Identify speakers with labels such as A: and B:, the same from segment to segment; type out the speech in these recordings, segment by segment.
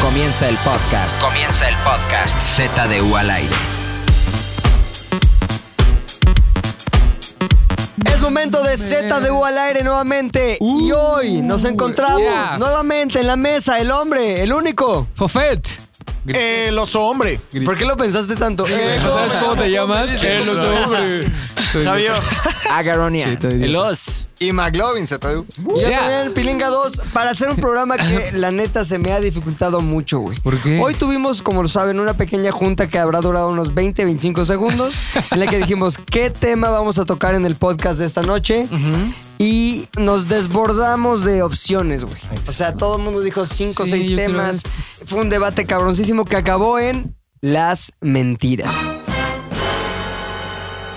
A: Comienza el podcast. Comienza el podcast. Z de U al aire.
B: Es momento de Z de U al aire nuevamente. y
A: Uh.
B: hoy nos encontramos
C: yeah.
B: nuevamente en la mesa el hombre, el único.
C: Fofet.
D: Eh,
E: El oso hombre.
B: ¿Por qué lo pensaste tanto? Eh,
C: ¿No sabes cómo te llamas? El hombre. Sabio.
B: Agaronian.
C: El oso.
E: Y McLovin se tradujo.
B: Y yo
C: Yeah.
B: también, Pilinga 2, para hacer un programa que la neta se me ha dificultado mucho, güey.
C: ¿Por qué?
B: Hoy tuvimos, como lo saben, una pequeña junta que habrá durado unos 20, 25 segundos, en la que dijimos qué tema vamos a tocar en el podcast de esta noche. Y nos desbordamos de opciones, güey. O sea, todo el mundo dijo cinco o
C: Sí,
B: seis
C: yo creo
B: temas.
C: esto.
B: Fue un debate cabroncísimo que acabó en las mentiras.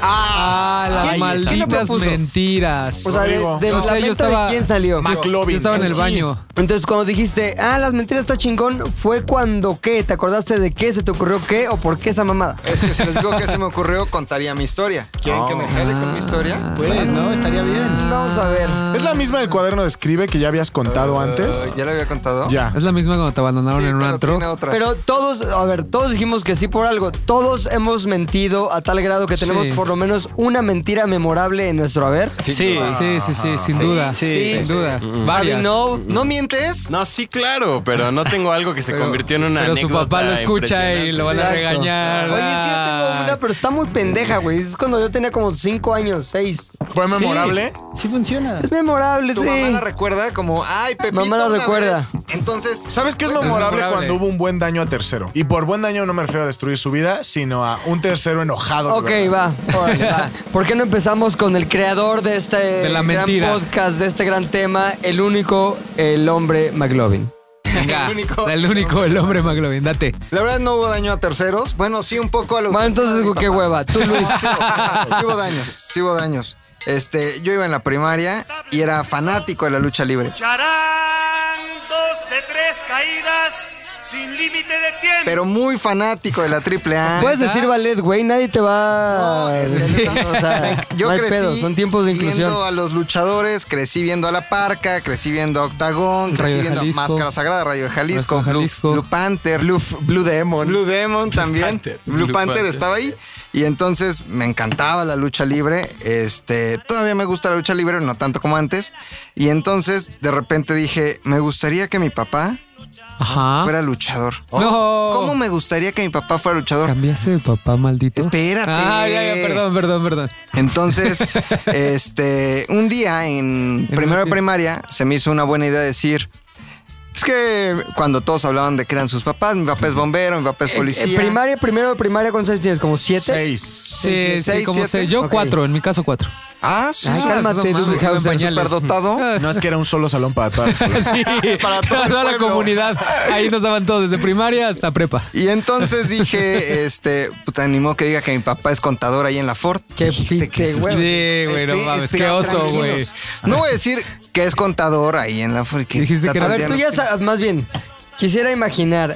C: Ah, las
B: ¿Quién- quién lo
C: malditas
B: propuso? Pues,
C: mentiras.
B: O sea, de,
E: Rodrigo.
B: de
C: O
B: la
C: sea, yo
B: menta
C: estaba-
B: de quién salió.
C: Yo
E: McLovin.
C: estaba en el
E: Sí.
C: baño.
B: Entonces, cuando dijiste, ah, las mentiras está chingón, ¿fue cuando qué? ¿Te acordaste de qué? ¿Se te ocurrió qué? ¿O por qué esa mamada?
E: Es que si les digo que se me ocurrió, contaría mi historia. ¿Quieren que me
B: Oh.
E: jale con mi historia?
B: Ah.
C: Pues, ¿no? Estaría bien.
B: Vamos a ver.
D: ¿Es la misma del cuaderno de escribe que ya habías contado antes?
E: Eh, ¿Ya lo había contado?
D: Ya.
C: Es la misma cuando te abandonaron
E: Sí,
C: en un
E: pero
C: antro.
E: tiene otras.
B: Pero todos, a ver, todos dijimos que sí por algo. Todos hemos mentido a tal grado que tenemos
C: Sí.
B: por lo menos una mentira memorable en nuestro haber.
C: Sí, sí, sí, sí, sin duda. sin duda.
B: Barbie,
C: Varias.
B: no.
E: ¿No mientes?
F: No, sí, claro, pero no tengo algo que se
C: Pero-
F: convirtió en una
C: Pero su
F: anécdota
C: papá lo escucha y lo van a
B: Exacto.
C: regañar. Ah.
B: Oye, es que yo tengo una, pero está muy pendeja, güey. Es cuando yo tenía como 5 años, 6.
D: ¿Fue memorable?
C: Sí, sí funciona.
B: Es memorable,
E: Tu
B: sí.
E: mamá la recuerda como, ay, Pepito.
B: Mamá la
E: una
B: recuerda.
E: vez". Entonces,
D: ¿Sabes qué es memorable,
C: memorable.
D: cuando hubo un buen daño a tercero? Y por buen daño no me refiero a destruir su vida, sino a un tercero enojado. de
B: Ok,
D: verdad.
B: va. Órale, va. ¿Por qué no empezamos con el creador de este
C: la
B: gran
C: mentira.
B: podcast, de este gran tema, el único, el hombre McLovin?
C: Venga,
E: El único.
C: el único, el hombre McLovin, date.
E: La verdad no hubo daño a terceros. Bueno, sí, un poco a lo
B: Bueno, entonces,
E: Mi
B: qué
E: papá.
B: hueva. Tú, Luis.
E: Sí hubo- sí hubo daños, sí hubo daños. Este, yo iba en la primaria y era fanático de la lucha libre.
G: Lucharán dos de tres caídas sin límite de tiempo.
E: Pero muy fanático de la triple A.
B: Puedes decir ballet, güey. Nadie te va
E: No,
B: a
E: es que
B: decir.
E: neta,
B: O sea,
E: Yo
B: no hay
E: crecí
B: pedo, Son tiempos de inclusión.
E: viendo a los luchadores, crecí viendo a La Parca, crecí viendo a Octagón,
C: Rayo
E: crecí
C: de
E: viendo a
C: Jalisco.
E: Máscara Sagrada, Rayo de Jalisco,
C: Rayo de
E: Blue-
C: Jalisco.
E: Blue Panther, Blue, Demon. Blue Demon también. Blue,
F: Blue
E: Panther,
F: Panther.
E: estaba ahí. Y entonces me encantaba la lucha libre. Este, todavía me gusta la lucha libre, no tanto como antes. Y entonces de repente dije, me gustaría que mi papá
C: Ajá.
E: fuera luchador.
C: No.
E: ¿Cómo me gustaría que mi papá fuera luchador?
C: ¿Cambiaste de papá, maldito?
E: Espérate.
C: Ah, ya, ya, perdón, perdón, perdón.
E: Entonces, este, un día
C: En
E: en primero de
C: una-
E: primaria se me hizo una buena idea decir, es que cuando todos hablaban de que eran sus papás, mi papá es bombero, mi papá es policía.
B: Eh, primaria, primero de primaria, ¿cuántos años tienes? ¿Como siete?
D: Seis.
C: Eh, Sí, sí,
E: seis,
C: como
E: siete.
C: sé. Yo
B: Ok.
C: cuatro, en mi caso cuatro.
E: Ah, sí,
B: Ay,
E: sí,
B: cálmate,
C: no mames,
B: Luis
C: iba en
B: Hauser,
C: pañales.
E: superdotado.
D: No es que era un solo salón para toda la escuela.
C: Sí, para
E: todo el
C: toda la
E: pueblo.
C: comunidad. Ahí nos daban todo, desde primaria hasta prepa.
E: Y entonces dije, este, puta, animó que diga que mi papá es contador ahí en la Ford.
B: Qué pite,
C: Sí,
B: güey.
C: güey, no
E: Espe-
C: mames, qué
E: espera,
C: oso, güey.
E: tranquilos. No voy a decir que es contador ahí en la Ford.
C: Dijiste
E: está
C: que
B: A
E: todo
B: ver,
E: el día
B: tú
E: en-
B: ya sabes, más bien, quisiera imaginar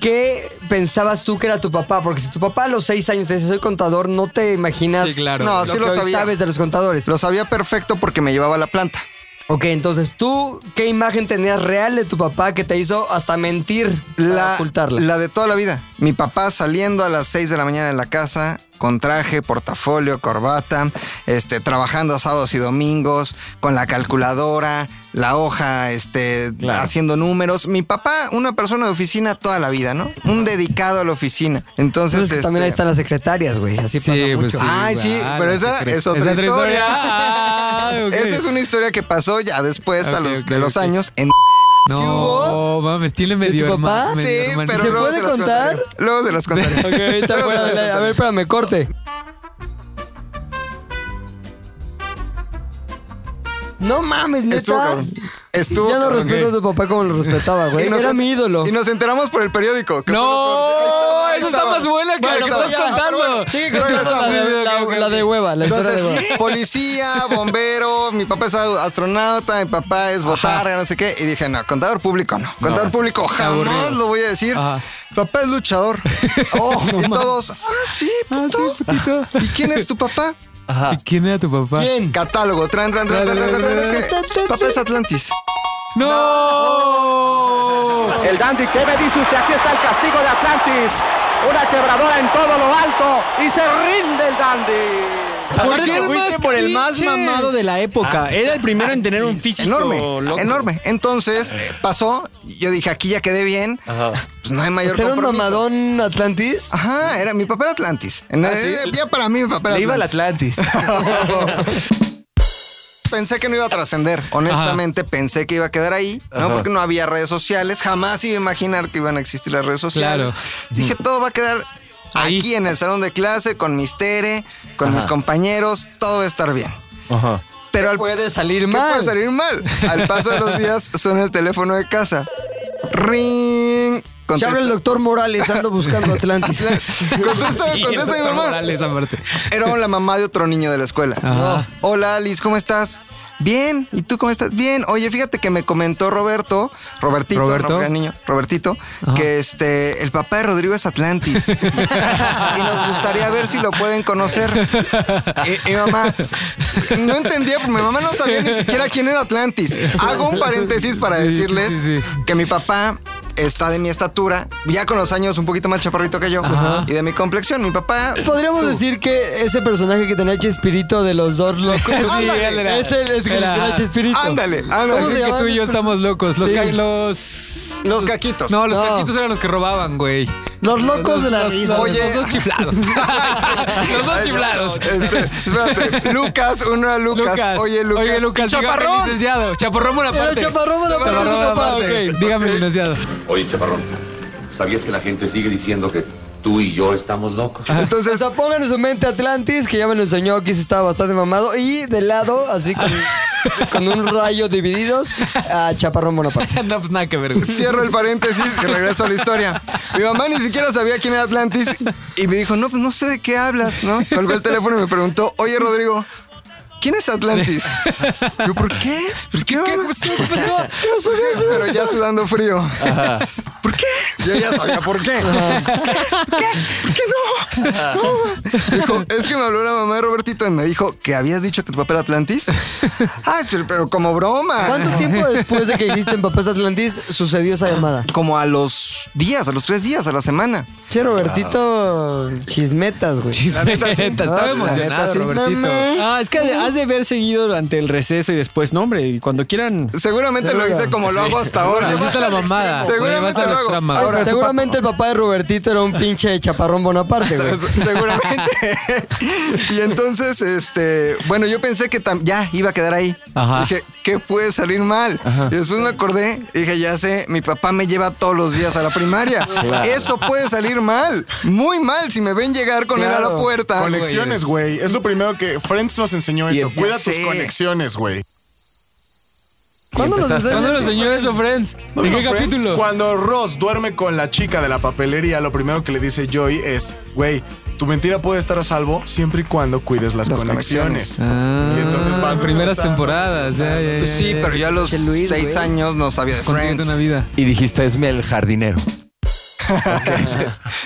B: qué pensabas tú que era tu papá, porque si tu papá a los seis años te dice soy contador, no te imaginas
C: Sí, claro.
E: No,
B: lo
E: sí
B: que
E: lo
B: hoy
E: sabía.
B: sabes de los contadores.
E: Lo sabía perfecto porque me llevaba a la planta.
B: Ok, entonces tú, ¿qué imagen tenías real de tu papá que te hizo hasta mentir para
E: La,
B: ocultarla?
E: la de toda la vida. Mi papá saliendo a las 6 de la mañana de la casa con traje, portafolio, corbata, este, trabajando sábados y domingos, con la calculadora, la hoja, este, haciendo números. Mi papá, una persona de oficina toda la vida, ¿no? Un dedicado a la oficina. Entonces,
B: Entonces, también
E: este,
B: ahí están las secretarias, güey. Así pasa mucho.
C: pues
E: Ay,
C: güey.
E: sí, pero esa
C: ¿qué crees?
E: es otra
C: Esa
E: historia.
C: Ah, ok.
E: Esa es una historia que pasó ya después a
C: Ok,
E: los,
C: ok,
E: de los
C: ok.
E: años en
C: No,
B: ¿Sí hubo?
C: mames, tiene medio
B: tu papá?
C: hermano. medio
E: Sí,
C: hermano.
E: pero
B: ¿Se
E: luego
B: puede
E: las
B: contar?
E: contaré. Luego se las contaré.
B: Ok, está fuera del aire. A ver, espérame, corte. No mames,
E: Estuvo
B: neta.
E: cabrón. Estuvo
B: ya no
E: cabrón.
B: respeto a tu papá como lo respetaba, güey.
E: Y nos-
B: Era mi ídolo.
E: Y nos enteramos por el periódico. que fue lo peor. Ahí
C: No, esa está
E: estaba, ahí estaba.
C: más buena que
E: Bueno,
C: lo que
E: estaba.
C: estás
E: Ah, pero
C: contando.
E: bueno, sigue
B: la,
E: regresando.
B: de, la- la de hueva, la historia de hueva.
E: Entonces, policía, bombero, mi papá es au- astronauta, mi papá es botarga, no sé qué. Y dije, no, contador público no. Contador público jamás lo voy a decir.
C: Ajá.
E: Papá es luchador. y todos, ah, sí, puto. ¿Y quién es tu papá?
C: ¿Y quién era tu papá?
B: ¿Quién?
E: Catálogo, tran, tran, tran, tran, tran, tran, tran, tran. Papá es Atlantis.
C: ¡No!
H: El Dandy, ¿qué me dice usted? Aquí está el castigo de Atlantis. Una quebradora en todo lo alto y se rinde el Dandy.
C: ¿Por qué
I: fuiste
C: fuiste por el más
I: pinche?
C: mamado de la época? Era el primero en tener un físico
E: Enorme,
C: loco.
E: enorme. Entonces eh, pasó, yo dije, aquí ya quedé bien, pues no hay mayor
I: ¿Ser un
E: compromiso.
I: mamadón Atlantis?
E: Ajá, era mi papel Atlantis. En- eh, Ya para mí mi papel
F: Le
E: Atlantis.
F: iba al Atlantis.
E: Pensé que no iba a trascender. Honestamente, pensé que iba a quedar ahí, ¿no?
F: Ajá.
E: Porque no había redes sociales. Jamás iba a imaginar que iban a existir las redes sociales.
C: Claro.
E: Dije, todo va a quedar
C: Ahí.
E: aquí en el salón de clase, con mis tere, con mis compañeros. Todo va a estar bien.
F: Ajá.
E: Pero al
I: Puede salir
E: ¿Qué
I: mal.
E: puede salir mal? Al paso de los días suena el teléfono de casa. Ring.
I: Se
E: Contesta,
I: habla el doctor Morales, ando buscando Atlantis.
E: contesta, contesta mi mamá. Era la mamá de otro niño de la escuela.
C: Ajá.
E: Hola Alice, ¿cómo estás? Bien, ¿y tú cómo estás? Bien. Oye, fíjate que me comentó Roberto, Robertito,
C: Roberto.
E: no, porque era niño, Robertito, que este el papá de Rodrigo es Atlantis. y nos gustaría ver si lo pueden conocer. Y, y mamá no entendía, porque mi mamá no sabía ni siquiera quién era Atlantis. Hago un paréntesis para
C: Sí, sí,
E: decirles
C: sí, sí.
E: que mi papá está de mi estatura, ya con los años un poquito más chaparrito que yo,
C: Ajá.
E: y de mi complexión. Mi papá
I: Podríamos decir que ese personaje que tenía Chespirito de los dos locos.
C: Sí, él era-
I: Ese es el que
C: era-
I: tenía Chespirito.
E: Ándale,
I: ¿Cómo
E: ándale.
I: se
C: Es que tú y yo estamos locos. Los,
I: Sí.
C: ca- los...
E: Los caquitos.
C: No, los
I: No.
C: caquitos eran los que robaban, güey.
I: Los locos de la
C: los,
I: risa.
E: Oye.
C: Los dos chiflados. los dos chiflados.
E: Este, espérate. Lucas, uno era Lucas.
C: Lucas.
E: Oye, Lucas.
C: Oye, Lucas.
E: Y
C: dígame,
E: Chaparrón.
C: licenciado. Chaparrón por
I: Era
C: aparte.
I: chaparrón por aparte.
C: Chaparrón
E: Chaparrón por
C: aparte.
E: aparte.
C: Dígame,
E: Ok.
C: licenciado.
G: Oye, chaparrón, ¿sabías que la gente sigue diciendo que tú y yo estamos locos?
I: O
E: Entonces,
I: sea, pongan en su mente Atlantis, que ya me lo enseñó aquí, sí estaba bastante mamado. Y de lado, así con, con un rayo divididos, a Chaparrón Bonaparte.
C: no, pues nada que ver, güey.
E: cierro el paréntesis y regreso a la historia. Mi mamá ni siquiera sabía quién era Atlantis y me dijo, no, pues no sé de qué hablas, ¿no? Colgó el teléfono y me preguntó, oye, Rodrigo, ¿quién es Atlantis? Yo, ¿por qué? ¿Por qué?
C: Pues, ¿Qué
E: mamá?"
C: pasó? ¿Qué pasó?
E: Pero ya sudando frío. ¿Por qué? Yo ya sabía por qué. ¿Por qué? ¿Por qué no? No. Dijo, es que me habló la mamá de Robertito y me dijo que habías dicho que tu papel Atlantis. Ah, pero, pero como broma.
I: ¿Cuánto tiempo después de que dijiste en Papás Atlantis sucedió esa llamada?
E: Como a los días, a los tres días, a la semana.
I: Che, Robertito, chismetas, güey.
C: La neta, sí.
E: No,
C: Estaba
E: la
C: emocionado,
E: neta, sí.
C: Robertito.
I: Mamá.
C: Ah, es que has de haber seguido durante el receso y después, no, hombre, y cuando quieran.
E: Seguramente lo hice como lo hago hasta ahora.
C: Hiciste la mamada.
E: Seguramente
C: Seguramente
E: lo
C: las
E: hago.
C: tramas.
E: Ahora,
I: Seguramente el papá de Robertito era un pinche chaparrón Bonaparte, güey.
E: Se- Seguramente. y entonces, este, bueno, yo pensé que tam- ya iba a quedar ahí.
C: Ajá.
E: Dije, ¿qué puede salir mal? Y después me acordé, dije, ya sé, mi papá me lleva todos los días a la primaria. Eso puede salir mal, muy mal, si me ven llegar con él a la
C: Claro.
E: puerta.
D: Conexiones, güey. Es lo primero que Friends nos enseñó
F: Y
D: eso.
F: empieza-
D: Cuida tus
E: Sí.
D: conexiones, güey.
I: ¿Cuándo nos
F: empezaste.
I: enseñan?
C: ¿Cuándo los señores o Friends? ¿En
D: ¿No vieron
C: qué
D: Friends?
C: capítulo?
D: Cuando Ross duerme con la chica de la papelería, lo primero que le dice Joey es, güey, tu mentira puede estar a salvo siempre y cuando cuides las,
E: Las
D: conexiones.
C: Ah,
D: Y entonces vas
C: primeras
D: desglosando,
C: temporadas. Ya, ya, ya,
E: Pues sí,
C: ya.
E: pero yo a los
I: Che, Luis,
E: seis
I: güey.
E: años no sabía de
C: Consíguete
E: Friends.
C: una vida.
F: Y dijiste, es el jardinero.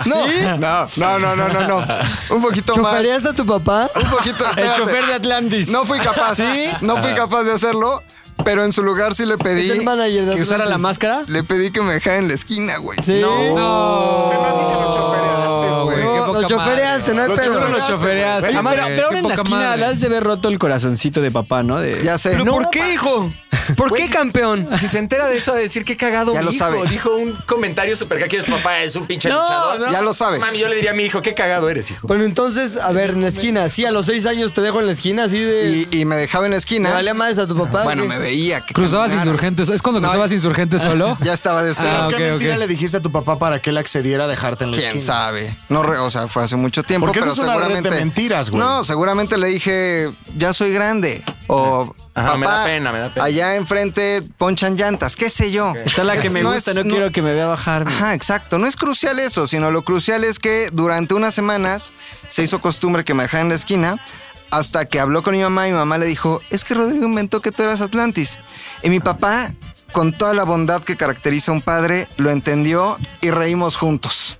E: No, no, no, no, no, no, no. Un poquito más.
I: ¿Chocarías a tu papá?
E: Un poquito. espérate.
C: de Atlantis.
E: No fui capaz. No fui capaz de hacerlo, pero en su lugar sí le pedí.
I: Es el manager de
C: ¿Que usara la máscara?
E: Le pedí que me dejara en la esquina, güey.
I: Sí.
C: No.
D: Se me hace que lo chofereaste,
C: güey.
D: güey.
C: Qué
I: No,
C: poca
I: lo chofereaste,
C: madre.
I: no hay
D: Lo
I: pedo.
D: chofereaste,
C: Lo chofereaste.
D: güey.
C: güey.
D: Pero-
C: Qué
F: pero ahora en la
C: poca
F: esquina,
C: madre.
F: la has
C: de haber roto el corazoncito de papá, ¿no?
E: Ya sé.
I: ¿Por qué, hijo? ¿Por qué, campeón?
F: Si se entera de eso, a decir que cagado
E: Ya
F: mi
E: lo
F: hijo.
E: sabe.
F: Dijo un comentario súper que aquí es papá, es un pinche luchador.
E: Ya lo sabe.
F: Mami, yo le diría a mi hijo, qué cagado eres, hijo.
I: Bueno, entonces, a ver, en la esquina. Sí, a los seis años te dejo en la esquina, así de...
E: Y, y me dejaba en la
I: ¿Le
E: esquina.
I: valía más a tu papá?
E: bueno,
I: ¿Qué?
E: me veía. Que
C: Cruzabas
E: caminara.
C: insurgentes. ¿Es cuando
E: No,
C: cruzabas insurgentes solo?
E: Ya estaba de este
C: Ah,
E: lado.
D: ¿Qué
C: ok,
D: mentira
C: ok.
D: le dijiste a tu papá para que él accediera a dejarte en la
E: ¿Quién
D: esquina?
E: sabe? No, re- o sea, fue hace mucho tiempo,
D: Porque eso
E: pero
D: es una red de
E: seguramente
D: mentiras, güey.
E: No, seguramente le dije, "Ya soy grande." O
F: Ajá, me da
E: "Papá,
F: pena, me da pena."
E: Allá enfrente ponchan llantas, qué sé yo.
C: Está la que me gusta, no, quiero que me vea bajar.
E: Ajá, exacto. No es crucial eso, sino lo crucial es que durante unas semanas se hizo costumbre que me dejara en la esquina hasta que habló con mi mamá y mi mamá le dijo, es que Rodrigo inventó que tú eras Atlantis. Y mi papá, con toda la bondad que caracteriza a un padre, lo entendió y reímos juntos.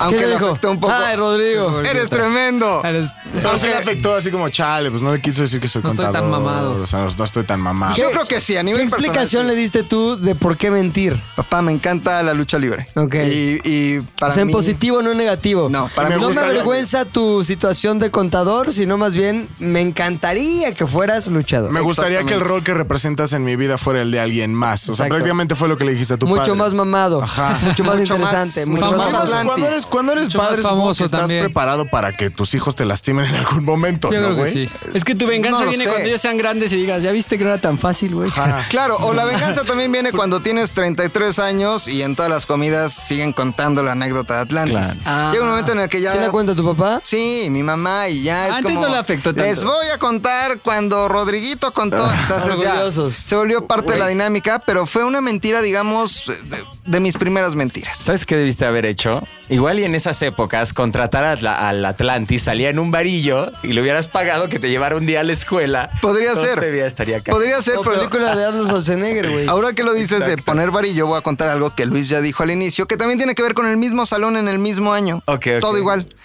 E: Aunque
I: le
E: le
I: dijo?
E: afectó un poco.
I: Ay, Rodrigo.
E: Eres tremendo.
J: Eres-
D: Pero sí le afectó así como, chale, pues no le quiso decir que soy
J: No estoy tan
D: contador.
J: mamado.
D: O sea, no, no estoy tan mamado.
E: Yo creo que sí, a
I: ¿Qué
E: nivel personal,
I: explicación
E: sí.
I: le diste tú de por qué mentir?
E: Papá, me encanta la lucha libre.
I: Ok.
E: Y, y para
I: o sea, en
E: mí-
I: positivo, no en negativo.
E: No, para mí me
I: no me
E: gustaría-
I: avergüenza tu situación de contador, sino más bien me encantaría que fueras luchador.
D: Me gustaría que el
E: Exactamente.
D: rol que representas en mi vida fuera el de alguien más. O sea,
I: Exacto.
D: prácticamente fue lo que le dijiste a tu
I: mucho
D: padre.
I: más mamado,
D: Ajá.
I: mucho más
E: Mucho más-
I: interesante, mucho
E: mucho
I: más,
E: más
I: famoso.
E: atlante.
D: Cuando eres, cuando eres
J: Mucho más
D: padre, supongo
J: famoso
D: que estás
J: también.
D: preparado para que tus hijos te lastimen en algún momento,
J: Yo
D: ¿no,
J: creo que
D: güey?
J: sí.
G: Es que tu venganza
E: No lo
G: viene
E: sé.
G: cuando ellos sean grandes y digas, ya viste que no era tan fácil, güey.
E: Claro, o la venganza también viene cuando tienes 33 años y en todas las comidas siguen contando la anécdota de Atlantis.
G: Ah.
E: Llega un momento en el que ya...
I: ¿Qué le cuenta tu papá?
E: Sí, mi mamá y ya es
G: Antes
E: como,
G: no le afectó tanto.
E: Les voy a contar cuando Rodriguito contó.
B: Ah.
E: Entonces ya
I: Orgullosos.
E: se volvió parte de la dinámica, pero fue una mentira, digamos, de, de mis primeras mentiras.
B: ¿Sabes qué debiste haber hecho? Igual y en esas épocas contratar a la- al Atlantis salía en un varillo y le hubieras pagado que te llevara un día a la escuela.
E: Podría
B: Todo
E: ser.
B: este día estaría acá.
E: Podría ser,
I: La
E: pero-
I: película de Arnold Schwarzenegger, güey.
E: Ahora que lo dices de poner varillo, voy a contar algo que Luis ya dijo al inicio, que también tiene que ver con el mismo salón en el mismo año.
B: Ok, ok.
E: Todo igual.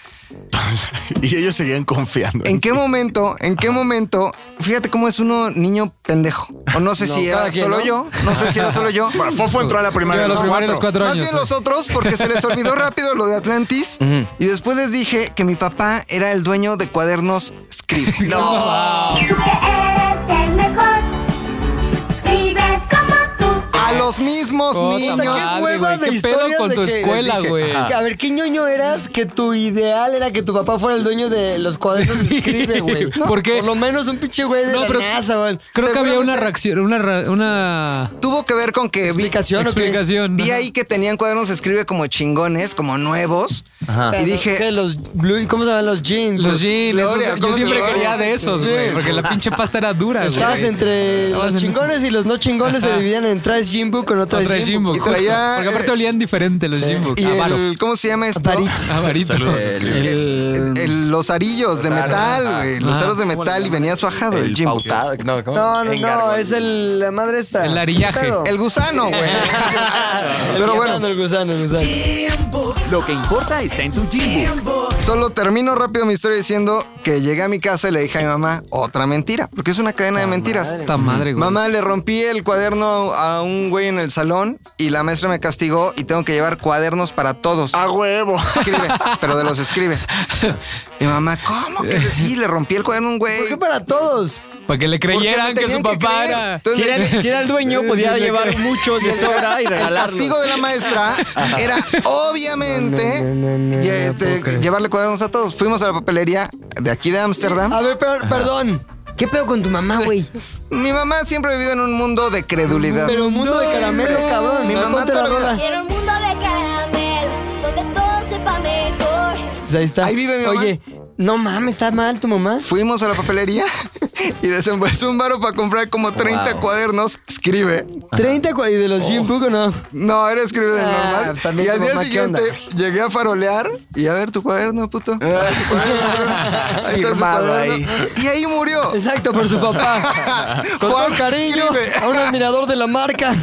D: Y ellos seguían confiando.
E: ¿En qué momento? ¿En qué momento? Fíjate cómo es uno niño pendejo. O no sé si era
I: cada quien,
E: solo
I: ¿no?
E: yo. No sé si era solo yo.
D: Bueno, Fofo entró a la primaria.
J: Yo a los
D: ¿no?
J: primeros cuatro
D: Cuatro.
E: Más
J: años.
E: bien los otros, porque se les olvidó rápido lo de Atlantis. Y después les dije que mi papá era el dueño de cuadernos Scribd.
K: Eres el mejor. Vives como tú.
E: A los mismos
J: Puta
E: niños.
J: madre,
I: hueva
J: ah, güey,
I: de
J: ¿Qué pedo
I: historias
J: con
I: de
J: tu
I: que-
J: escuela,
E: les dije,
J: güey?
I: A ver, ¿qué ñoño eras que tu ideal era que tu papá fuera el dueño de los cuadernos de escribe, güey?
J: No. ¿Por qué?
I: Por lo menos un pinche güey de
J: No,
I: la
J: pero-
I: NASA, güey.
J: Creo que había una
E: Seguramente-
J: reacción, una, ra- una
E: Tuvo que ver con que vi,
I: ¿Explicación o qué?
J: explicación.
E: vi
J: ¿no?
E: ahí que tenían cuadernos escribe como chingones, como nuevos. Y
I: ¿Qué,
E: dije,
I: los blue- ¿Cómo se llaman los jeans?
J: Los jeans, Pues esos-
E: Gloria,
J: yo
E: ¿cómo
J: siempre
E: te lo-
J: quería de esos,
I: Sí.
J: güey, porque la pinche pasta era dura,
I: Estabas
J: güey.
I: entre
J: Estabas en
I: los chingones y los no chingones se
J: Ajá.
I: dividían en traes Jim Book o no traes
J: Otra
I: Jim Book.
J: Jimbo,
E: Y
J: justo,
E: traía,
J: porque aparte
E: eh,
J: olían diferente los Jimbo.
E: y
J: Avaro.
E: el, ¿cómo se llama esto?
I: Tarit.
J: Avarito.
E: El-
G: El-
E: el- los arillos de metal,
B: ajá.
E: güey, los
J: Ah.
E: aros de metal y venía su ajado, el,
B: El
E: Jimbo.
B: pautado. No, ¿cómo?
I: No, no, no,
B: Engargol.
I: es el, la madre esta.
J: El arillaje.
I: ¿Qué pedo?
E: El gusano, güey. Pero bueno,
I: el gusano, el gusano.
G: Lo que importa está en tu Jimbo.
E: Solo termino rápido mi historia diciendo que llegué a mi casa y le dije a mi mamá otra mentira, porque es una cadena de mentiras.
J: Puta madre, güey.
E: Mamá, le rompí el cuaderno a un güey en el salón y la maestra me castigó y tengo que llevar cuadernos para todos.
D: ¡A huevo!
E: Escribe, pero de los escribe. Mi mamá, ¿cómo que sí? Le rompí el cuaderno a un güey.
I: ¿Por qué para todos?
J: Para que le creyeran
E: Porque me
J: que su
E: tenían que
J: papá
E: creer.
J: era...
E: Entonces,
G: Si era, el, si era el dueño, podía llevar muchos de sobra y
E: el castigo
G: regalarlos.
E: de la maestra era obviamente
I: No, no, no, no,
E: y,
I: no,
E: este,
I: puedo creer.
E: llevarle cuadernos a todos. Fuimos a la papelería de aquí de Ámsterdam.
I: A ver, per- perdón. ¿Qué pedo con tu mamá, güey?
E: Mi mamá siempre ha vivido en un mundo de credulidad.
I: Pero un mundo de caramelo, cabrón.
E: Mi
I: ¿no?
E: mamá
I: Ponte
E: toda
I: la
E: la vida-
I: rola.
K: Quiero un mundo de caramelo, donde todo sepa mejor.
I: Pues ahí está.
E: Ahí vive mi mamá.
I: Oye, no mames, está mal tu mamá.
E: Fuimos a la papelería y desembolsó un varo para comprar como 30 cuadernos. Escribe.
I: 30 cua- y de los Jim Book o no.
E: No, era escribe del
I: Ah,
E: normal.
I: también
E: y al
I: tu
E: día
I: mamá, ¿qué
E: siguiente
I: onda?
E: llegué a farolear y a ver tu cuaderno, puto. Ahí está su
B: Firmado
E: cuaderno. Y ahí murió.
I: Exacto, por su papá. Con
E: Juan,
I: todo cariño,
E: escribe.
I: a un admirador de la marca.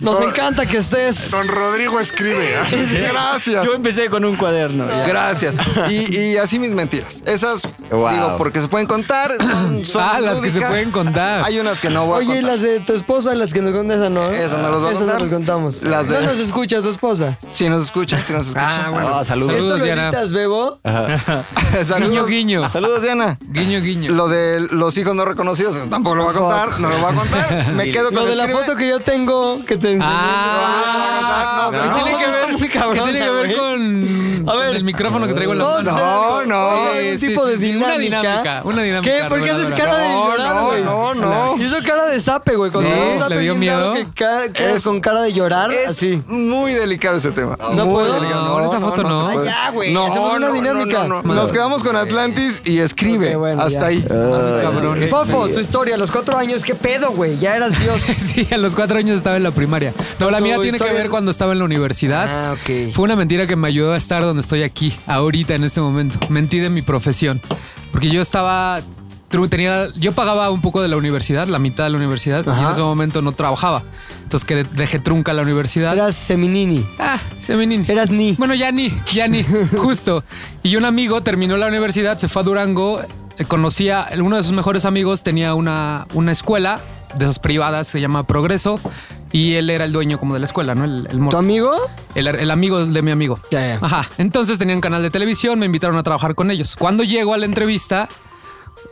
I: Nos encanta que estés.
D: Don Rodrigo escribe. ¿ah?
E: Gracias.
G: Yo empecé con un cuaderno. ya.
E: Gracias. Y, y así mis mentiras. Esas,
B: Wow.
E: digo, porque se pueden contar. Son, son
J: Ah, las que se
E: lúdicas.
J: pueden contar.
E: Hay unas que no voy a
I: Oye, ¿y
E: contar.
I: las de tu esposa, las que nos contas, esa no.
E: Esas no las voy a
I: Esas
E: contar.
I: nos contamos.
E: Las de-
I: No nos escucha tu esposa.
E: Si nos escuchan, si nos escuchan.
B: Ah, saludos.
J: Saludos,
I: ¿Esto lo
J: Diana.
I: editas, Bebo?
E: Saludos.
J: Guiño, guiño.
E: Saludos, Diana.
J: Guiño, guiño.
E: Lo de los hijos no reconocidos eso tampoco lo voy a contar. No lo voy a contar. Me quedo con
I: Lo de la
E: escribe.
I: foto que yo tengo que te enseñé.
J: Ah,
E: Ah, no, no,
J: ¿qué tiene
E: no,
J: que ver,
I: está muy cabrona,
J: ¿qué tiene que ver
I: güey.
J: con,
I: A
J: con
I: ver.
J: el micrófono que traigo en la
I: Vamos a
J: mano?
I: hacer algo.
E: no.
I: Vamos a hacer un
J: Sí,
I: tipo
J: sí,
I: de
J: sí,
I: dinámica.
J: una dinámica, una dinámica
I: ¿Qué? ¿Por qué haces
J: reveladora.
I: cara de
E: No,
I: llorar,
E: no,
I: güey?
E: no, no.
I: Hizo cara de sape, güey. Cuando
J: Sí,
I: hizo un
J: ¿le
I: zape
J: dio
I: bien raro
J: miedo?
I: Que ca- quedas
E: Es-
I: con cara de llorar,
E: Es
I: así.
E: muy delicado ese tema.
I: No
E: Muy
I: puedo.
E: delicado.
J: No, esa foto
E: se
J: no.
E: puede.
I: Ya, güey, hacemos una dinámica.
E: no, no. Nos quedamos con Atlantis y escribe.
I: Ok, bueno,
E: hasta
I: ya.
E: ahí. Hasta ahí.
J: Cabrones.
I: Fofo, tu historia, a los cuatro años, ¿qué pedo, güey? Ya eras Dios.
J: Sí, a los cuatro años estaba en la primaria. No, la
I: Tu
J: mía tiene que
I: historia
J: ver
I: es-
J: cuando estaba en la universidad.
I: Ah, ok.
J: Fue una mentira que me ayudó a estar donde estoy aquí, ahorita, en este momento. Mentí de mi profesión. Porque yo estaba... tuve-
C: tribu tenía. Yo pagaba un poco de la universidad, la mitad de la universidad, y en
I: Ajá.
C: ese momento no trabajaba. Entonces que dejé trunca la universidad.
I: Eras seminini.
C: Ah, seminini.
I: Eras ni.
C: Bueno, ya ni, ya ni, justo. Y un amigo terminó la universidad, se fue a Durango, eh, conocía, uno de sus mejores amigos tenía una, una escuela de esas privadas, se llama Progreso, y él era el dueño como de la escuela, ¿no? El, el ¿Tu
I: amigo?
C: El, el amigo Ah, de mi amigo. Ajá. Entonces tenían canal de televisión, me invitaron a trabajar con ellos. Cuando llego a la entrevista,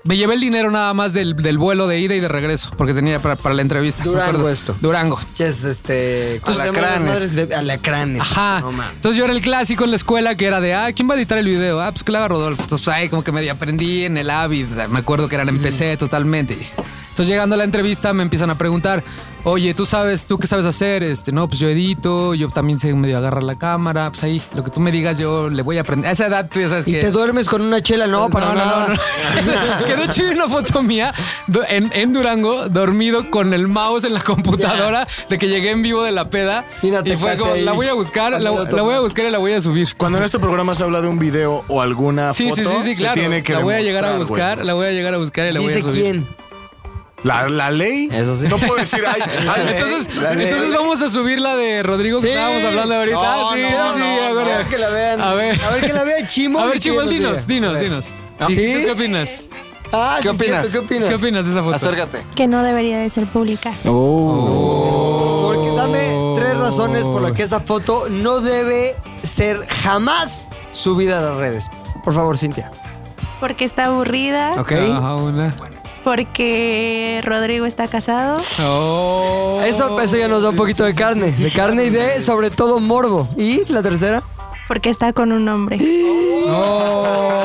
C: me llevé el dinero nada más del, del vuelo de ida y de regreso, porque tenía para, para la entrevista. me
I: Durango
C: acuerdo.
I: esto.
C: Durango.
I: Pinches, este. ¿cómo se llaman las madres de- alacranes.
C: Ajá.
I: No mames.
C: Entonces yo era el clásico en la escuela que era de, ah, ¿quién va a editar el video? Ah, pues que lo haga Rodolfo. Entonces, pues, ay, como que medio aprendí en el Avid. Me acuerdo que eran en PC totalmente. Entonces llegando a la entrevista me empiezan a preguntar, oye, ¿tú sabes, tú qué sabes hacer? Este, no, pues yo edito, yo también sé medio agarrar la cámara, pues ahí, lo que tú me digas yo le voy a aprender. A esa edad tú ya sabes
I: Y
C: que...
I: te duermes con una chela, no, para
C: No, no,
I: nada.
C: no. que de hecho hay una foto mía do- en, en Durango, dormido con el mouse en la computadora, de que llegué en vivo de la peda. y fue como, la voy a buscar, la, la voy a buscar y la voy a subir.
D: Cuando en este programa se habla de un video o alguna
C: Sí,
D: foto,
C: sí, sí, sí,
D: se
C: claro.
D: tiene que
C: la voy a llegar a buscar,
D: demostrar, güey.
C: la voy a llegar a buscar y la voy a
D: ¿Dice
C: subir.
D: quién? ¿La, la ley? Eso
C: sí.
D: No puedo decir, ay, ay,
C: entonces,
D: la ley.
C: entonces vamos a subir la de Rodrigo que
D: Sí.
C: estábamos hablando ahorita.
D: No,
C: sí,
D: no,
C: sí, sí,
D: no,
C: a ver.
D: no,
I: que la vean.
C: A ver.
I: A ver, que la vea Chimo.
C: A ver,
I: y que
C: Chivo,
I: nos
C: dinos,
I: diga.
C: dinos, dinos. ¿Y
I: ¿Sí?
C: ¿Tú qué opinas?
I: Ah, sí, cierto, ¿Qué opinas?
C: ¿Qué opinas de esa foto? Acércate.
L: Que no debería de ser pública.
I: Porque dame tres razones por las que esa foto no debe ser jamás subida a las redes. Por favor, Cintia.
L: Porque está aburrida.
C: Ajá, una.
L: Porque Rodrigo está casado.
C: Oh.
I: Eso, pues, eso ya nos da un poquito de carne. de carne y de, sobre todo, morbo. ¿Y la tercera?
L: Porque está con un hombre.
C: Oh.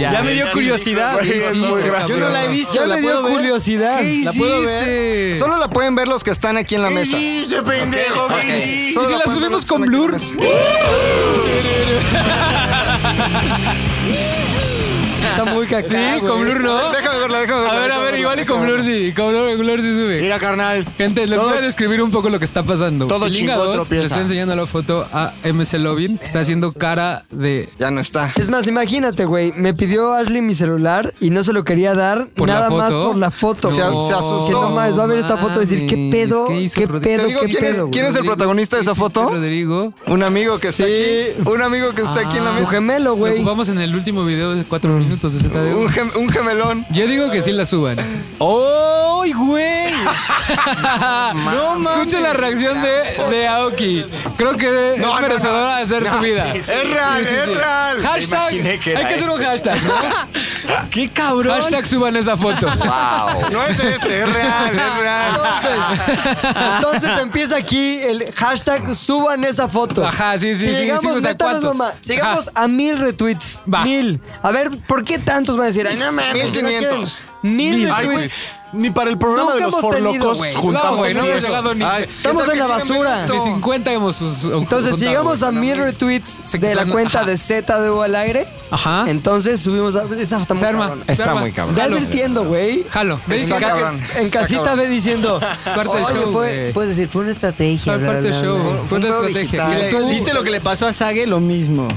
G: Ya, me dio curiosidad.
E: Güey, es muy
G: Yo no la he
E: gracioso.
G: visto. ¿la puedo ver? ¿Qué
E: ¿La puedo ver?
G: hiciste?
E: Solo la pueden ver los que están aquí en la
G: ¿Qué
E: mesa.
G: hiciste, pendejo?
E: Ok.
G: ¿Qué
E: Ok.
G: hiciste?
E: Solo
G: ¿Y si
E: pueden
G: la
E: ver
G: subimos
E: los que
G: con
E: están aquí en la
G: blur?
E: mesa.
C: Está muy
I: cacao.
C: Sí, con Blur no.
E: Déjame verla, déjame verla.
C: A ver, a
E: déjame
C: ver,
E: verla,
C: igual y
E: déjame
C: con
E: verla.
C: Blur sí. Con Blur, Blur sí sube.
E: Mira, carnal.
C: Gente, les
E: Todo-
C: voy a describir un poco lo que está pasando.
E: Todo
C: Liga
E: chingón
C: 2 le
E: tropieza.
C: está enseñando la foto a MC Lovin. Está haciendo cara de.
E: Ya no está.
I: Es más, imagínate, güey. Me pidió Ashley mi celular y no se lo quería dar
C: ¿Por la
I: nada más
C: foto?
I: por la foto.
E: Se a-
I: güey.
E: se asustó.
I: Que no mames, va a ver esta foto y decir, ¿qué
C: Mames,
I: pedo?
C: ¿qué
I: ¿Qué,
C: hizo Rodrigo?
I: pedo?
E: Te digo,
I: ¿Qué
E: ¿quién es-
I: pedo? güey?
E: quién es el protagonista de esa foto?
C: Rodrigo.
E: Un amigo que está aquí. Un amigo que está aquí en la
C: Ah,
E: mesa.
C: tu gemelo, güey. Vamos en el último video de cuatro minutos de ZDU.
E: Un, gem- un gemelón.
C: Yo digo que sí la suban.
G: ¡Ay, güey!
C: no Escuchen la reacción de, de Aoki. Creo que es
G: No, no,
C: merecedora
G: no.
C: de ser
G: No,
C: subida.
G: sí, sí, Es sí, real, sí, sí, es sí. real.
C: Hashtag.
G: Me imaginé que era
C: hay que hacer un
G: eso.
C: hashtag. ¿no? ¡Qué cabrón! Hashtag suban esa foto.
G: Wow.
E: No es este, es real, es real.
I: Entonces empieza aquí el hashtag suban esa foto.
C: Ajá, sí, sí,
I: Si
C: sí,
I: llegamos,
C: decimos a
I: neta, no es
C: cuántos.
I: broma, llegamos a mil retweets. Mil. A ver, ¿por qué tantos van a decir? Ay, no mames.
E: Mil
I: que no quieren.
E: quinientos.
I: Mil
D: Ay, güey,
I: retweets.
D: Ni para el programa
I: Nunca
D: de los
I: hemos tenido,
D: forlocos
I: güey.
D: juntamos
C: No, güey, no
D: ni
C: hemos
D: eso.
C: llegado ni- Ay,
I: Estamos en la basura.
C: Ni 50 hemos sus.
I: Entonces, si llegamos a mil retweets de la
C: son-
I: cuenta
C: ajá.
I: de ZDU al aire,
C: Ajá.
I: entonces subimos a. Esa está muy
C: Se arma,
I: cabrona.
C: se Está arma. muy cabrón.
I: Ve
C: Jalo.
I: advirtiendo, güey.
C: Jalo. Ve
I: En,
C: diciendo
I: ca-
C: que
I: en
C: es- está
I: casita
C: cabrón.
I: ve diciendo.
C: Es parte del
I: "Oye,
C: show,
I: fue-
C: güey".
I: Puedes decir, fue una estrategia.
C: Fue
I: bla,
C: parte
I: bla,
C: del
I: bla,
C: show.
I: bla.
C: Fue una
E: Fue un
C: estrategia.
E: digital.
C: Mira,
G: ¿Viste lo que le pasó a Sage? Lo mismo.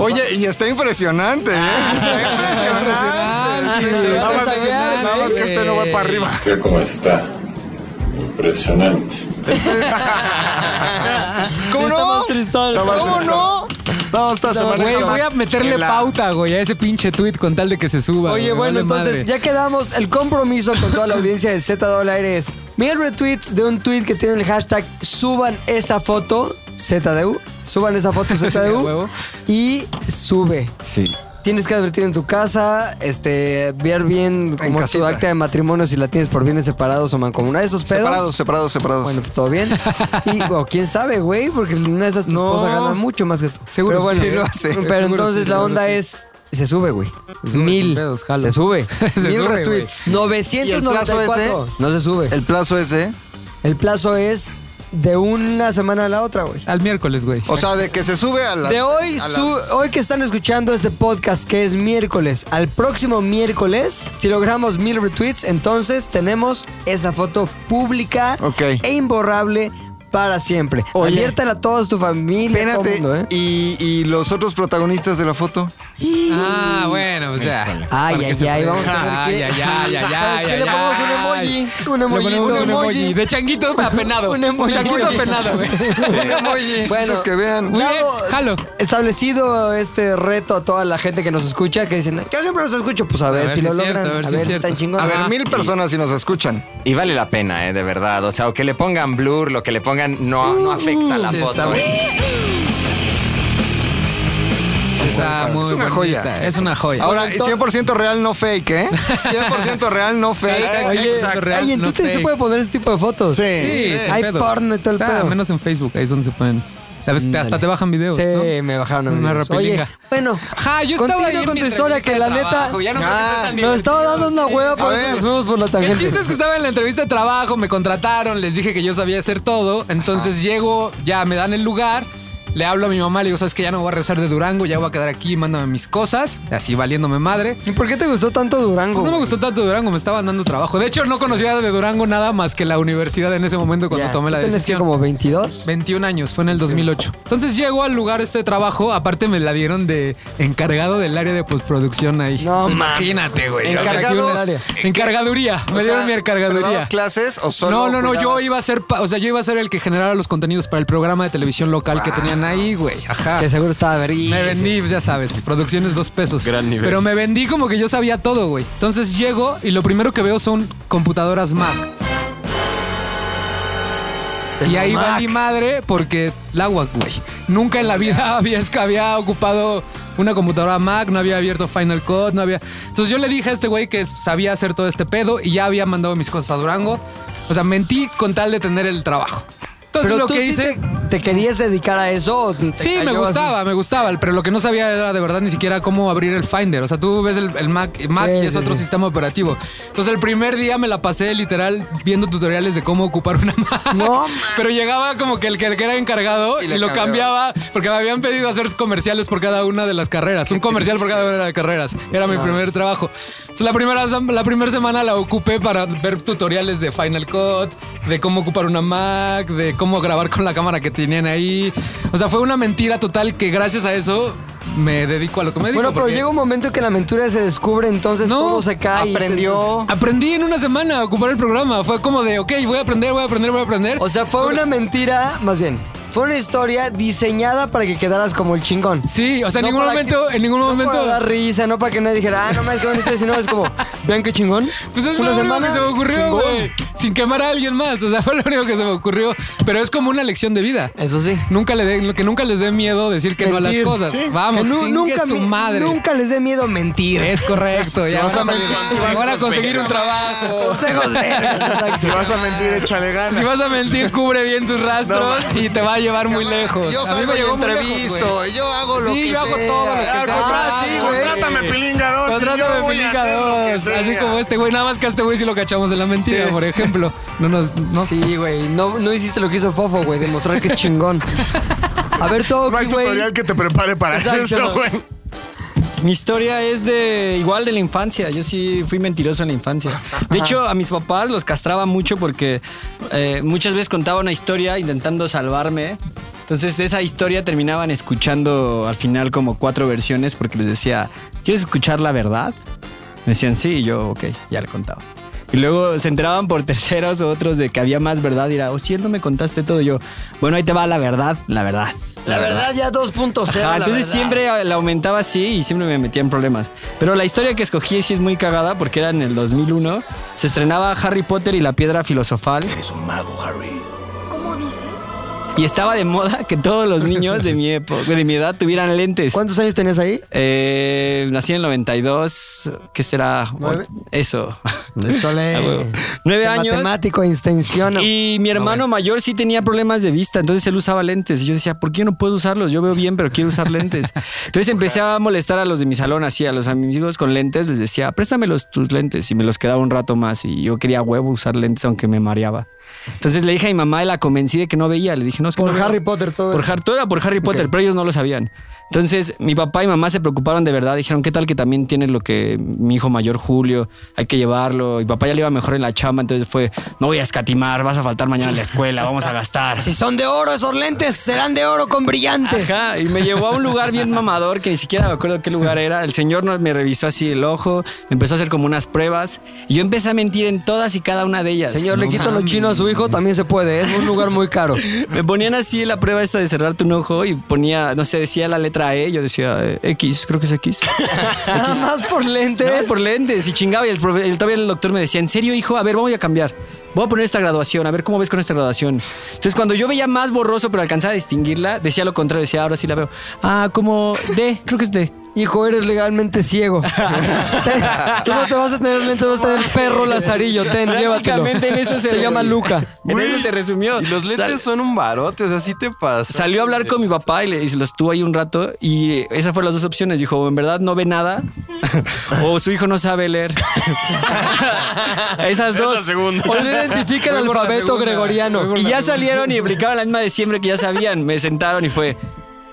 E: Oye, y está impresionante, ¿eh? Está impresionante.
C: Impresionante,
E: Está
D: Nada más,
E: impresionante.
D: nada más que este no va para arriba.
M: Mira cómo está. Impresionante.
E: ¿Cómo no? ¿Cómo no? No, esta semana
C: Güey,
E: jamás.
C: voy a meterle
E: En la-
C: pauta, güey, a ese pinche tweet con tal de que se suba.
I: Oye,
C: güey, vale
I: bueno, entonces
C: madre.
I: ya quedamos. El compromiso con toda la audiencia de Z al aire es mil retweets de un tweet que tiene el hashtag suban esa foto ZDU. Suban esa foto
C: Sí, a
I: ZDU
C: huevo.
I: y sube.
B: Sí.
I: Tienes que advertir en tu casa, este, ver bien como tu
E: casita.
I: acta de matrimonio si la tienes por bienes separados o mancomunados. Esos pedos.
E: Separados, separados, separados.
I: Bueno, pues todo bien. Y, o quién sabe, güey, porque una de esas tu
E: No.
I: esposa gana mucho más que tú.
C: Seguro
I: Pero bueno,
E: sí lo hace.
I: Pero entonces la onda es. Se sube, güey. Mil. Se sube.
C: Se
E: Mil
C: sube,
E: retweets. ¿Y el plazo es de?
I: 994. No se sube.
E: El plazo es de.
I: El plazo es de una semana a la otra, güey.
C: Al miércoles, güey.
E: O sea, de que se sube a la.
I: De hoy,
E: a
I: su-
E: las-
I: hoy que están escuchando este podcast, que es miércoles, al próximo miércoles, si logramos mil retweets, entonces tenemos esa foto pública
E: Ok.
I: e imborrable para siempre. Aliértala a toda tu familia, a todo
E: Espérate,
I: mundo, ¿eh?
E: y, y los otros protagonistas de la foto.
C: Ah, bueno, pues ya.
I: Ay, ay, ay, vamos a
C: Ay,
I: tener
C: ay,
I: que...
C: ay, ay, ay,
I: ¿Sabes qué?
C: ay,
I: Le ponemos un
C: ay.
I: emoji, un emoji,
C: Le ponemos
I: un
C: un
I: emoji.
C: emoji. De changuito apenado.
I: Un emoji.
C: Changuito apenado, güey.
E: Un emoji. Chistes que vean.
I: Claro,
C: jalo.
I: Establecido este reto a toda la gente que nos escucha, que dicen, yo siempre los escucho, pues a ver, si, lo
C: es cierto, a
I: logran,
C: ver si
I: a ver
C: es
I: si
C: cierto.
I: están chingones.
E: A ver, mil personas si nos escuchan.
B: Y vale la pena, ¿eh? De verdad. O sea, o que le pongan blur, lo que le pongan no, no afecta a la
E: Sí, está
B: foto. ¿eh?
C: Está muy
E: es una
C: bonita,
E: joya.
C: Es una joya.
E: Ahora, 100% real, no fake, ¿eh? 100% real, no fake.
I: Oye, ay, en Twitter se puede poner ese tipo de fotos.
E: Sí.
C: Sí, sin
I: Hay
C: pedos.
I: porno y todo el
C: Está,
I: pedo.
C: Menos en Facebook, ahí es donde se pueden. A veces te- hasta
I: Ándale.
C: te bajan videos,
I: Sí,
C: ¿no?
I: me bajaron.
C: Una
I: videos. Oye,
C: rapilinga.
I: bueno,
C: Ja, yo estaba ahí
I: continúa
C: en
I: con
C: mi
I: tu historia
C: entrevista
I: que
C: de
I: la neta
C: trabajo, ya no me parece tan
I: nos estaba dando una hueva por
C: A
I: eso
C: ver.
I: nos fuimos por la
C: El
I: tangente.
C: chiste es que estaba en la entrevista de trabajo, me contrataron, les dije que yo sabía hacer todo, entonces llego, ya me dan el lugar, le hablo a mi mamá, le digo, sabes que ya no voy a regresar de Durango, ya voy a quedar aquí, mándame mis cosas, así valiéndome madre.
I: ¿Y por qué te gustó tanto Durango?
C: Pues no me gustó tanto Durango, me estaban dando trabajo. De hecho, no conocía de Durango nada más que la universidad en ese momento cuando
I: Ya,
C: tomé
I: ¿tú
C: la
I: tenías
C: decisión.
I: como 22?
C: 21 años, fue en el 2008. Entonces llego al lugar este trabajo, aparte me la dieron de encargado del área de postproducción ahí.
I: No,
C: Entonces,
I: mames.
C: imagínate, güey.
E: Encargado-
C: Aquí una- Encargaduría, me
E: O
C: dieron
E: sea,
C: mi
E: ¿pero
C: encargaduría.
E: dabas clases o solo
C: No, no, no, yo
E: cuidabas?
C: iba a ser, pa- o sea, yo iba a ser el que generara los contenidos para el programa de televisión local que tenían ahí, güey. Ajá.
I: Que seguro estaba verísimo.
C: Me vendí, pues, ya sabes, producciones dos pesos.
F: Gran nivel.
C: Pero me vendí como que yo sabía todo, güey. Entonces llego y lo primero que veo son computadoras Mac. Y ahí
I: Mac.
C: valí madre porque la agua, güey. Nunca en la vida había, es que había ocupado una computadora Mac, no había abierto Final Cut, no había. Entonces yo le dije a este güey que sabía hacer todo este pedo y ya había mandado mis cosas a Durango. O sea, mentí con tal de tener el trabajo. Entonces
I: Pero
C: lo
I: tú
C: que
I: sí
C: hice.
I: te, te querías dedicar a eso? o te
C: Sí, me
I: cayó así?
C: gustaba, me gustaba, pero lo que no sabía era de verdad ni siquiera cómo abrir el Finder. O sea, tú ves el, el Mac, Mac
I: Sí,
C: y es
I: sí,
C: otro
I: sí.
C: sistema operativo. Entonces el primer día me la pasé literal viendo tutoriales de cómo ocupar una Mac.
I: No,
C: pero llegaba como que el que el que era encargado
E: Y
C: y,
E: le
C: lo
E: cambiaba.
C: cambiaba porque me habían pedido hacer comerciales por cada una de las carreras. Un comercial por cada una de las carreras. Era mi primer trabajo. Entonces, la primera la primera semana la ocupé para ver tutoriales de Final Cut, de cómo ocupar una Mac, de cómo grabar con la cámara que tenían ahí. O sea, fue una mentira total que gracias a eso me dedico a lo que me dedico.
I: Bueno, pero
C: porque-
I: llega un momento en que la mentira se descubre, entonces
C: No,
I: todo se cae. y-
E: Aprendió.
C: Aprendí en una semana a ocupar el programa. Fue como de, ok, voy a aprender, voy a aprender, voy a aprender.
I: O sea, fue una mentira, más bien, fue una historia diseñada para que quedaras como el chingón.
C: Sí, o sea, en
I: No
C: ningún
I: para
C: momento,
I: que-
C: en ningún
I: No
C: momento.
I: para dar risa, no para que nadie dijera, ah, no más que bonito, sino es como, vean qué chingón.
C: Pues es
I: Una
C: lo único que
I: semana,
C: se me ocurrió,
I: chingón.
C: güey. Sin quemar a alguien más. O sea, fue lo único que se me ocurrió. Pero es como una lección de vida.
I: Eso sí.
C: Nunca le den, que nunca les dé miedo decir que no a las
I: Mentir.
C: cosas.
I: Sí.
C: Vamos,
I: Que nu-
C: nunca su
I: mi-
C: madre. Eh,
I: Nunca les dé miedo mentir.
C: Es correcto, ya
E: vas
C: van
E: a
C: a, salir-
E: mentir,
C: van a
E: vas a
C: conseguir un trabajo.
I: Consejos vergas,
D: Si
I: exacto.
D: vas a mentir, échale ganas.
C: Si vas a mentir, cubre bien tus rastros y te va a llevar muy lejos.
E: Yo
C: A mí me
E: salgo y
C: llegó muy lejos,
E: entrevisto.
C: güey.
E: yo hago lo
C: Sí,
E: que
C: yo hago
E: sea.
C: todo lo que
D: Ah,
C: sea.
D: contra-
C: Ah,
D: sí,
C: güey.
D: Contrátame, Pilinga 2.
C: Contrátame Pilinga 2. Así como este güey. Nada más que a este güey sí lo cachamos en la mentira,
E: Sí.
C: por ejemplo. No nos. No.
I: Sí, güey, no, no hiciste lo que hizo Fofo, güey, demostrar que es chingón. A ver, todo,
D: No hay
I: güey.
D: tutorial que te prepare para
I: Exacto.
D: eso, güey.
G: Mi historia es de igual de la infancia. Yo sí fui mentiroso en la infancia. De hecho, a mis papás los castraba mucho porque eh, muchas veces contaba una historia intentando salvarme. Entonces de esa historia terminaban escuchando al final como cuatro versiones porque les decía, ¿quieres escuchar la verdad? Me decían sí y yo, ok, ya le contaba. Y luego se enteraban por terceros u otros de que había más verdad y era, oh, si él no me contaste todo, Y yo, bueno, ahí te va la verdad, la verdad.
I: La verdad, ya 2.0.
G: Ajá,
I: la
G: entonces
I: verdad.
G: siempre la aumentaba así y siempre me metía en problemas. Pero la historia que escogí sí es muy cagada porque era en el 2001. Se estrenaba Harry Potter y la piedra filosofal. Eres un mago, Harry. ¿Cómo dices? Y estaba de moda que todos los niños de mi época, de mi edad tuvieran lentes.
I: ¿Cuántos años tenías ahí?
G: Eh, nací en el 92, ¿qué será?
I: Nueve.
G: Eso.
I: Ah,
G: huevo.
I: güey.
G: Nueve
I: Qué
G: años.
I: Matemático, extensión.
G: Y mi hermano mayor sí tenía problemas de vista, entonces él usaba lentes. Y yo decía, ¿por qué no puedo usarlos? Yo veo bien, pero quiero usar lentes. Entonces empecé a molestar a los de mi salón, así, a los amigos con lentes, les decía, préstame los- tus lentes. Y me los quedaba un rato más. Y yo quería a huevo usar lentes, aunque me mareaba. Entonces le dije a mi mamá y la convencí de que no veía. Le dije, no, es que
I: Por
G: no veo".
I: Harry Potter todo
G: Por
I: eso.
G: Har- todo era por Harry Potter, pero ellos no lo sabían. Entonces mi papá y mamá se preocuparon de verdad. Dijeron, ¿qué tal que también tiene lo que mi hijo mayor Julio? Hay que llevarlo. Y papá ya le iba mejor en la chamba, entonces fue, no voy a escatimar, vas a faltar mañana a la escuela, vamos a gastar.
I: Si son de oro esos lentes, serán de oro con brillantes.
G: Ajá, y me llevó a un lugar bien mamador que ni siquiera me acuerdo qué lugar era. El señor no- me revisó así el ojo, me empezó a hacer como unas pruebas y yo empecé a mentir en todas y cada una de ellas.
I: Señor, le
G: No
I: quito lo
G: mames.
I: chino a su hijo, también se puede. ¿eh? Es un lugar muy caro.
G: Me ponían así la prueba esta de cerrarte un ojo y ponía, no sé, decía la letra E, yo decía eh, X, creo que es X.
I: Nada más por lentes.
F: Pues.
G: Nada, por lentes y chingaba. Y el, profe- el- todavía el doctor me decía, ¿en serio, hijo? A ver, vamos a cambiar. Voy a poner esta graduación, a ver cómo ves con esta graduación. Entonces, cuando yo veía más borroso, pero alcanzaba a distinguirla, decía lo contrario, decía, ahora sí la veo. Ah, como D, creo que es D.
I: Hijo, eres legalmente ciego. Tú no te vas a tener lentes, vas a tener perro lazarillo. Ten, llévatelo.
G: Prácticamente en eso se,
I: se llama Luca.
G: En eso se resumió.
F: Y los lentes son un barote, o sea, así te pasa.
G: Salió a hablar con mi papá y, le, y se los tuvo ahí un rato y esas fueron las dos opciones. Dijo, o en verdad no ve nada o su hijo no sabe leer. esas
F: Es la
G: dos.
F: segunda.
G: O no identifica el
I: Voy por la
G: alfabeto
I: segunda, voy
G: gregoriano.
I: por
G: Y
I: la
G: ya
I: segunda.
G: salieron y aplicaron la misma de siempre que ya sabían. Me sentaron y fue,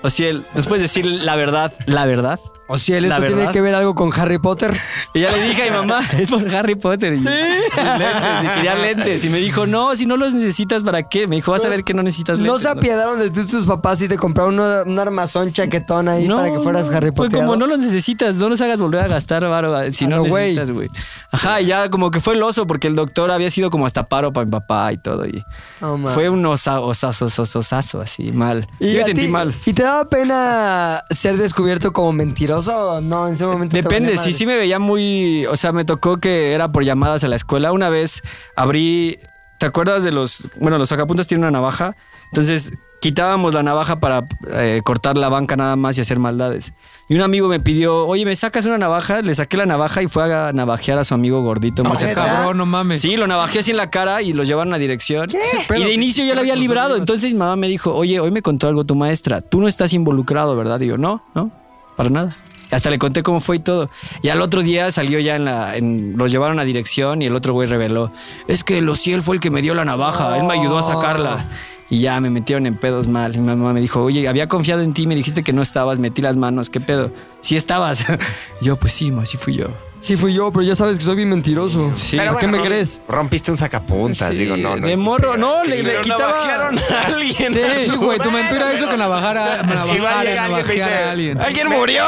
G: Ociel, después de decir la verdad, la verdad.
I: Ociel,
G: La
I: ¿esto tiene
G: verdad.
I: que ver algo con Harry Potter?
G: Y ya le dije a mi mamá, es por Harry Potter. Y, sus lentes, y quería lentes. Y me dijo, no, si no los necesitas, ¿para qué? Me dijo, vas a ver que no necesitas lentes.
I: ¿No se apiedaron de tú y tus papás y te compraron una- un armazón chaquetón ahí para que fueras
G: no,
I: Harry
G: Fue
I: Potter?
G: como, no los necesitas, no los hagas volver a gastar, varo, si
I: Ah,
G: no
I: no, güey.
G: necesitas, güey. Ajá, y ya como que fue el oso, porque el doctor había sido como hasta paro para mi papá y todo. Y fue un osa, osazo, osazo, osazo, así, mal.
I: ¿Y,
G: Sí
I: a
G: me sentí
I: ti-
G: mal.
I: ¿Y te daba pena ser descubierto como mentiroso o no en ese momento? te
G: Depende,
I: valía
G: sí,
I: madre?
G: sí me veía muy. O sea, me tocó que era por llamadas a la escuela. Una vez abrí. ¿Te acuerdas de los. Bueno, los sacapuntas tienen una navaja. Entonces quitábamos la navaja para eh, cortar la banca nada más y hacer maldades. Y un amigo me pidió, oye, ¿me sacas una navaja? Le saqué la navaja y fue a navajear a su amigo gordito.
C: No,
G: más cerca.
C: cabrón, no mames.
G: Sí, lo navajeó así en la cara y lo llevaron a dirección. Y de inicio yo le había librado. Entonces mi mamá me dijo, oye, hoy me contó algo tu maestra. Tú no estás involucrado, ¿verdad? Digo, no, no, para nada. Hasta le conté cómo fue y todo. Y al otro día salió ya en la... En, los llevaron a dirección y el otro güey reveló, es que el Ociel fue el que me dio la navaja. Él me ayudó a sacarla. Y ya me metieron en pedos mal. Y mi mamá me dijo, oye, había confiado en ti, me dijiste que no estabas, metí las manos, ¿qué pedo? Sí estabas. yo, pues sí, ma, sí fui yo.
I: Sí fui yo, pero ya sabes que soy bien mentiroso.
G: Sí.
I: ¿Pero qué me crees?
B: Rompiste un sacapuntas, digo, no, no.
G: De
B: es-
G: morro, no, le, le
F: Pero
G: quitaba.
F: navajearon a alguien.
C: Sí, güey, tu mentira es lo que navajar a,
B: Si va a
C: navajar,
B: llegar alguien que
C: navajear
B: dice,
C: a alguien.
B: "Alguien murió!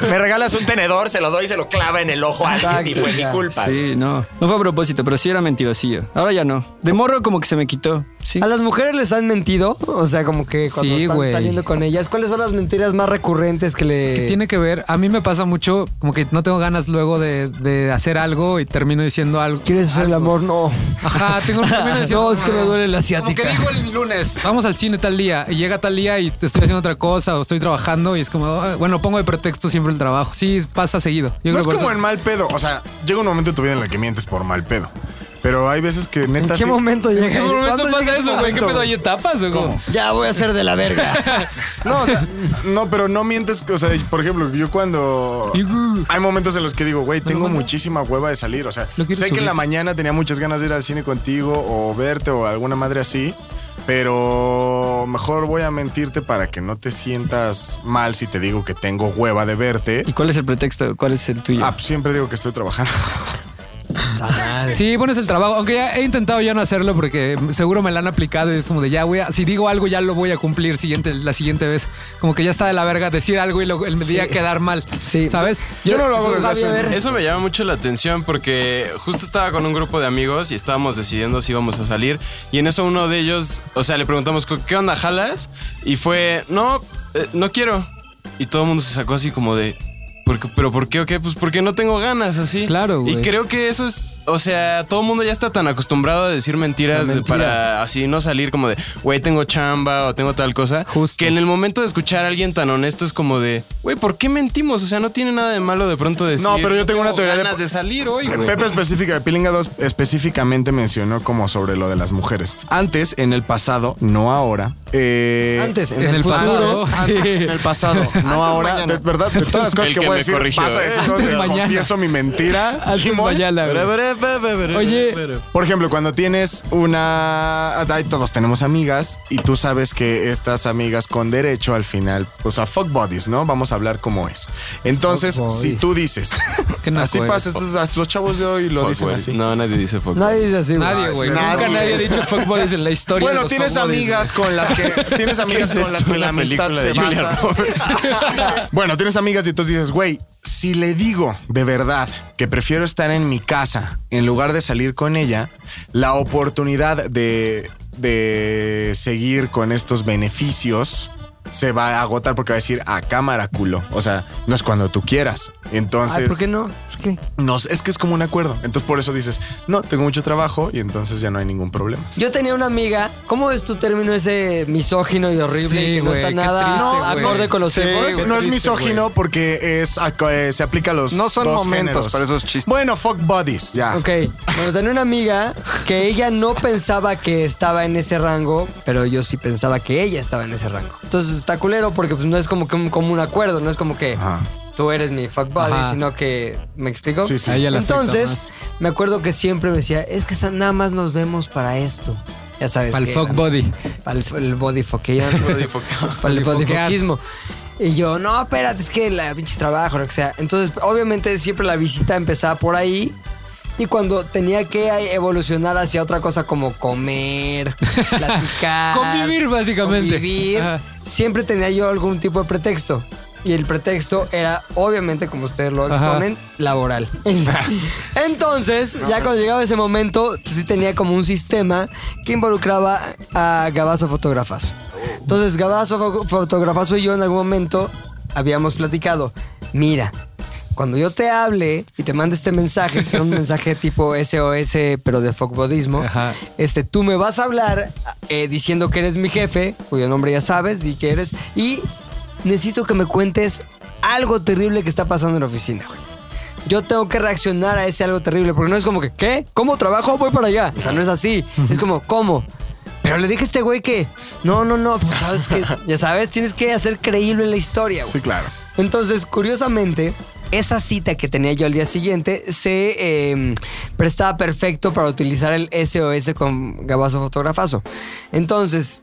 B: Me regalas un tenedor, se lo doy, se lo clava en el ojo a alguien y fue mi culpa.
G: Sí, no. No fue a propósito, pero sí era mentirosillo. Ahora ya no. De morro como que se me quitó. Sí.
I: ¿A las mujeres les han mentido? O sea, como que cuando
C: Sí,
I: están
C: güey.
I: saliendo con ellas, ¿cuáles son las mentiras más recurrentes que le...?
C: que tiene que ver. A mí me pasa mucho, como que no tengo ganas luego de, de hacer algo y termino diciendo algo.
I: ¿Quieres hacer el amor? No.
C: Ajá, tengo termino diciendo.
I: No, es que me duele la
C: Como que
I: ciática.
C: digo el lunes, vamos al cine tal día, y llega tal día y te estoy haciendo otra cosa o estoy trabajando y es como, "Ah, bueno, pongo de pretexto siempre el trabajo. Sí, pasa seguido. Yo creo
D: no es
C: por
D: como
C: eso-
D: en mal pedo. O sea, llega un momento de tu vida en el que mientes por mal pedo. Pero hay veces que neta.
I: ¿En qué
D: sí-
I: momento llega?
C: ¿En qué momento
I: ¿Cuándo
C: pasa
I: llega ese
C: eso, güey? ¿Qué
I: momento,
C: pedo hay etapas o cómo?
I: Ya voy a ser de la verga.
D: No, o sea, no, pero no mientes. O sea, por ejemplo, yo cuando. Hay momentos en los que digo, güey, tengo muchísima hueva de salir. O sea,
C: Lo quiero
D: sé que en la
C: subir.
D: mañana tenía muchas ganas de ir al cine contigo o verte o alguna madre así. Pero mejor voy a mentirte para que no te sientas mal si te digo que tengo hueva de verte.
G: ¿Y cuál es el pretexto? ¿Cuál es el tuyo?
D: Ah, pues siempre digo que estoy trabajando.
C: Sí, pones el trabajo. Aunque ya he intentado ya no hacerlo porque seguro me la han aplicado y es como de ya voy a, si digo algo ya lo voy a cumplir siguiente, la siguiente vez. Como que ya está de la verga decir algo y lo, el día quedar mal.
I: Sí.
C: ¿Sabes?
D: Yo no lo hago desde hace-
F: Eso me llama mucho la atención porque justo estaba con un grupo de amigos y estábamos decidiendo si íbamos a salir. Y en eso uno de ellos, o sea, le preguntamos, "¿Cu- ¿qué onda, jalas? Y fue, no, eh, no quiero. Y todo el mundo se sacó así como de, "¿Por qué- ¿pero por qué o qué? Pues porque no tengo ganas, así.
C: Claro, güey.
F: Y creo que eso es, o sea, todo el mundo ya está tan acostumbrado a decir mentiras
C: La
F: de-
C: mentira.
F: para así no salir como de, güey, tengo chamba o tengo tal cosa. Que en el momento de escuchar a alguien tan honesto es como de, güey, ¿por qué mentimos? O sea, no tiene nada de malo de pronto decir.
D: No, pero yo tengo una teoría de-
F: ganas de, salir hoy, güey.
D: Pepe específica, Pilinga 2 específicamente mencionó como sobre lo de las mujeres. Antes, en el pasado, no ahora. eh,
I: Antes, en,
C: En
I: el,
C: el
I: futuro.
C: pasado.
D: antes, en el pasado, no ahora.
E: mañana.
D: De verdad, de todas las cosas
F: El
D: que,
F: que
D: puede
F: me
D: decir,
F: corrigió,
D: vas a
F: ¿eh?
D: decir,
F: Antes
D: "Te
F: mañana".
D: confieso mi mentira.
F: Antes
D: Jimón.
F: mañana, güey. Oye.
D: Por ejemplo, cuando tienes una... Ahí todos tenemos amigas y tú sabes que estas amigas con derecho al final, o sea, fuck buddies, ¿no? Vamos a hablar como es. Entonces,
F: Fuck
D: si
F: buddies.
D: tú dices... así
F: naco
D: pasa,
F: eres.
D: estos- a los chavos de hoy lo
F: Fuck
D: dicen
F: buddy.
D: así.
F: No, nadie dice fuck.
I: Nadie dice así,
C: Nadie, güey. Nunca nadie ha dicho fuckboys en la historia.
D: Bueno, tienes amigas con las que tienes amigas con las que la amistad se basa. bueno, tienes amigas y entonces dices, güey, si le digo de verdad que prefiero estar en mi casa en lugar de salir con ella, la oportunidad de, de seguir con estos beneficios se va a agotar porque va a decir a cámara culo. O sea, no es cuando tú quieras. Entonces.
I: Ay, ¿por qué no? Es que-
D: No, es que es como un acuerdo. Entonces por eso dices, no, tengo mucho trabajo y entonces ya no hay ningún problema.
I: Yo tenía una amiga. ¿Cómo ves tu término ese misógino y horrible
D: Sí,
I: que no
D: güey,
I: está
D: qué
I: nada
D: triste, güey.
I: acorde con los
D: Sí,
I: tiempos?
D: güey, no es misógino porque es a- eh, se aplica a los
E: No son
D: dos
E: momentos
D: géneros.
E: para esos chistes.
D: Bueno, fuck buddies,
C: Ah.
D: ya.
I: Ok, bueno, tenía una amiga que ella no pensaba que estaba en ese rango, pero yo sí pensaba que ella estaba en ese rango. Entonces está culero porque pues, no es como que un, como un acuerdo, no es como que tú eres mi fuck buddy,
C: Ajá.
I: sino que me explico.
C: Sí, sí. A ella le afecta
I: Entonces
C: más.
I: me acuerdo que siempre me decía, es que sa- nada más nos vemos para esto. Ya sabes.
C: Para el
I: que
C: fuck
I: eran-
C: body.
I: Para el, el body para el podifoquismo. Y yo, no, espérate, es que la pinche trabajo, lo que sea. Entonces, obviamente, siempre la visita empezaba por ahí. Y cuando tenía que eh, evolucionar hacia otra cosa como comer, platicar.
C: Convivir, básicamente.
I: Ah, Convivir.
C: Ajá.
I: Siempre tenía yo algún tipo de pretexto. Y el pretexto era, obviamente, como ustedes lo
C: Ajá.
I: exponen, laboral. Entonces, ya
C: pues.
I: cuando llegaba ese momento, pues, sí tenía como un sistema que involucraba a Gabazo Fotógrafas. Entonces, Gabazo Fo- Fotógrafazo y yo en algún momento habíamos platicado, mira, cuando yo te hable y te mande este mensaje, que era un mensaje tipo SOS, pero de fuckbodismo, este, tú me vas a hablar eh, diciendo que eres mi jefe, cuyo nombre ya sabes, di que eres, y necesito que me cuentes algo terrible que está pasando en la oficina, güey. Yo tengo que reaccionar a ese algo terrible, porque no es como que, ¿qué? ¿Cómo trabajo? Voy para allá. O sea, no es así. Es como, ¿cómo? Pero le dije a este güey que, no, no, no, pues, sabes que, ya sabes, tienes que hacer creíble la historia, güey.
D: Sí, claro.
I: Entonces, curiosamente, esa cita que tenía yo al día siguiente se eh, prestaba perfecto para utilizar el SOS con Gabazo Fotografazo. Entonces,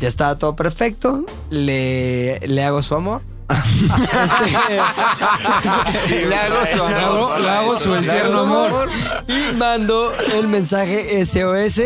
I: ya estaba todo perfecto, le, le hago su amor. Este,
C: Sí, le hago su amor. Le hago- le hago su
I: Le
C: tierno
I: hago su
C: amor.
I: Y mando el mensaje SOS.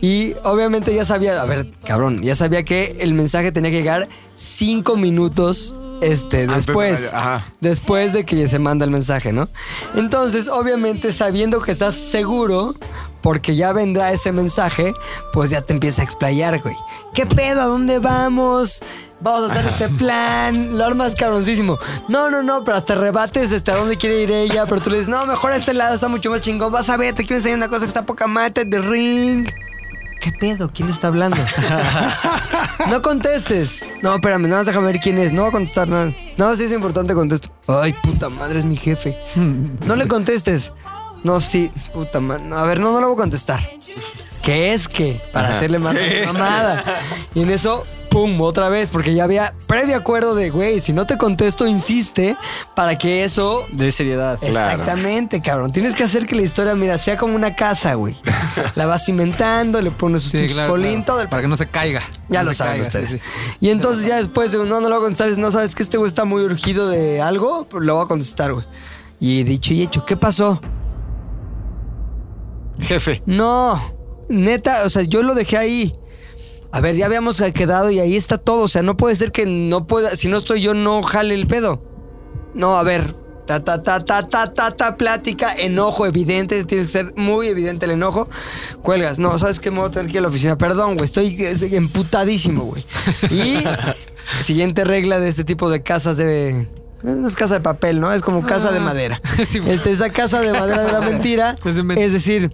I: Y obviamente ya sabía, a ver, cabrón, ya sabía que el mensaje tenía que llegar cinco minutos este,
D: Antes de
I: después
D: la- ajá.
I: después de que se manda el mensaje, ¿no? Entonces, obviamente, sabiendo que estás seguro, porque ya vendrá ese mensaje, pues ya te empieza a explayar, güey. ¿Qué pedo? ¿A dónde vamos? Vamos a hacer este plan. Lo armas cabroncísimo. No, no, no, pero hasta rebates este, a dónde quiere ir ella. Pero tú le dices, no, mejor a este lado está mucho más chingón. Vas a ver, te quiero enseñar una cosa que está poca mate de ring. ¿Qué pedo? ¿Quién está hablando? No contestes. No, espérame, nada más déjame ver quién es. No va a contestar nada. Nada más si es importante contesto. Ay, puta madre, es mi jefe. No le contestes. No, sí, puta madre. No, a ver, no, no lo voy a contestar. ¿Qué es que? Para
C: Ajá.
I: hacerle más
C: ¿Qué es que?
I: mamada. Y en eso, pum, otra vez, porque ya había previo acuerdo de, güey, si no te contesto, insiste para que eso
G: De seriedad.
I: Exactamente, cabrón. Tienes que hacer que la historia, mira, sea como una casa, güey. La vas cimentando, le pones sus
C: Sí,
I: pinches
C: claro,
I: colín,
C: claro.
I: todo el-
C: Para que no se caiga.
I: Ya
C: No
I: lo
C: se
I: saben
C: caiga,
I: ustedes.
C: sí, sí.
I: Y entonces ya después de un no, no lo contestas, no sabes que este güey está muy urgido de algo, pues lo voy a contestar, güey. Y dicho y hecho, ¿qué pasó? Jefe. No, neta, o sea, yo lo dejé ahí. A ver, ya habíamos quedado y ahí está todo. O sea, no puede ser que no pueda. Si no estoy yo, no jale el pedo. No, a ver. Ta, ta, ta, ta, ta, ta, ta, plática, enojo evidente. Tiene que ser muy evidente el enojo. Cuelgas. No, ¿sabes qué? Me voy a tener que ir a la oficina. Perdón, güey. Estoy es- emputadísimo, güey. Y siguiente regla de este tipo de casas de... No es casa de papel, ¿no? Es como casa de
C: Ah,
I: madera.
C: sí, güey.
I: Este, esa casa de madera de la mentira.
C: Pues
I: Es decir,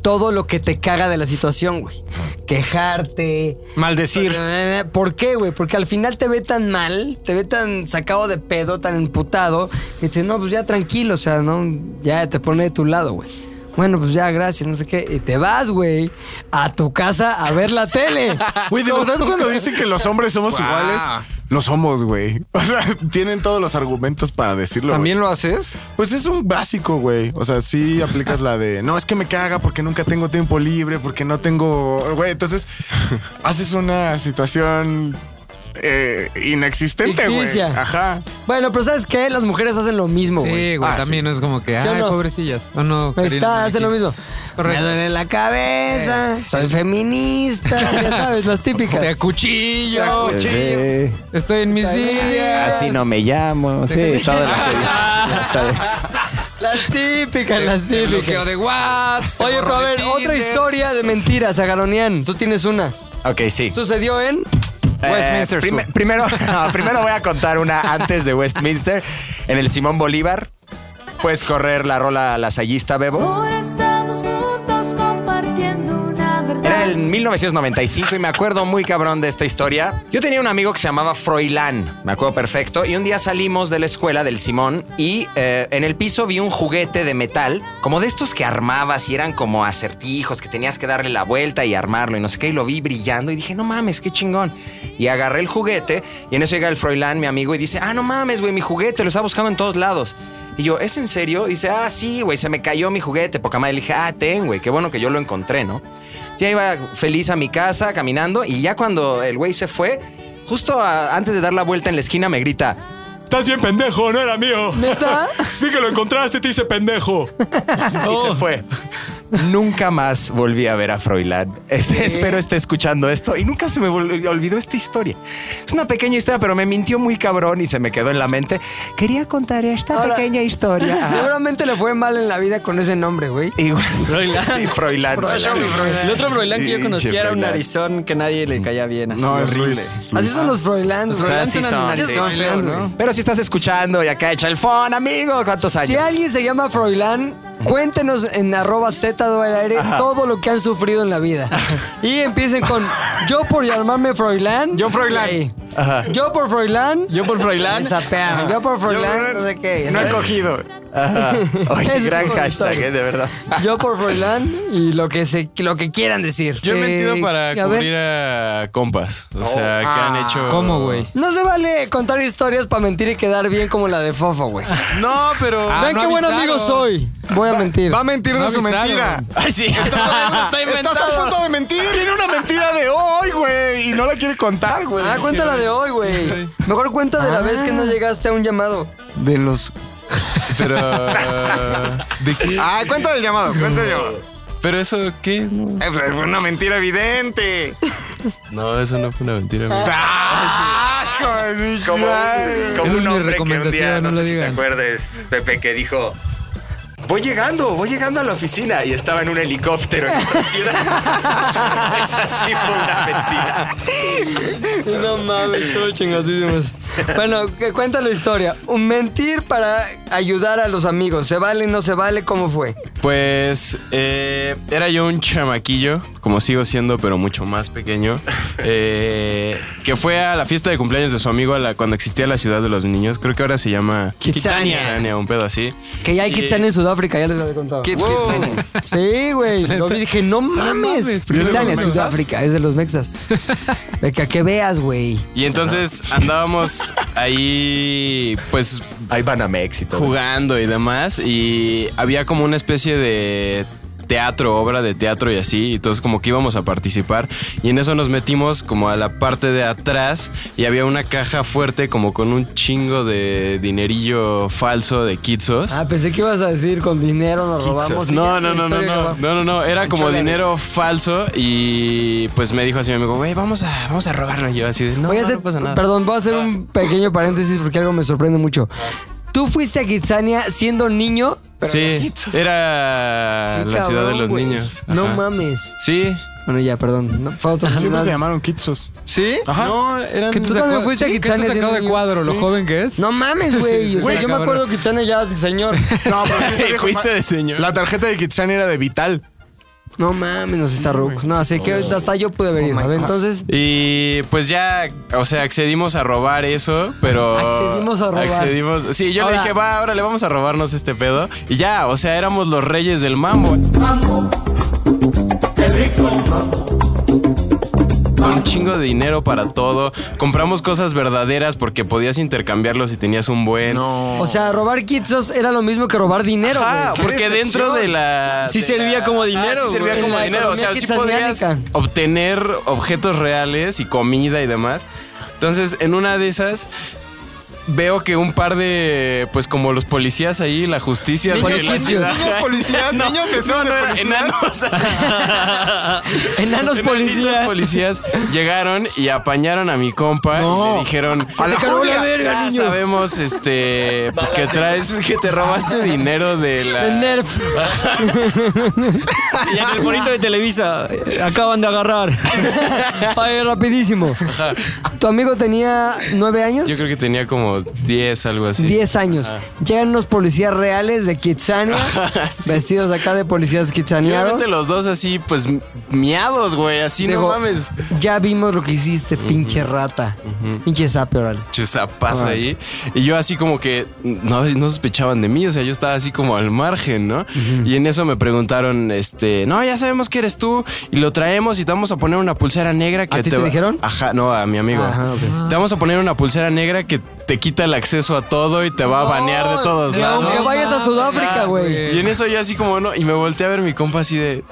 I: todo lo que te caga de la situación, güey. Quejarte. Maldecir. ¿Por qué, güey? Porque al final te ve tan mal, te ve tan sacado de pedo, tan emputado, que dices, no, pues ya tranquilo, o sea, no, ya te pone de tu lado, güey. Bueno, pues ya, gracias, no sé qué. Y te vas, güey, a tu casa a ver la tele.
D: Güey, de verdad, cuando dicen que los hombres somos
I: Wow.
D: iguales, lo somos, güey. O sea, tienen todos los argumentos para decirlo.
E: ¿También
D: lo haces? Pues es un básico, güey. O sea, sí aplicas la de no, es que me caga porque nunca tengo tiempo libre, porque no tengo. Güey, entonces haces una situación eh, inexistente, güey.
I: Ficticia.
D: Ajá.
I: Bueno, pero ¿sabes qué? Las mujeres hacen lo mismo,
C: Sí,
I: güey.
C: güey,
I: Ah,
C: también es como que,
I: ¿Sí o
C: ay,
I: no?
C: pobrecillas. O no,
I: Ahí
C: Karina,
I: está,
C: aquí.
I: hace lo mismo.
C: Es correcto.
I: Me duele la
B: Este,
I: cabeza, soy feminista, ya sabes, las típicas.
C: Te acuchillo. Estoy en mis días.
B: Así no me llamo. Sí, todas las que dicen.
I: Las típicas, las
C: Te bloqueo
I: típicas.
C: de WhatsApp. te
I: Oye,
C: borro
I: pero a
C: de
I: ver, otra
C: Tinder.
I: historia de mentiras, Agaronian. Tú tienes una.
B: Ok, sí.
I: Sucedió en...
B: Eh,
I: Westminster
B: prim-
I: School.
B: primero, no, primero voy a contar una antes de Westminster. En el Simón Bolívar. Puedes correr la rola lasallista, Bebo.
N: Ahora estamos juntos compartiendo una
B: Era
N: verdad.
B: en 1995 y me acuerdo muy cabrón de esta historia. Yo tenía un amigo que se llamaba Froilán, me acuerdo perfecto, y un día salimos de la escuela del Simón y eh, en el piso vi un juguete de metal, como de estos que armabas y eran como acertijos, que tenías que darle la vuelta y armarlo y no sé qué, y lo vi brillando y dije, no mames, qué chingón. Y agarré el juguete y en eso llega el Froilán, mi amigo, y dice, ah, no mames, güey, mi juguete, lo estaba buscando en todos lados. Y yo, ¿es en serio? Dice, ah, sí, güey, se me cayó mi juguete, poca madre. Le dije, ah, ten, güey, qué bueno que yo lo encontré, ¿no? Ya iba feliz a mi casa caminando y ya cuando el güey se fue, justo a- antes de dar la vuelta en la esquina me grita,
O: Estás bien pendejo, no era mío.
I: ¿Neta?
O: Vi que lo encontraste, te hice pendejo.
B: y se fue. Nunca más volví a ver a Froilán. Este, Espero esté escuchando esto y nunca se me vol- olvidó esta historia. Es una pequeña historia, pero me mintió muy cabrón y se me quedó en la mente. Quería contar esta
I: Ahora-
B: pequeña historia. Ajá.
I: Seguramente le fue mal en la vida con ese nombre, güey.
B: Igual. Sí, Froilán.
G: El otro Froilán que yo
B: Sí,
G: conocía era un
B: Froilán.
G: narizón que nadie le caía bien. Así
B: No, es
G: horrible.
B: Luis.
I: Así son los Froilans,
G: Los
I: güey.
G: Froilans eran
B: Sí,
G: narizón,
B: sí.
G: feos, ¿no?
B: Pero si estás escuchando y acá echa el phone, amigo, ¿cuántos años?
I: Si alguien se llama Froilán, cuéntenos en arroba Z do al aire
B: Ajá.
I: todo lo que han sufrido en la vida. Y empiecen con yo por llamarme Froilán. Yo
D: Froilán.
B: Ajá.
I: Yo por Froilán. Yo por
B: Froilán.
I: Yo por Froilán. No sé qué.
D: No he
I: ¿sabes?
D: cogido.
B: Ajá. Oye,
I: Ese
B: gran
I: tipo de
B: hashtag,
I: historia.
B: eh, de verdad.
I: Yo por Froilán y lo que se, lo que quieran decir.
F: Yo he
I: Eh,
F: mentido para
I: a ver.
F: cubrir a compas. O sea, que han hecho.
C: ¿Cómo, güey?
I: No se vale contar historias para mentir y quedar bien como la de Fofo, güey.
F: No, pero.
I: Ven qué buen amigo soy. Voy a mentir.
E: Va a mentir de su mentira.
F: Ay, sí.
E: Estás a punto de mentir.
D: Tiene una mentira de hoy, güey, y no la quiere contar, güey.
I: Ah, cuéntala de hoy, güey. Mejor cuenta de la vez que no llegaste a un llamado.
E: De los.
F: Pero. ¿De qué?
E: Ah, cuenta del llamado, cuenta del llamado.
F: Pero eso, ¿qué? No,
E: Eh, pues, Fue una mentira evidente.
F: No, eso no fue una mentira. amigo.
D: Ah,
E: Como,
C: Esa es mi recomendación, no lo
B: te
C: digan.
B: acuerdes, Pepe, que dijo... Voy llegando, voy llegando a la oficina y estaba en un helicóptero en otra ciudad. Esa sí fue una mentira.
I: No mames, estuvo chingadísimos. Bueno, que cuenta la historia. Un mentir para ayudar a los amigos. ¿Se vale, no se vale? ¿Cómo fue?
F: Pues eh, era yo un chamaquillo, como sigo siendo, pero mucho más pequeño, eh, que fue a la fiesta de cumpleaños de su amigo a la- cuando existía la ciudad de los niños. Creo que ahora se llama
I: Kitsania.
F: Kitsania, un pedo así.
I: Que ya hay
F: Y-
I: Kitsania en Sudáfrica, ya les había contado.
E: Kit- Kitsania.
I: Sí, güey. Lo vi, dije, no mames. Kitsania en Sudáfrica, es de los mexas. De que a que veas, güey.
F: Y entonces andábamos ahí, pues.
B: Ahí van a México.
F: Jugando y demás. Y había como una especie de teatro, obra de teatro y así. y Entonces, como que íbamos a participar. Y en eso nos metimos como a la parte de atrás. Y había una caja fuerte, como con un chingo de dinerillo falso de kitsos.
I: Ah, pensé que ibas a decir, con dinero nos robamos. y
F: No,
I: ya,
F: no, no,
I: la
F: no,
I: historia
F: no,
I: acabó.
F: no, no, no, era como
I: Cholares.
F: dinero falso y pues me dijo así mi amigo, güey, vamos a, vamos a robarlo Y yo así de, no,
I: Oye,
F: no,
I: te-
F: no pasa nada.
I: Perdón, voy a hacer un pequeño paréntesis porque algo me sorprende mucho. Tú fuiste a Kitsania siendo niño.
F: sí, era
I: Qué
F: la ciudad de
I: cabrón,
F: los
I: güey.
F: niños.
I: No
F: Ajá.
I: mames.
F: Sí.
I: Bueno, ya, perdón. No, fue otro
D: Siempre
I: personaje.
D: Ah, se llamaron kitsos.
E: ¿Sí?
D: Ajá.
F: No, eran...
C: Que tú
I: ¿Tú también fuiste a
C: sí, que tú
I: Kitsania
C: sacado
I: siendo
C: de
I: niño?
C: cuadro, lo
I: Sí.
C: joven que es.
I: No mames, güey.
C: Sí,
I: o sea,
C: sí,
I: yo me
C: cabrón.
I: acuerdo que Kitsania ya, señor.
D: No, pero sí está viejo.
F: Fuiste de señor.
D: La tarjeta de Kitsania era de Vital.
I: No mames, nos está Rook. No, así que hasta yo pude haber ido. A ver, entonces.
F: Y pues ya, o sea, accedimos a robar eso, pero.
I: Accedimos a robar.
F: accedimos- Sí, yo le dije, va, ahora le vamos a robarnos este pedo. Y ya, o sea, éramos los reyes del mambo. Con un chingo de dinero para todo. Compramos cosas verdaderas porque podías intercambiarlos si tenías un buen.
I: O sea, robar kitsos era lo mismo que robar dinero.
E: Ah,
F: Ajá,
I: güey.
F: porque dentro de la.
I: Sí
F: de
I: servía
F: la-
I: como
F: Ah,
I: dinero,
F: sí servía
I: güey.
F: como
I: La
F: dinero. O sea,
I: economía
F: sí podías
I: kitsaniánica.
F: obtener objetos reales y comida y demás. Entonces, en una de esas. Veo que un par de, pues como los policías ahí, la justicia.
E: Niños
F: güey, la
E: kitsos.
F: ciudad.
E: Niños policías, niños vestidos
F: no, no,
E: de
F: era
E: policías.
F: Enanos.
I: Enanitos
F: policías. policías llegaron y apañaron a mi compa y le dijeron,
E: A la jarola, verga,
F: ya
E: niño".
F: sabemos, este, pues que traes, que te robaste dinero de la...
G: De Nerf. Y en el bonito de Televisa, eh, acaban de agarrar.
I: Pague rapidísimo.
F: Ajá.
I: Tu amigo tenía nueve años.
F: Yo creo que tenía como 10, algo así.
I: 10 años.
F: Ajá.
I: Llegan unos policías reales de Kitsania, vestidos acá de policías
F: Y
I: kitsanianos.
F: obviamente los dos así, pues, miados, güey, así no
I: Digo,
F: mames.
I: Ya vimos lo que hiciste, pinche rata. Pinche sape oral.
F: Chizapazo
I: Ah.
F: ahí. Y yo así como que no, no sospechaban de mí, o sea, yo estaba así como al margen, ¿no? Y en eso me preguntaron, este, no, ya sabemos que eres tú y lo traemos y te vamos a poner una pulsera negra que
I: ¿A ti te
F: va-
I: dijeron?
F: Ajá, no, a mi amigo.
I: Ajá, ok.
F: Te vamos a poner una pulsera negra que te quita el acceso a todo y te va a banear de todos
I: Que
F: lados.
I: aunque vayas a Sudáfrica,
F: Ajá,
I: güey.
F: Y en eso yo así como no, y me volteé a ver mi compa así de.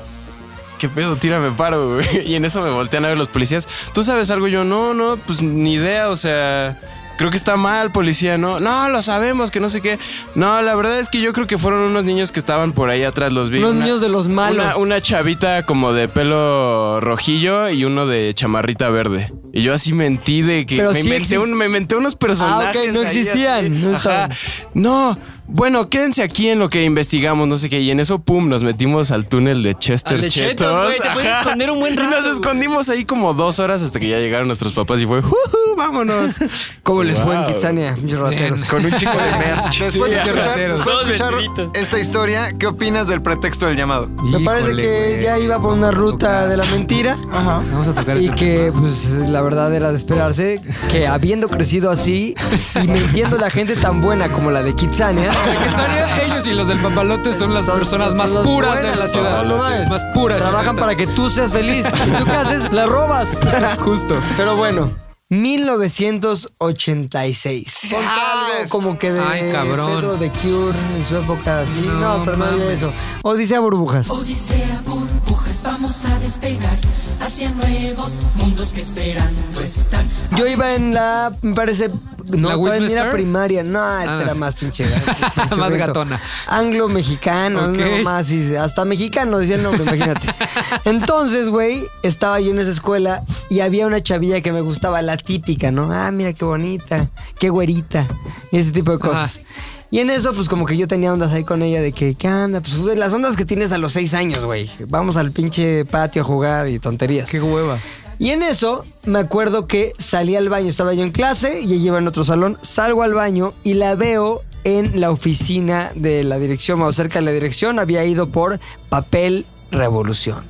F: ¿Qué pedo? Tírame paro, güey. Y en eso me voltean a ver los policías. ¿Tú sabes algo? Yo, no, no, pues ni idea, o sea. Creo que está mal, policía, ¿no? No, lo sabemos, que no sé qué. No, la verdad es que yo creo que fueron unos niños que estaban por ahí atrás, los vi.
I: Unos
F: Una-
I: niños de los malos.
F: Una, una chavita como de pelo rojillo y uno de chamarrita verde. Y yo así mentí de que
I: Pero
F: me,
I: sí
F: inventé
I: exist-
F: un- me inventé unos personajes.
I: Ah, ok, no
F: ahí, así.
I: existían, no
F: Ajá.
I: estaban.
F: No, bueno, quédense aquí en lo que investigamos, no sé qué. Y en eso, pum, nos metimos al túnel de Chester
G: Al de Chetos,
F: Chetos.
G: güey, te puedes
F: Ajá.
G: esconder un buen
F: Y
G: rato,
F: nos
G: güey.
F: escondimos ahí como dos horas hasta que ya llegaron nuestros papás y fue, "Jujú, vámonos.
I: ¿Cómo les fue en
F: Wow.
I: Kitsania, mis rateros?
F: Con un chico de merch.
E: Después de
F: Sí,
E: escuchar,
F: rateros.
E: después de escuchar esta historia, ¿qué opinas del pretexto del llamado?
I: Me parece que ya iba por una ruta de la mentira.
C: Vamos a tocar
I: Y
C: este
I: que, pues, la verdad era de esperarse que habiendo crecido así y mintiendo la gente tan buena como la de Kitsania.
C: Kitsania, ellos y los del papalote son las personas más
I: Las
C: puras
I: buenas,
C: de la ciudad.
I: no mames.
C: Más puras.
I: Trabajan para que tú seas feliz. ¿Y tú qué haces? La robas.
C: Justo.
I: Pero bueno, 1986. Ponte algo como que de
C: Ah, Ay, cabrón.
I: Pedro de Cure en su época así. No, pero no digo eso. Odisea Burbujas.
P: Odisea burbujas, vamos a despegar hacia nuevos mundos que esperando están.
I: Yo iba en la, me parece, no,
C: ¿La
I: todavía ni
C: Westminster?
I: era primaria. No, esta
C: Ah,
I: era
C: sí.
I: más pinche. gato,
C: Más
I: gato.
C: gatona.
I: Anglo-mexicano,
C: Ok.
I: no más. y Hasta mexicano decía el nombre, imagínate. Entonces, güey, estaba yo en esa escuela y había una chavilla que me gustaba, la típica, ¿no? Ah, mira qué bonita, qué güerita, y ese tipo de cosas. Y en eso, pues como que yo tenía ondas ahí con ella de que, ¿qué anda? Pues güey, las ondas que tienes a los seis años, güey. Vamos al pinche patio a jugar y tonterías. Qué
C: hueva.
I: Y en eso me acuerdo que salí al baño, estaba yo en clase y ella iba en otro salón, salgo al baño y la veo en la oficina de la dirección o cerca de la dirección, había ido por papel revolución.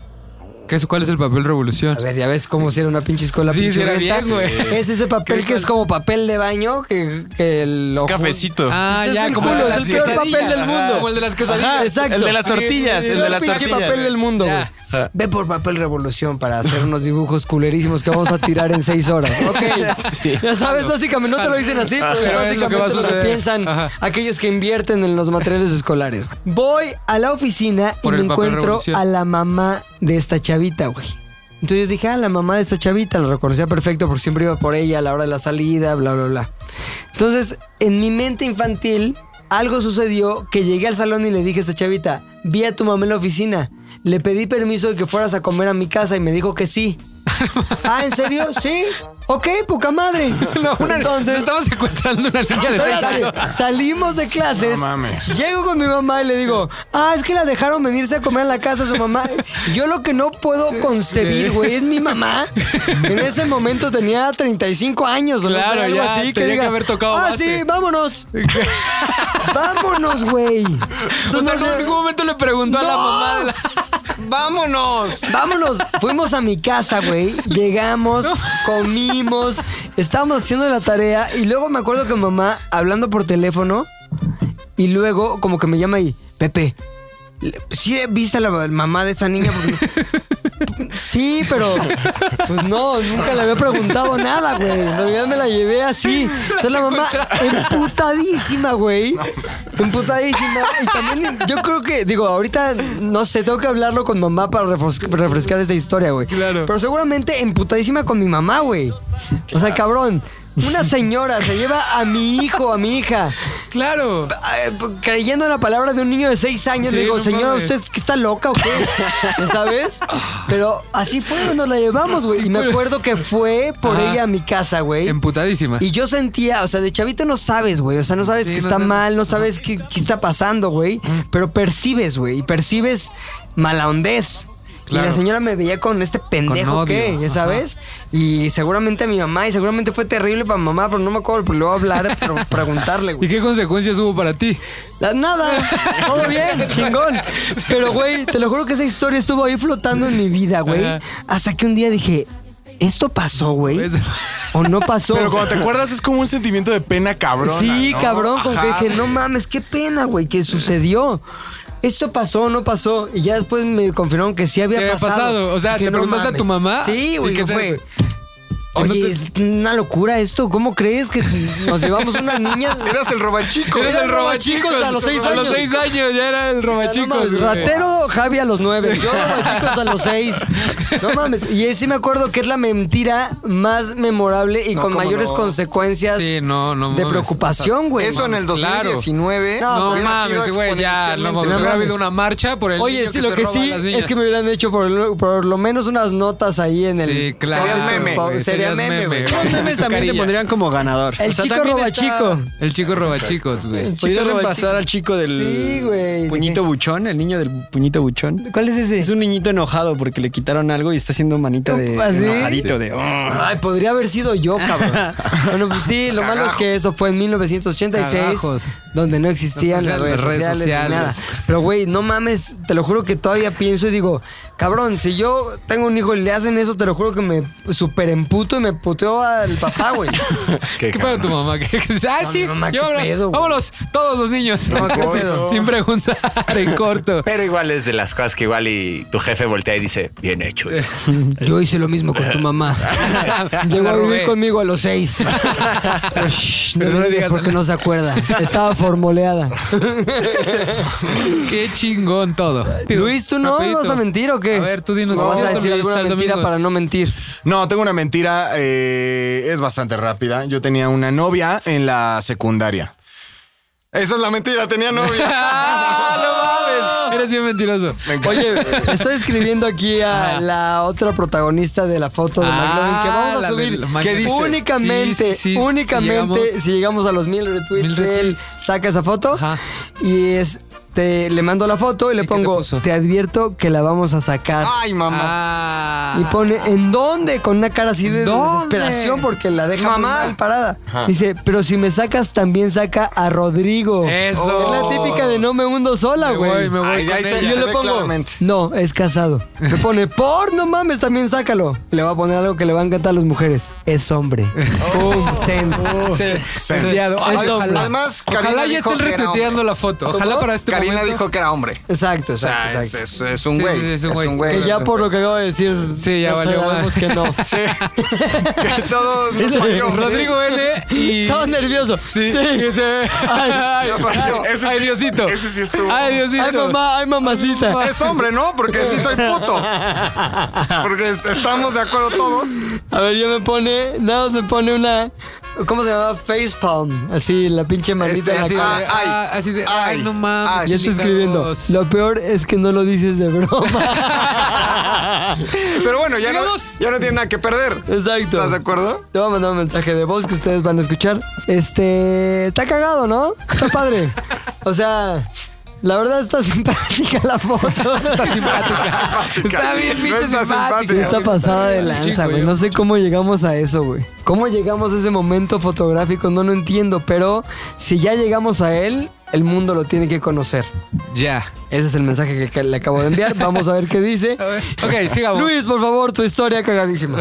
C: ¿Qué es, ¿Cuál es el papel revolución?
I: A ver, ya ves cómo si era una pinche escuela.
C: Sí,
I: pinche
C: sí era
I: neta.
C: bien, güey.
I: Es ese papel que es como papel de baño que, que lo...
F: Es cafecito.
C: Ah, ya, como
I: Este
C: el
I: el,
C: de las
I: el peor papel
C: quesadillas.
I: del mundo.
C: Ajá. Como el de las quesadillas.
I: Ajá, exacto.
C: El de las tortillas, el de
I: peor
C: las
I: pinche
C: tortillas.
I: papel del mundo, güey.
C: Ya.
F: Ajá.
I: Ve por papel revolución para hacer unos dibujos culerísimos que vamos a tirar en seis horas. Ok.
F: Sí.
I: Ya sabes, básicamente no te lo dicen así,
C: Ajá.
I: pero
C: Pero es lo
I: básicamente
C: que va a
I: lo que
C: suceder.
I: piensan aquellos que invierten en los materiales escolares. Voy a la oficina
C: Por
I: y
C: el
I: me
C: papel
I: encuentro
C: revolución.
I: a la mamá de esta chavita, güey. Entonces yo dije, ah, la mamá de esta chavita, la reconocía perfecto porque siempre iba por ella a la hora de la salida, bla, bla, bla. Entonces, en mi mente infantil, algo sucedió que llegué al salón y le dije a esta chavita, vi a tu mamá en la oficina, le pedí permiso de que fueras a comer a mi casa y me dijo que sí. ah, ¿en serio? Sí. Ok, poca madre. Entonces,
C: estamos secuestrando una niña de seis
I: Ah, Espérate,
C: años.
I: Salimos de clases.
C: No mames.
I: Llego con mi mamá y le digo, ah, es que la dejaron venirse a comer a la casa de su mamá. Yo lo que no puedo concebir, güey, es mi mamá. En ese momento tenía 35 años, o no sé,
C: Claro,
I: algo
C: ya,
I: así.
C: tenía
I: diga,
C: que haber tocado
I: Ah,
C: base".
I: sí, vámonos. vámonos, güey.
C: Entonces, en algún momento le preguntó a la
I: No.
C: mamá de la...
E: vámonos.
I: Vámonos. Fuimos a mi casa, güey. Llegamos, comimos, estábamos haciendo la tarea y luego me acuerdo que mamá hablando por teléfono y luego como que me llama y Pepe. ¿Sí viste a la mamá de esta niña? Porque- Sí, pero pues no, nunca le había preguntado nada, güey. En realidad me la llevé así. Entonces la mamá emputadísima, güey. Emputadísima. Y también yo creo que, digo, ahorita no sé, tengo que hablarlo con mamá para refos- para refrescar esta historia, güey. Claro. Pero seguramente emputadísima con mi mamá, güey. O sea, cabrón. Una señora se lleva a mi hijo, a mi hija.
C: Claro.
I: pues, Creyendo en la palabra de un niño de seis años,
C: Sí,
I: le digo,
C: no
I: señora,
C: mames. Ah.
I: ¿usted qué está loca o qué? ¿Ya ¿Sabes? Pero así fue, nos la llevamos, güey. Y me acuerdo que fue por
C: Ajá.
I: ella a mi casa, güey.
C: Emputadísima.
I: Y yo sentía, o sea, de chavito no sabes, güey. O sea, no sabes que está mal, no sabes qué, qué está pasando, güey. Pero percibes, güey. Y percibes malahondez. Y la
C: Claro.
I: señora me veía con este pendejo
C: odio.
I: que, ya sabes. Y seguramente a mi mamá, y seguramente fue terrible para mi mamá, pero no me acuerdo, pero le voy a hablar, pero preguntarle, güey.
C: ¿Y qué consecuencias hubo para ti?
I: La- Nada, todo bien, chingón. Pero, güey, te lo juro que esa historia estuvo ahí flotando en mi vida, güey.
C: Ajá. Pues,
I: Hasta que un día dije, ¿esto pasó, güey? ¿O no pasó?
D: Pero cuando te acuerdas es como un sentimiento de pena cabrón.
I: Sí, cabrón, como que dije, no mames, qué pena, güey, que sucedió. Esto pasó, no pasó. Y ya después me confirmaron que sí había
C: ¿Qué había
I: pasado.
C: pasado? O sea,
I: Dije,
C: ¿te
I: "No
C: preguntaste a tu
I: mames".
C: mamá?
I: Sí,
C: ¿Y
I: güey,
C: qué
I: ¿qué
C: te-
I: fue? Oye, es una locura esto. ¿Cómo crees que nos llevamos una niña?
E: Eras el robachico.
C: Eres el robachicos
I: a los seis
C: A los
I: años.
C: seis años ya era el
I: No
C: robachicos.
I: mames,
C: güey.
I: ratero Javi a los nueve. Yo chicos a los seis. No mames. Y sí me acuerdo que es la mentira más memorable y
C: No,
I: con
C: cómo
I: mayores
C: no.
I: consecuencias
C: Sí, no, no
I: de
C: mames.
I: preocupación, güey.
E: Eso en el
C: Claro.
E: 2019.
C: No,
E: hubiera sido
C: mames, güey, ya. No, mames,
I: No
C: hubiera
I: mames.
C: habido una marcha por el
I: Oye,
C: niño
I: sí,
C: que
I: lo
C: se
I: que
C: roba a
I: sí
C: las niñas.
I: es que me hubieran hecho por lo, por lo menos unas notas ahí en el.
C: Sí, claro.
I: Sería meme.
C: güey,
I: Sería
C: serías
I: meme, güey.
C: güey.
I: Los memes también te pondrían
G: como ganador.
I: El chico
C: también
I: roba chico.
C: El chico roba chicos, güey.
G: ¿Podrías
I: roba
G: reemplazar
I: chico.
G: al chico
I: Sí,
G: del
I: güey.
G: puñito buchón? ¿El niño del puñito buchón?
I: ¿Cuál es ese?
G: Es un niñito enojado porque le quitaron algo y está haciendo manita de
I: ¿Así?
G: enojadito de... "Oh,
I: Ay, podría haber sido yo, cabrón. bueno, pues sí, lo malo es que eso fue en 1986,
C: Carajos.
I: donde no existían
C: No
I: las redes,
C: existían las redes
I: sociales, ni
C: sociales.
I: nada. Pero, güey, no mames, te lo juro que todavía pienso y digo, cabrón, si yo tengo un hijo y le hacen eso, te lo juro que me super emputo y me puteo al papá, güey.
C: ¿Qué pedo tu mamá? ¿Qué, qué- ah, sí.
I: mi mamá,
C: yo
I: qué
C: ahora-
I: pedo, güey.
C: vámonos, todos los niños.
I: No, qué pedo.
C: Sin preguntar, en corto.
Q: Pero igual es de las cosas que igual y tu jefe voltea y dice, bien hecho. hijo".
I: Yo hice lo mismo con tu mamá. Llegó
C: La
I: a vivir
C: robé.
I: conmigo a los seis. Pero, shh, no
C: Pero no
I: me
C: le
I: digas
C: digas
I: porque
C: a-
I: no se acuerda. Estaba formoleada.
C: Qué chingón todo.
I: Luis, ¿tú no
C: Rapidito.
I: vas a mentir o qué?
C: A ver, tú dinos.
I: ¿O
C: ¿qué
I: vas a
C: cierto
I: decir
C: le
I: alguna
C: dijiste al
I: mentira
C: Domingos?
I: para no mentir?
D: No, tengo una mentira, eh, es bastante rápida. Yo tenía una novia en la secundaria. Esa es la mentira, tenía
C: ¡Ah, no mames! Eres bien mentiroso.
I: Oye, estoy escribiendo aquí a
C: Ajá.
I: la otra protagonista de la foto de
C: Ah,
I: McLovin que vamos a
C: la
I: subir
C: del McLovin. ¿Qué dice? Sí,
I: únicamente,
C: sí, sí,
I: únicamente
C: si llegamos-
I: si llegamos a los mil retweets,
C: Mil
I: él
C: retweets.
I: saca esa foto y es te, le mando la foto y le pongo te, advierto que la vamos a sacar.
E: Ay, mamá.
C: Ah.
I: Y pone, ¿en dónde? Con una cara así de
C: ¿Dónde?
I: desesperación porque la deja muy
E: Mamá.
I: mal parada.
E: Ajá.
I: Dice, pero si me sacas, también saca a Rodrigo.
C: Eso.
I: Es la típica de no me hundo sola,
C: Me
I: güey.
C: voy, me voy
E: Ay,
C: con
E: ahí se-
C: ella.
I: Y
E: ya
I: yo
E: se
I: le
E: ve
I: pongo,
E: claramente.
I: no, es casado. Me pone, por, no mames, también sácalo. Le va a poner algo que le va a encantar a las mujeres. Es hombre.
C: Oh.
I: Pum, send.
C: Enviado. Ay,
E: Ay,
C: ojalá.
E: Además, Karina
C: ojalá ya
E: dijo
C: estén
E: que era
C: retuiteando
E: hombre.
C: la foto. Ojalá para este
E: Karina
C: momento.
E: dijo que era hombre.
I: Exacto, exacto,
E: O sea, es,
I: exacto.
E: es- es un
C: Sí,
E: güey.
C: sí, sí,
E: es un güey.
I: Que ya por lo que acabo de decir,
C: Sí, ya
I: ya
C: valió
I: sabemos
C: más.
I: que no.
E: Sí. que todo nos falló.
C: Rodrigo L. y...
I: Estaba nervioso.
C: Sí, que se-
I: Ay,
C: Ay,
E: falló.
C: ay,
D: Ese
C: ay,
D: sí-
C: Diosito.
D: ese sí estuvo.
C: Ay, Diosito.
I: Ay, mamá, ay, mamacita.
C: Ay,
E: Es hombre, ¿no? Porque sí soy puto. Porque es- estamos de acuerdo todos.
I: A ver, ya me pone, nada más me pone una, ¿cómo se llama? Facepalm. Así, la pinche
E: Este,
I: manita en la
C: Así de,
I: cara.
E: Ay,
C: ah, así de, ay,
E: ay,
C: no mames.
E: ay.
I: Ya está escribiendo.
C: chicos.
I: Lo peor es que no lo dices de broma.
E: Pero bueno, ya no,
C: Digamos-
E: ya no tiene nada que perder.
I: Exacto.
E: ¿Estás de acuerdo?
I: Te voy a mandar un mensaje de voz que ustedes van a escuchar. Este. Está cagado, ¿no? Está padre. O sea. La verdad está simpática la foto.
C: Está simpática. Está bien,
E: No
C: pinche
E: está simpática.
I: Sí, está pasada de
C: Chico,
I: lanza, güey.
C: yo-
I: No sé cómo llegamos a eso, güey. ¿Cómo llegamos a ese momento fotográfico? No lo entiendo, pero si ya llegamos a él, El mundo lo tiene que conocer.
C: Ya.
I: Ese es el mensaje que- que le acabo de enviar. Vamos a ver qué dice.
C: Ok, sigamos.
I: Luis, por favor, tu historia cagadísima.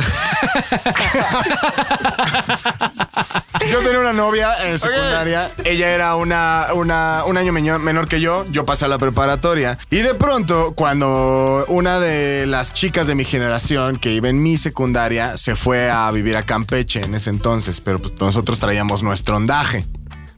D: Yo tenía una novia en secundaria. Ella era una, una- un año meño- menor que yo. Yo pasé a la preparatoria. Y de pronto, cuando una de las chicas de mi generación que iba en mi secundaria se fue a vivir a Campeche en ese entonces, pero pues nosotros traíamos nuestro ondaje.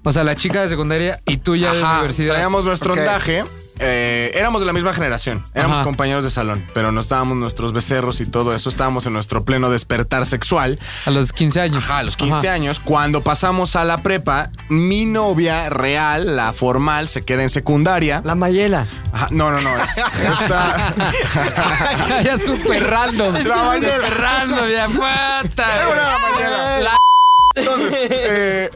C: O sea, la chica de secundaria y tú ya de
D: Ajá,
C: universidad.
D: Traíamos nuestro
C: Ok.
D: ondaje. eh, éramos de la misma generación, éramos
C: Ajá.
D: compañeros de salón, pero no estábamos nuestros becerros y todo eso, estábamos en nuestro pleno despertar sexual.
C: A los 15 años.
D: Ajá, a los 15 años. Cuando pasamos a la prepa, mi novia real, la formal, se queda en secundaria.
I: La Mayela.
D: no, no, no. es- esta-
C: ya súper random.
D: La Mayela.
C: Súper random, ya. Puta. La
D: Entonces, eh,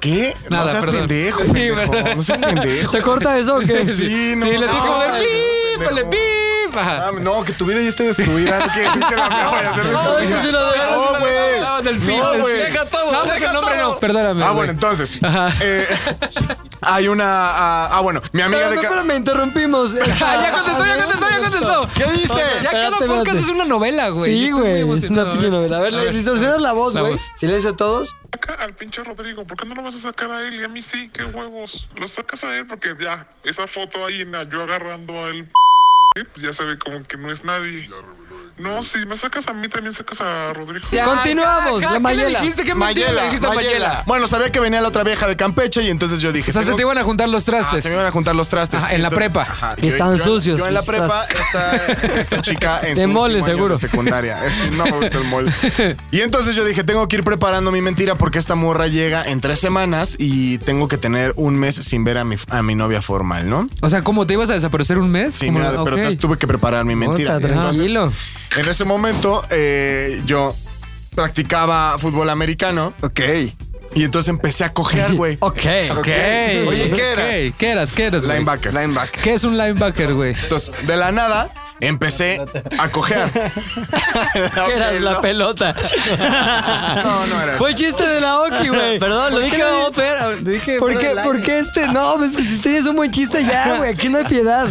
D: ¿qué? no
C: Nada,
D: seas
C: perdón.
D: pendejo,
C: Sí,
D: pendejo,
C: ¿verdad?
D: No seas pendejo.
I: ¿Se corta eso o qué?
D: Sí, no.
C: Sí, le tienes como de
D: pip,
C: pípale, pipa.
D: Ah, No, que tu vida ya esté destruida. ¿Qué, qué la me voy a hacer
C: No,
D: destruida?
C: eso sí lo dejas, eso
D: No,
C: lo
D: güey.
C: dejabas del fin,
D: No,
C: del
D: güey.
C: fin. Deja todo, No, pues deja el nombre todo. no, perdóname,
D: Ah,
C: güey.
D: bueno, entonces. eh, hay una. ah, ah, bueno, mi amiga
I: Pero,
D: de. ca-
I: pero me interrumpimos.
C: Ah, ya contestó, ya contestó, ya contestó.
D: ¿Qué dice?
C: Ya cada
I: Espérate,
C: podcast
I: espérate.
C: es una novela, güey.
I: Sí,
C: Yo estoy muy
I: güey. Es
C: emocionado, ¿eh?
I: una pinche novela. A ver,
C: A
I: le
C: ver,
I: distorsionas la voz,
C: la
I: güey.
C: voz.
I: Silencio a todos.
R: Saca al pinche Rodrigo, ¿por qué no lo vas a sacar a él y a mí sí? ¿Qué huevos? Lo sacas a él porque ya, esa foto ahí, na, yo agarrando al p- pues ya se ve como que no es nadie. No, si me sacas a mí, también sacas a Rodrigo.
I: Continuamos.
C: ya,
I: la
C: ¿qué le
I: Mayela.
C: dijiste? ¿Qué mentira le dijiste a Mayela?
D: Bueno, sabía que venía la otra vieja de Campeche y entonces yo dije.
C: O sea, se
D: tengo-
C: te iban a juntar los
D: Ah,
C: trastes.
D: se me iban a juntar los trastes.
C: Ajá, en la
D: Entonces,
C: prepa.
D: ajá,
C: Y estaban sucios,
D: Yo en la
C: los
D: prepa,
C: trastes.
D: esta, esta chica en
I: De
D: su
I: mole,
D: último año
I: seguro.
D: de secundaria. Es- No me gusta el mole. Y entonces yo dije, tengo que ir preparando mi mentira porque esta morra llega en tres semanas y tengo que tener un mes sin ver a mi, a mi novia formal, ¿no?
C: O sea, ¿cómo te ibas a desaparecer un mes?
D: Sí,
C: Como-
D: mira, pero
C: ok.
D: entonces tuve que preparar mi mentira.
C: Puta,
D: Entonces,
C: tranquilo.
D: en ese momento eh, yo practicaba fútbol americano.
E: Ok.
D: Y entonces empecé a cojear, güey.
I: Ok.
C: Ok.
D: Oye, ¿qué era?
C: Ok, ¿Qué eras? ¿Qué eras, güey?
D: Linebacker.
E: Linebacker.
C: ¿Qué es un linebacker, güey?
D: Entonces, de la nada, empecé a cojear.
I: ¿Qué eras la pelota?
D: No, no era eso.
I: Fue chiste de la Oki, güey.
G: Perdón, lo
I: ¿Por
G: dije
I: qué no-
G: a Ofer, lo dije
I: ¿Por
G: fuera
I: qué,
G: del
I: ¿Por
G: aire.
I: qué este? No, pues que si tienes un buen chiste ya, güey. Aquí no hay piedad.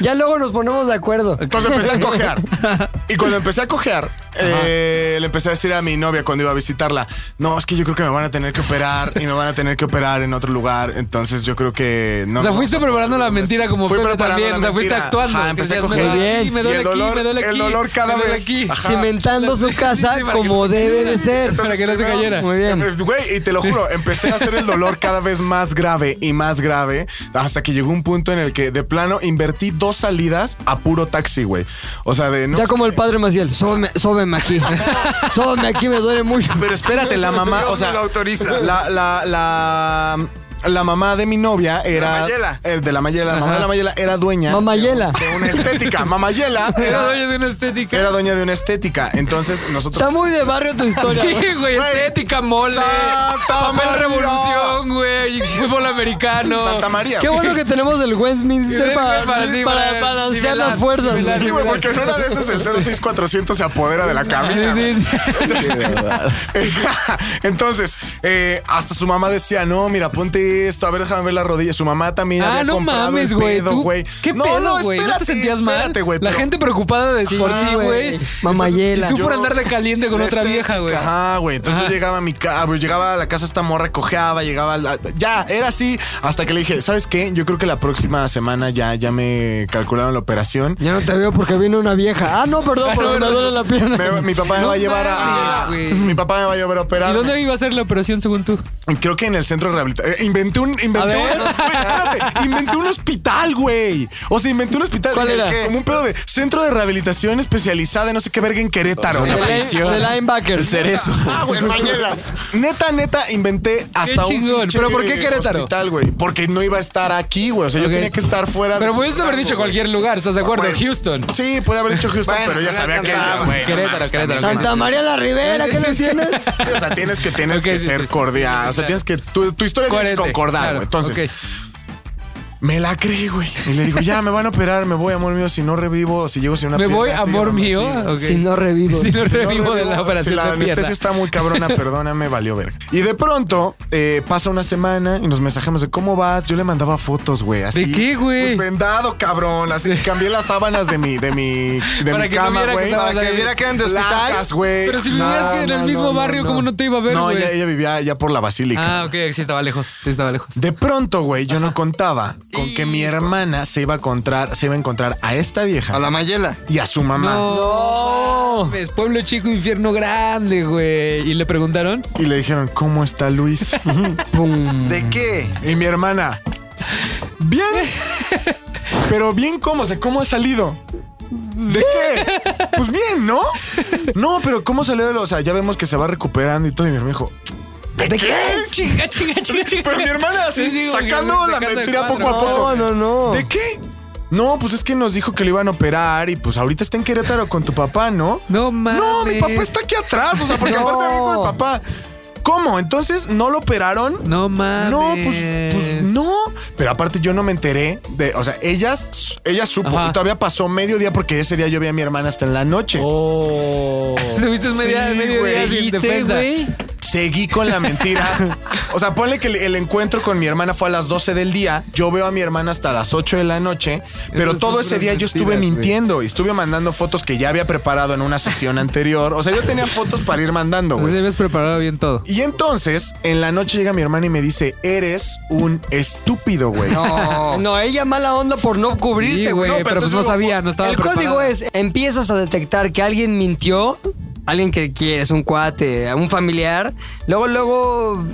I: Ya luego nos ponemos de acuerdo.
D: Entonces empecé a cojear. Y cuando empecé a cojear, eh, le empecé a decir a mi novia cuando iba a visitarla, no, es que yo creo que me van a tener que operar y me van a tener que operar en otro lugar. Entonces yo creo que no.
C: o sea,
D: me
C: fuiste
D: vas a poder
C: preparando la mentira como
D: Fui
C: Pepe
D: preparando
C: también.
D: la
C: O sea, fuiste
D: mentira.
C: actuando.
D: Ajá,
C: que
D: empecé a
C: decías,
D: coger.
C: Me duele aquí,
D: Bien.
C: me
D: Y
C: duele
D: el
C: aquí,
D: dolor-
C: me duele
D: el
C: aquí.
D: dolor cada
C: me duele
D: vez-
C: aquí.
D: Ajá.
I: Cimentando su casa
C: para que
I: como
C: no se
I: debe
C: caiga.
I: de ser.
C: Para que no se cayera.
I: Muy bien.
D: Eh, Güey, y te lo juro, empecé a hacer el dolor cada vez más grave y más grave hasta que llegó un punto en el que de plano invertí dos salidas a puro taxi, güey. O sea, de no.
I: Ya como el padre Maciel, sóbeme, sóbeme aquí. sóbeme aquí, me duele mucho.
D: Pero espérate, la mamá,
E: Dios
D: o sea,
E: me lo autoriza.
D: La, la, la, la mamá de mi novia era.
E: Mayela.
D: eh, de la Mayela. La mamá de la Mayela era dueña.
I: Mamayela.
D: de una estética. Mamayela
C: Era
D: era,
C: dueño de una estética.
D: era dueña de una estética. Entonces nosotros.
I: Está muy de barrio tu historia. ¿no?
C: Sí, güey, estética mole.
D: Santa
C: papel
D: María.
C: revolución, güey. Fútbol americano.
D: Santa María.
I: Qué bueno que tenemos el Westminster
C: Sí,
I: para,
C: para- sí,
I: para
C: para
I: balancear
C: nivelar,
I: las fuerzas.
C: nivelar,
I: güey.
D: Sí, güey, porque en una de esas el 06400 se apodera de la cabina.
C: Sí, sí, sí.
D: Entonces, eh, hasta su mamá decía, no, mira, ponte esto, a ver, déjame ver la rodilla. Su mamá también
C: Ah,
D: había
C: no
D: comprado el
C: mames, güey.
D: pedo,
C: tú- ¿Qué
D: No,
C: pedo, güey? ¿No, te
D: espérate,
C: sentías mal?
D: espérate, güey,
C: La
D: pero-
C: gente preocupada de por ti, Ah, güey.
I: Mamayela.
C: Y tú por
D: Yo-
C: andar de caliente con
D: La
C: otra
D: estética,
C: vieja, güey.
D: Ajá, güey. Entonces
C: Ajá.
D: yo llegaba a mi casa, llegaba a la casa esta morra, cojeaba, llegaba a la- Ya, era así. Hasta que le dije, ¿sabes qué? Yo creo que la próxima semana ya, ya me calcularon la operación.
I: Ya no te veo porque vino una vieja. Ah, no, perdón,
C: Ah,
I: pero
C: no,
I: me
C: no,
I: duele
C: no.
I: la pierna.
D: Me- mi papá me
C: No
D: va a llevar a.
C: mames, güey.
D: mi papá me va a llevar a operar.
C: ¿Y dónde iba a ser la operación según tú?
D: Creo que en el centro de rehabilitación. Inventé un. Inventé,
C: A ver.
D: un güey, espérate, inventé un hospital, güey. O sea, inventé un hospital.
I: ¿Cuál
D: ¿El
I: era?
D: qué? Como un pedo de centro de rehabilitación especializada, en no sé qué verga en Querétaro.
I: De,
D: Neta,
I: line- de linebacker.
D: Ah, güey, mañelas. Neta, neta, inventé hasta
C: chingón.
D: un. pinche
C: ¿Pero por qué Querétaro?
D: Hospital, güey. Porque no iba a estar aquí, güey. O sea,
C: Ok.
D: yo tenía que estar fuera. de
C: Pero
D: su
C: puedes haber
D: rango,
C: dicho
D: güey.
C: cualquier lugar, ¿estás de acuerdo?
D: Bueno.
C: Houston. Ah,
D: Sí, puede haber dicho Houston,
E: Bueno,
D: pero ya
E: no
D: sabía que.
E: alcanzaba,
D: güey, no
C: Querétaro,
D: mames,
C: Querétaro,
D: también.
I: Santa María la Rivera, ¿qué le tienes?
D: Sí, o sea, tienes que, tienes
C: Ok,
D: que
C: sí,
D: ser
C: sí.
D: cordial. O sea, tienes que. Tu, tu historia tiene que
C: Coherente,
D: concordar,
C: claro,
D: güey. Entonces,
C: ok.
D: Me la creí, güey. Y le digo, ya, me van a operar, me voy, amor mío, si no revivo, si llego sin una
C: Me voy,
D: estoy
C: amor
D: llamando
C: mío,
D: así".
C: ok. Si no revivo. Si no revivo de la operación
D: Si la
C: de pierna.
D: anestesia está muy cabrona, perdóname, valió verga. Y de pronto, eh, pasa una semana y nos mensajemos de cómo vas. Yo le mandaba fotos, güey, así.
C: ¿De qué, güey?
D: pues, vendado, cabrón. Así cambié las sábanas de mi, de mi, de
C: Para
D: mi
C: que no
D: cama,
C: viera que
D: güey.
C: estabas
D: para que
C: ahí.
D: viera que eran de hospital.
C: Placas, güey. Pero si vivías que en el mismo barrio, ¿cómo no te iba a ver,
D: No,
C: güey?
D: ella, ella vivía ya por la basílica.
C: Ah, ok, sí estaba lejos. Sí estaba lejos.
D: De pronto, güey, yo no contaba con que mi hermana se iba a encontrar, se iba a encontrar a esta vieja. A la Mayela. Y a su mamá.
C: No. Es pueblo chico, infierno grande, güey. Y le preguntaron.
D: Y le dijeron, ¿cómo está Luis?
E: ¿De qué?
D: Y mi hermana. Bien. Pero bien cómo, o sea, ¿cómo ha salido? ¿De qué? Pues bien, ¿no? No, pero ¿cómo salió? de lo- O sea, ya vemos que se va recuperando y todo. Y mi hermano dijo, ¿de, qué?
C: Chinga, chinga, chinga, chinga.
D: Pero mi hermana así,
C: Sí, sí, como que
D: sacando la
C: sacando de
D: mentira
C: cuadro.
D: poco a poco.
C: No,
I: no.
D: ¿De qué? No, pues es que nos dijo que lo iban a operar y pues ahorita está en Querétaro con tu papá, ¿no?
C: No mames.
D: No, mi papá está aquí atrás, o sea, porque aparte vengo con el papá. ¿Cómo? Entonces no lo operaron.
C: No mames.
D: No, pues, pues no. Pero aparte yo no me enteré de, o sea, ellas, ella supo
C: Ajá.
D: y todavía pasó medio día porque ese día yo vi a mi hermana hasta en la noche.
C: Oh. Tuviste media, medio
D: güey.
C: día sin
D: ¿Seguiste,
C: defensa.
D: güey? Seguí con la mentira. O sea, ponle que el, el encuentro con mi hermana fue a las 12 del día. Yo veo a mi hermana hasta las 8 de la noche. Pero
C: Esas
D: todo
C: son
D: ese
C: puras
D: día yo estuve
C: mentiras, güey.
D: mintiendo y estuve mandando fotos que ya había preparado en una sesión anterior. O sea, yo tenía fotos para ir mandando, güey.
C: Entonces habías preparado bien todo.
D: Y entonces, en la noche llega mi hermana y me dice, eres un estúpido, güey.
I: No, no, ella mala onda por no
C: Oh.
I: cubrirte,
C: Sí,
I: güey.
C: güey, pero pues no
I: entonces lo-
C: sabía, no estaba
I: El código
C: preparada.
I: es, empiezas a detectar que alguien mintió, alguien que quieres, un cuate, un familiar, luego, luego,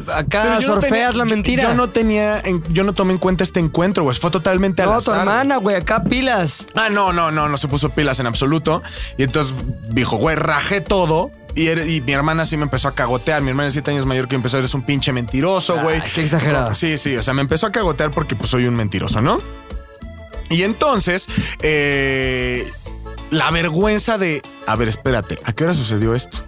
D: Pero
I: acá
D: yo no tenía-
I: sorfeas la
D: yo-
I: mentira.
D: Yo, no tenía, en- yo no tomé en cuenta este encuentro, güey. Fue totalmente al
I: No, tu
D: azar.
I: hermana, güey, acá pilas.
D: Ah, no, no, no, no se puso pilas en absoluto. Y entonces dijo, güey, rajé todo. Y, er- y mi hermana sí me empezó a cagotear. Mi hermana es siete años mayor que yo, empezó, eres un pinche mentiroso,
C: Ah,
D: güey.
I: Ah, qué exagerado.
D: Sí, sí, o sea, me empezó a cagotear porque pues soy un mentiroso, ¿no? Y entonces, eh, la vergüenza de, a ver, espérate, ¿a qué hora sucedió esto?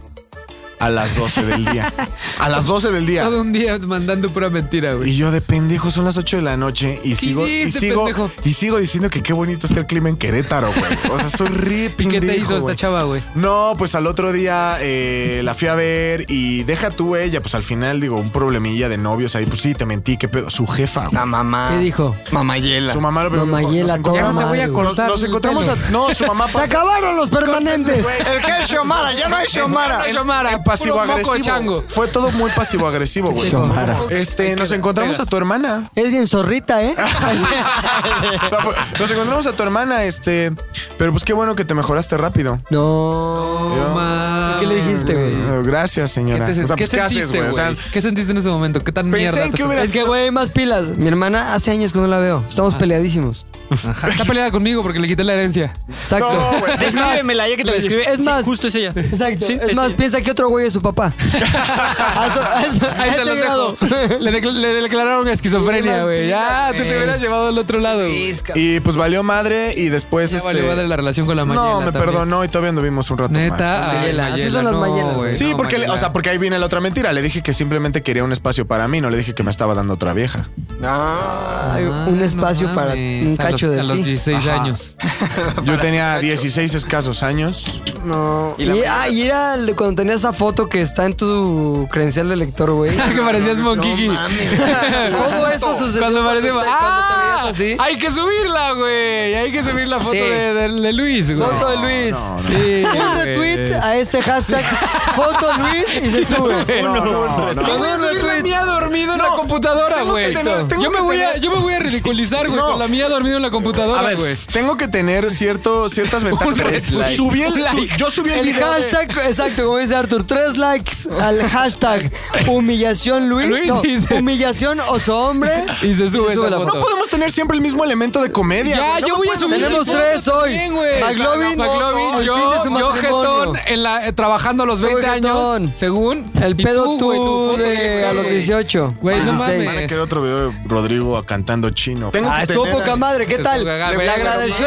D: A las 12 del día. A las 12 del día.
C: Todo un día mandando pura mentira, güey.
D: Y yo de pendejo, son las 8 de la noche y sigo, y
C: hiciste,
D: sigo,
C: pendejo?
D: y sigo diciendo que qué bonito está el clima en Querétaro, güey. O sea, soy re
C: ¿Y qué te
D: pendejo,
C: hizo esta
D: güey.
C: chava, güey?
D: No, pues al otro día eh, la fui a ver y deja tú ella, pues al final digo, un problemilla de novios ahí, pues sí, te mentí, qué pedo. Su jefa, güey.
E: La mamá.
I: ¿Qué dijo?
C: Ah.
E: Mamayela.
D: Su mamá lo primero que dijo,
I: Mamayela,
D: "Nos
I: toda
D: encontramos-
I: madre, güey.
D: nos- Nos encontramos a. No, su mamá.
I: Se acabaron los permanentes.
D: Güey,
E: El que es Xiomara, ya no hay Xiomara.
D: en- en pasivo agresivo. Fue todo muy pasivo agresivo, güey.
I: Xiomara.
D: Este, nos encontramos a tu hermana.
I: Es bien zorrita, ¿eh?
D: pues, Nos encontramos a tu hermana, este. Pero pues qué bueno que te mejoraste rápido.
I: No.
C: mames.
I: ¿Qué le dijiste, güey?
D: No, Gracias,
C: ¿Qué,
D: señora.
C: te sen-
D: O sea,
C: qué
D: pues, haces,
C: sentiste,
D: güey?
C: güey?
D: O sea,
C: ¿Qué sentiste en ese momento? ¿Qué tan mierda te
I: Es que, güey, más pilas. Mi hermana hace años que no la veo. Estamos
C: Ah.
I: peleadísimos.
C: sentiste? Está peleada conmigo porque le quité la herencia.
I: Exacto.
C: No, güey.
I: Es más,
G: Descríbemela, ya que te la describe.
I: Es
G: Sí,
I: más,
G: justo es ella.
I: Exacto.
G: Sí,
I: es
G: es
I: más,
G: ella.
I: piensa que otro güey es su papá. A eso- a eso- a
C: Ahí
I: ese
C: te los
I: grado.
C: dejo. Le, decla- le declararon esquizofrenia, güey. Ya, te,
I: eh.
C: te hubieras llevado al otro lado. güey.
D: y pues valió madre y después
C: Ya
D: este.
C: valió madre la relación con la Mayela
D: No, me
C: también.
D: perdonó y todavía anduvimos un rato
C: Neta,
D: más.
C: ay,
D: Mayela,
C: Mayela, no, güey,
D: Sí,
C: no,
D: porque, le- o
C: Mayela.
D: sea, porque ahí viene la otra mentira. Le dije que simplemente quería un espacio para mí, no le dije que me estaba dando otra vieja.
I: Ay, un espacio para
C: Ah, mames,
I: un
C: a los-
I: cacho de
C: a los
I: ti.
C: 16
D: Ajá.
C: años.
D: Yo tenía 16 escasos años.
I: No. Y, ah, y era el- cuando tenía esa foto que está en tu credencial de lector, güey.
C: que parecías Monkiki.
I: Todo eso sucedió.
C: Cuando aparece.
I: te-
C: ¡Ah!
I: cuando te veías así.
C: Hay que subirla, güey. Hay que subir la foto
I: Sí.
C: de, de- de Luis, güey.
I: Foto de Luis.
C: Sí.
I: Un
C: güey.
I: retweet a este hashtag foto Luis y se sube.
C: No,
D: no,
C: Yo voy a subir la mía dormido en la computadora,
D: tengo que
C: güey.
D: tener- tengo
C: Yo me
D: que
C: voy a,
D: tener-
C: yo me voy a ridiculizar, güey,
D: No.
C: con la mía dormido en la
D: A
C: computadora,
D: ver,
C: güey.
D: tengo que tener cierto, ciertas ventajas.
C: Un
D: porque
C: retweet.
D: subí el-
C: Un like.
D: su- yo subí el,
I: El
D: video de-
I: hashtag, exacto, como dice Arthur, tres likes al hashtag humillación Luis.
C: Luis
I: no,
C: dice-
I: humillación oso hombre.
C: Y se sube esa
I: la
C: foto.
D: No podemos tener siempre el mismo elemento de comedia.
C: Ya,
D: güey.
C: yo
D: No me
C: voy a
D: puedes-
C: subir.
I: Tenemos
C: mis fotos
I: tres hoy.
C: también, güey. McLovin,
I: McLovin, el fin de su
C: yo, yo
I: matrimonio.
C: jetón en la, eh, trabajando a los
I: Tú,
C: 20 años,
I: jetón.
C: según.
I: El
C: Y
I: pedo
C: güey,
I: tú
C: foto
I: de- a los 18,
C: Güey, no
I: 16.
C: mames.
D: Van a quedar otro video de Rodrigo cantando chino. Tengo
I: Ah,
D: que
I: estuvo
D: tener-
I: poca madre, ¿qué
C: Estuvo
I: tal?
C: cagada,
I: Le
C: güey,
I: agradeció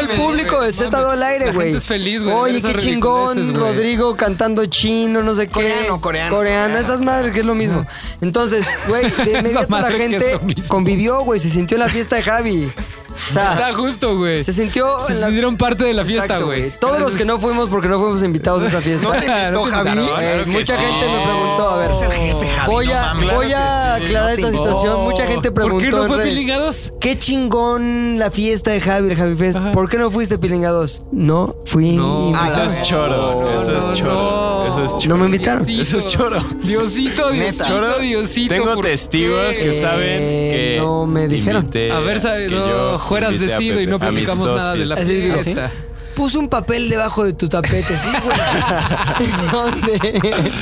C: pero
I: el
C: mames,
I: público
C: güey,
I: de Z
C: mames.
I: al aire,
C: La
I: güey.
C: gente es feliz, güey,
I: Oye,
C: ver esas
I: qué chingón,
C: ridiculeces, güey.
I: Rodrigo cantando chino, no sé qué.
E: Coreano, coreano,
I: Coreano,
E: coreano.
I: esas madres que es lo mismo. Entonces, güey, de
C: Esa
I: inmediato la
C: madre que es
I: gente
C: lo mismo.
I: convivió, güey, se sintió en la fiesta de Javi. O sea,
C: Está justo, güey.
I: Se sintió.
C: Se
I: en la-
C: sintieron parte de la
I: Exacto,
C: fiesta, güey.
I: Todos los que no fuimos porque no fuimos invitados a esa fiesta.
C: No te invitó, No te Javi. invitaron,
I: Güey,
C: claro que
I: mucha
C: sí.
I: gente me preguntó, a ver.
C: Es el jefe, Javi,
I: Voy
C: no
I: a,
C: mames.
I: voy a
C: Claro que sí,
I: aclarar
C: no te
I: esta
C: invitó.
I: situación. Mucha gente
C: Oh. ¿Por qué
I: preguntó.
C: no
I: en
C: fue
I: redes,
C: Pilingados?
I: Qué chingón la fiesta de Javi, el Javi Fest. ¿Por qué no fuiste Pilingados? No fui.
C: No,
I: invitado.
F: Eso es choro, eso es choro, eso es choro.
I: No me invitaron.
F: Eso es choro.
C: Diosito,
F: Neta.
C: Diosito,
F: Choro,
C: Diosito.
F: Tengo
C: ¿por
F: testigos
C: qué?
F: que saben que.
I: No me dijeron.
F: invité-
C: A ver, sabe,
F: que
C: no,
F: yo
C: Jueras
F: invité a
C: decido y no
F: Pepe a mis
C: platicamos
F: dos
C: nada de la
F: fiestas.
I: Así digo,
C: fiesta.
I: Puse un papel debajo de tu tapete, sí, güey. ¿Dónde?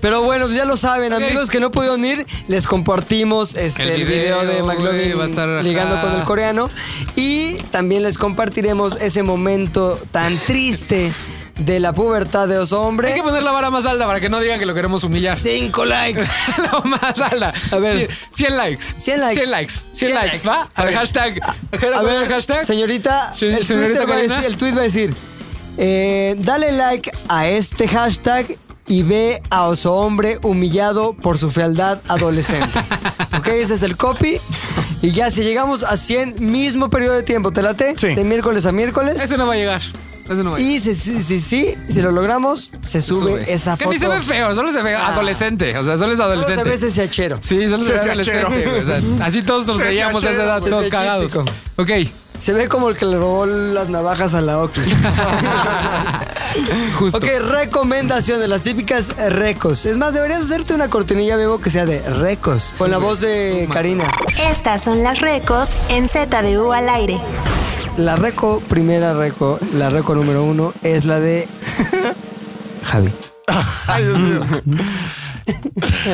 I: Pero bueno, pues ya lo saben, amigos que no pudieron ir, les compartimos este,
C: El
I: el, video,
C: video,
I: de
C: güey,
I: McLovin
C: va a estar acá.
I: ligando con el coreano. Y también les compartiremos ese momento tan triste de la pubertad de oso hombre.
C: Hay que poner la vara más alta para que no digan que lo queremos humillar.
I: Cinco likes.
C: lo más alta.
I: A ver.
C: 100 likes.
I: 100 likes.
C: 100 likes. 100 likes,
I: likes.
C: ¿va? A ver,
I: Está
C: hashtag.
I: A
C: Voy a
I: ver,
C: poner hashtag.
I: señorita,
C: Sí,
I: el,
C: señorita
I: tweet va a
C: Karina.
I: decir, el tweet va a decir, eh, dale like a este hashtag y ve a Oso Hombre humillado por su fealdad adolescente. ok, ese es el copy. Y ya, si llegamos a 100, mismo periodo de tiempo, ¿te late? De miércoles a miércoles.
C: Ese no va a llegar. Ese no va a llegar.
I: Y si sí, si, si- si lo logramos, se sube, esa
C: que
I: foto.
C: ni se ve feo, solo se ve
I: Ah.
C: adolescente. O sea, solo es
I: Solo se ve
C: adolescente.
I: ese seachero.
C: Sí, solo se ve
I: Ese
C: adolescente.
I: achero.
C: güey, o sea, así todos nos
I: Ese
C: veíamos a esa edad,
I: achero,
C: todos
I: ese
C: cagados.
I: achístico.
C: Ok.
I: Se ve como el que le robó las navajas a la Oki.
C: Justo.
I: Ok, recomendaciones, las típicas recos. Es más, deberías hacerte una cortinilla, Bebo, que sea de recos. Con la voz de Karina.
L: Estas son las recos en ZDU al aire.
I: La reco, primera reco, la reco número uno, es la de Javi.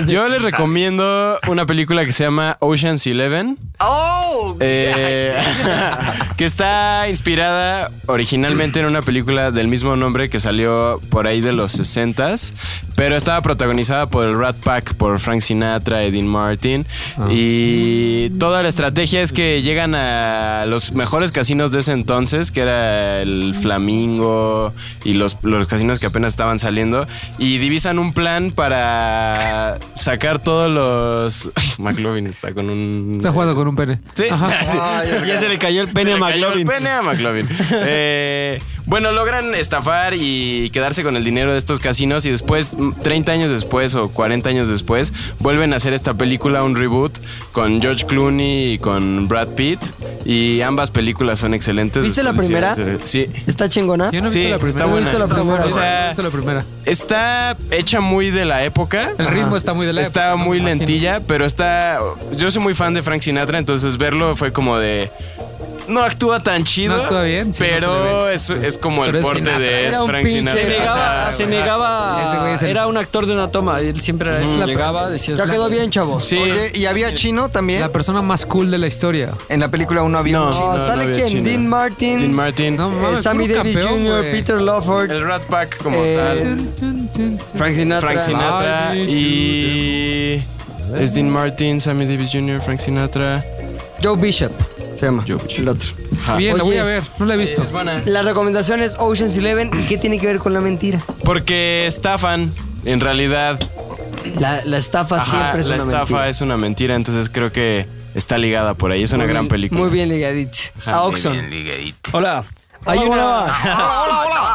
F: Yo les recomiendo una película que se llama Ocean's Eleven.
P: ¡Oh!
F: Eh, que está inspirada originalmente en una película del mismo nombre que salió por ahí de los 60s, pero estaba protagonizada por el Rat Pack, por Frank Sinatra, Edin Martin.
C: Ah.
F: y toda la estrategia es que llegan a los mejores casinos de ese entonces, que era el Flamingo y los, los casinos que apenas estaban saliendo, y divisan un plan para sacar todos los. McLovin está con un.
C: Está jugando con un pene.
F: Sí.
C: Ajá.
F: Sí.
J: ya se le cayó el pene
F: Se
J: a
F: le cayó
J: McLovin.
F: el pene a McLovin. Eh, bueno, logran estafar y quedarse con el dinero de estos casinos y después, mm, 30 años después o 40 años después, vuelven a hacer esta película, un reboot, con George Clooney y con Brad Pitt. Y ambas películas son excelentes.
I: ¿Viste la
F: Felicidades.
I: primera?
F: Sí.
I: ¿Está chingona?
C: Yo no he
F: Sí,
C: visto la primera. No
F: está
C: he
F: buena.
C: visto la
F: Está
C: primera.
F: buena. O sea,
C: No he visto la primera.
F: Está hecha muy de la época.
C: El ritmo está muy de la
F: Está
C: época,
F: muy
C: me imagino.
F: lentilla, pero está. Yo soy muy fan de Frank Sinatra, entonces verlo fue como de. No actúa tan chido.
C: No actúa bien, sí, no
F: pero
C: se le
F: es, es como
C: Pero
F: el
C: es
F: porte
C: Sinatra.
F: de es
C: Era un
F: Frank
C: pinche-
F: Sinatra.
C: Se negaba-
F: Ajá,
G: se
F: ajá.
G: negaba.
C: Ese güey es el-
G: Era un actor de una toma. Él siempre era eso.
C: la-
G: Llegaba, decía.
I: Ya quedó bien, chavos.
F: Sí.
E: Oye, ¿y había chino también?
C: La persona más cool de la historia.
E: En la película uno había
F: No,
E: un chino.
I: No,
F: no,
I: ¿Sale
F: había
I: quién?
F: chino.
I: Dean Martin,
F: Dean Martin.
C: No
I: eh,
C: mames,
I: Sammy
C: puro
I: Davis
C: campeón,
I: Jr.,
C: güey.
I: Peter Lawford,
F: El Rat Pack como
I: Eh,
F: tal.
I: Frank Sinatra.
F: Frank Sinatra
C: Ay,
F: y. Es Dean Martin, Sammy Davis Jr., Frank Sinatra.
I: Joe Bishop se llama.
F: Joe Bishop.
I: El otro.
F: Ajá.
C: Bien, la voy
I: Oye.
C: a ver. No la he visto.
F: Es buena.
I: La recomendación es Ocean's Eleven. ¿Y qué tiene que ver con la mentira?
F: Porque estafan, en realidad.
I: La, la estafa
F: Ajá,
I: siempre es
F: la
I: una
F: estafa
I: mentira.
F: es una mentira, entonces creo que está ligada por ahí. Es una
I: Muy
F: gran
I: bien-
F: película.
I: Muy bien ligadito.
F: Ajá,
I: A
F: muy
I: Oxxon.
G: Hola.
I: Hay una...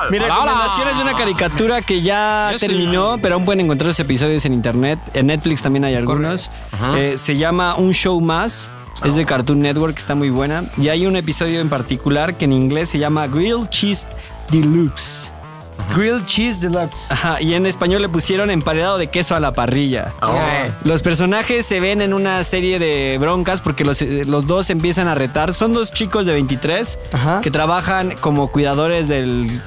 G: Mi recomendación es de una caricatura que ya
C: Yo sí.
G: terminó, pero aún pueden encontrar los episodios en internet. En Netflix también hay algunos. Eh, se llama Un Show Más. Es de Cartoon Network, está muy buena. Y hay un episodio en particular que en inglés se llama Grilled Cheese Deluxe.
I: Grilled Cheese Deluxe.
G: Ajá, y en español le pusieron emparedado de queso a la parrilla.
C: Ah,
G: Los personajes se ven en una serie de broncas porque los, eh, los dos empiezan a retar. Son dos chicos de 23
I: Ajá.
G: que trabajan como cuidadores del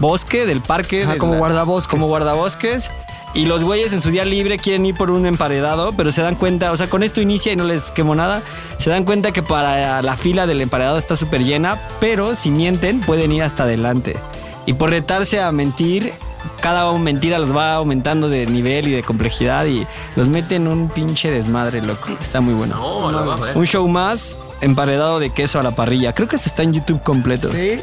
G: bosque, del parque.
I: Ajá,
G: de
I: como
G: la-
I: guardabosques.
G: Como guardabosques. Y los güeyes en su día libre quieren ir por un emparedado, pero se dan cuenta, o sea, con esto inicia y no les quemo nada. Se dan cuenta que para la fila del emparedado está súper llena, pero si mienten pueden ir hasta adelante. Y por retarse a mentir, cada mentira los va aumentando de nivel y de complejidad y los mete en un pinche desmadre, loco. Está muy bueno. un show más emparedado de queso a la parrilla. Creo que este está en YouTube completo.
I: ¿Sí?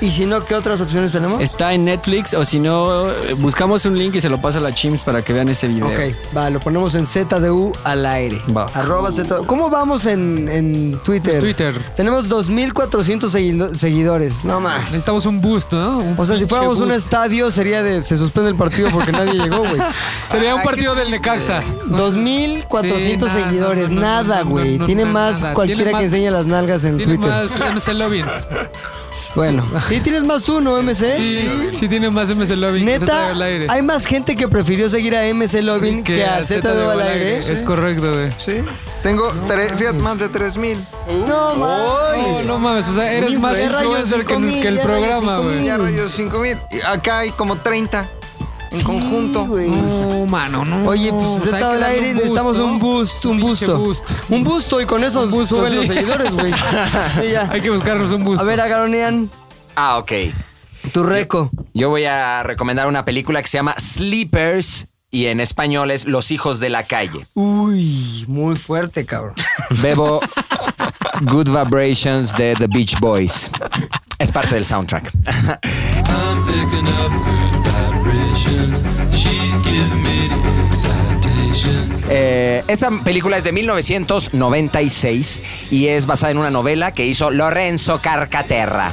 I: Y si no, ¿qué otras opciones tenemos?
G: Está en Netflix o si no, eh, buscamos un link y se lo paso a la Chimps para que vean ese video.
I: Ok, va, lo ponemos en ZDU al aire. Arroba ZDU. ¿Cómo vamos en, en Twitter?
C: Twitter.
I: Tenemos 2.400 seguido- seguidores, no más.
C: Necesitamos un boost, ¿no? Un
I: o sea, si
C: pinche
I: fuéramos un
C: boost.
I: estadio, sería de se suspende el partido porque nadie llegó, güey.
C: Sería un
I: Ah, qué
C: partido del Necaxa.
I: 2.400
C: Sí, nada,
I: seguidores,
C: no, no, no,
I: nada,
C: no, no,
I: güey.
C: no,
I: tiene
C: no,
I: más
C: nada.
I: cualquiera
C: Tiene
I: que
C: más-
I: enseña las nalgas en
C: Tiene
I: Twitter.
C: más MC Lobin.
I: Bueno, sí tienes más tú, ¿no, MC?
C: Sí, sí tiene más MC Lobin. que Z de U
I: Neta,
C: al aire.
I: hay más gente que prefirió seguir a MC Lovin que, a Z de al aire. ¿eh?
C: Es correcto, güey.
E: Sí. Tengo tres- fíjate, más de 3000.
I: No mames.
C: No, no mames, o sea, eres
E: Mil,
C: más
E: güey. Ya rayó
C: influencer que,
E: 5000,
C: que el
E: ya rayó
C: programa, güey.
E: Ya rayó 5000. Y Acá hay como 30 en conjunto.
C: No, mano, no.
I: Oye,
C: O sea,
I: pues
C: hay que
I: Z del
C: darle
I: aire
C: un boost,
I: necesitamos
C: ¿no?
I: un boost, un
C: Pinche
I: busto.
C: boost.
I: Un busto y con eso
C: busto,
I: suben
C: sí.
I: los seguidores, güey. Y ya.
C: Hay que buscarnos un boost.
I: A ver, Agaronean,
B: Ah, ok.
I: tu reco.
B: Yo voy a recomendar una película que se llama Sleepers y en español es Los hijos de la calle.
I: Uy, muy fuerte, cabrón.
B: Bebo Good Vibrations de The Beach Boys. Es parte del soundtrack.
P: I'm picking up good vibrations. She's giving me the excitations.
B: Eh, esta película es de 1996 y es basada en una novela que hizo Lorenzo Carcaterra.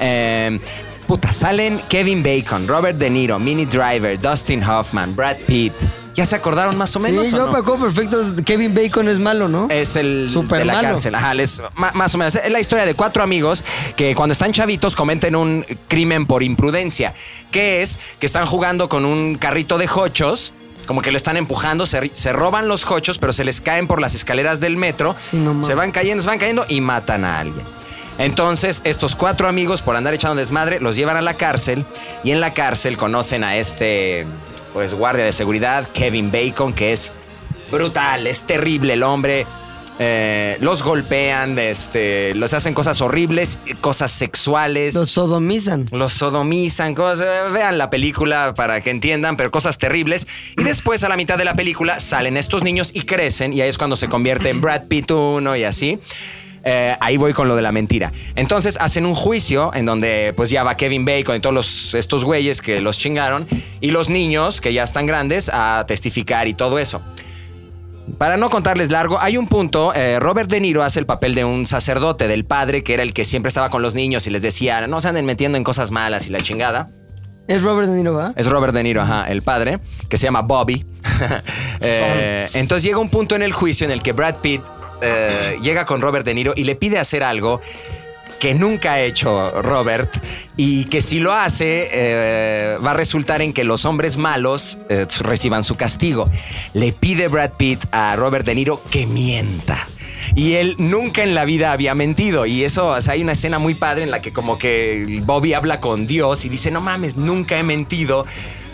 B: Eh, puta, salen Kevin Bacon, Robert De Niro, Minnie Driver, Dustin Hoffman, Brad Pitt. ¿Ya se acordaron más o menos?
I: sí,
B: o
I: yo
B: no?
I: me acuerdo perfecto. Kevin Bacon es malo, ¿no?
B: Es el
I: Súper
B: de la
I: malo.
B: cárcel. Ajá, les- ma- más o menos. Es la historia de cuatro amigos que cuando están chavitos cometen un crimen por imprudencia, que es que están jugando con un carrito de jochos. Como que lo están empujando, se, ri- se roban los jochos, pero se les caen por las escaleras del metro. se van cayendo, se van cayendo y matan a alguien. Entonces, estos cuatro amigos, por andar echando desmadre, los llevan a la cárcel y en la cárcel conocen a este pues, guardia de seguridad, Kevin Bacon, que es brutal, es terrible el hombre. Eh, los golpean, este, los hacen cosas horribles, cosas sexuales.
I: Los sodomizan.
B: Los sodomizan, cosas. Vean la película para que entiendan, pero cosas terribles. Y después, a la mitad de la película, salen estos niños y crecen, y ahí es cuando se convierte en Brad Pitt uno y así. Eh, ahí voy con lo de la mentira. Entonces hacen un juicio en donde pues ya va Kevin Bacon y todos los- estos güeyes que los chingaron y los niños que ya están grandes a testificar y todo eso. Para no contarles largo, hay un punto, eh, Robert De Niro hace el papel de un sacerdote, del padre, que era el que siempre estaba con los niños y les decía, no se anden metiendo en cosas malas y la chingada.
I: Es Robert De Niro, ¿va?
B: Es Robert De Niro, ajá, el padre, que se llama Bobby. Eh, entonces llega un punto en el juicio en el que Brad Pitt eh, llega con Robert De Niro y le pide hacer algo que nunca ha hecho Robert y que si lo hace eh, va a resultar en que los hombres malos eh, reciban su castigo. Le pide Brad Pitt a Robert De Niro que mienta. Y él nunca en la vida había mentido. Y eso, o sea, hay una escena muy padre en la que como que Bobby habla con Dios y dice, no mames, nunca he mentido.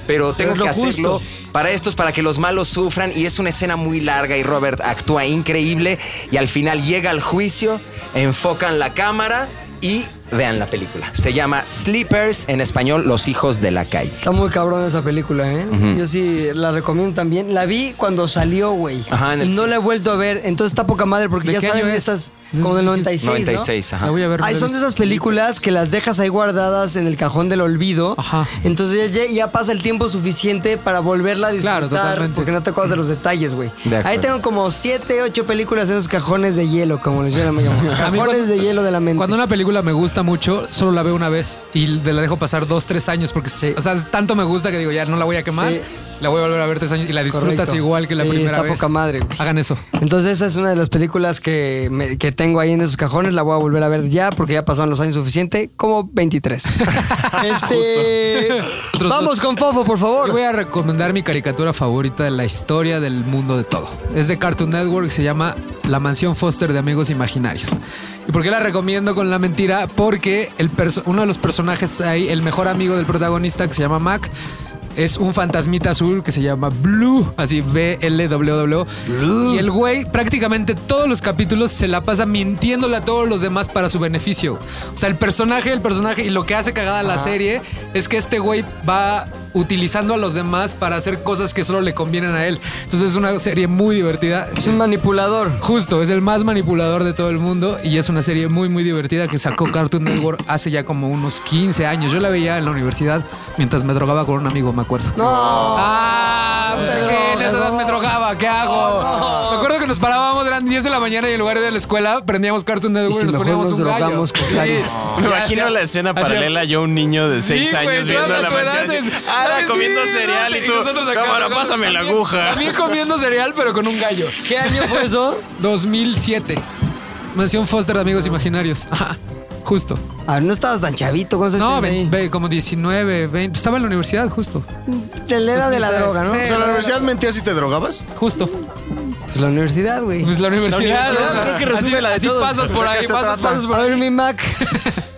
B: Pero tengo
I: Es lo
B: que hacerlo
I: justo.
B: para estos, para que los malos sufran. Y es una escena muy larga y Robert actúa increíble. Y al final llega al juicio, enfocan la cámara y vean la película. Se llama Sleepers, en español, Los Hijos de la Calle.
I: Está muy cabrón esa película, ¿eh?
B: Ujú.
I: Yo sí la recomiendo también. La vi cuando salió, güey.
B: Ajá, en el
I: Y no la he vuelto a ver. Entonces está poca madre porque
C: ¿De
I: ya
C: qué
I: saben
C: año es?
I: estas como del 96. ¿no?
B: 96, ajá.
C: La voy a ver.
I: Ay, son de esas películas que las dejas ahí guardadas en el cajón del olvido. Entonces ya, ya pasa el tiempo suficiente para volverla a disfrutar.
C: totalmente.
I: Porque no te acuerdas de los detalles, güey.
B: De acuerdo.
I: Ahí tengo como 7, 8 películas en esos cajones de hielo, como les llaman. cajones de hielo de la mente.
C: Cuando una película me gusta mucho, solo la veo una vez y te la dejo pasar dos, tres años porque, o sea, tanto me gusta que digo, ya no la voy a quemar,
I: Sí.
C: la voy a volver a ver tres años y la disfrutas
I: Correcto.
C: igual que la
I: Sí,
C: primera
I: está
C: vez.
I: poca madre, güey.
C: Hagan eso.
I: Entonces esa es una de las películas que, me- que tengo ahí en esos cajones. La voy a volver a ver ya porque ya pasaron los años suficiente. Como 23. Este,
C: Otros
I: Vamos
C: dos.
I: con Fofo, por
C: Yo
I: favor.
C: voy a recomendar mi caricatura favorita de la historia del mundo de todo. Es de Cartoon Network, se llama La Mansión Foster de Amigos Imaginarios. ¿Y por qué la recomiendo con la mentira? Porque el perso- uno de los personajes ahí, el mejor amigo del protagonista que se llama Mac, es un fantasmita azul que se llama Blue, así B-L-W-W. Y el güey prácticamente todos los capítulos se la pasa mintiéndole a todos los demás para su beneficio. O sea, el personaje, el personaje y lo que hace cagada la serie es que este güey va utilizando a los demás para hacer cosas que solo le convienen a él. Entonces es una serie muy divertida.
I: Es un manipulador.
C: Justo, es el más manipulador de todo el mundo y es una serie muy, muy divertida que sacó Cartoon Network hace ya como unos 15 años. Yo la veía en la universidad mientras me drogaba con un amigo, me acuerdo.
I: ¡No!
C: ¡Ah! pues,
I: No,
C: ¿qué? En esa edad
I: no. Oh,
C: me drogaba, ¿qué hago? Me acuerdo que nos parábamos, eran 10 de la mañana y en lugar de ir a la escuela prendíamos Cartoon Network y,
I: si
C: nos
I: mejor
C: poníamos
I: nos
C: un gallo.
I: drogamos con
C: Sí.
I: Caris?
F: Me
C: Ya
F: imagino
C: hacía-
F: la escena
C: hacía-
F: paralela, yo un niño de seis
C: Sí, güey,
F: años
C: tú
F: viendo
C: a
F: la
C: tu edad
F: mansión. así,
C: es-
F: Ahora
C: Ay,
F: comiendo
C: sí,
F: cereal y
C: espérate,
F: tú,
C: nosotros acá
F: cámara,
C: drogando".
F: pásame la
C: También-
F: aguja.
C: También comiendo cereal, pero con un gallo.
I: ¿Qué año fue eso?
C: 2007. Mansión Foster de Amigos Imaginarios. Ajá, justo.
I: Ah, no estabas tan chavito, ¿cómo se
C: No, ve- ve- como 19, 20. Estaba en la universidad, justo.
I: Te le da de la
C: 2006.
I: droga, ¿no?
C: Pues, Sí,
D: O sea, ¿en la universidad mentías si te drogabas?
C: Justo.
I: Pues la universidad, güey.
C: Pues la universidad.
I: universidad,
C: ¿no?
I: creo que
C: Así-
I: resume la de
C: así
I: todos.
C: pasas por
E: ¿De qué
C: ahí,
E: se
C: pasas,
E: trata?
C: pasas por
I: A ver, mi Mac.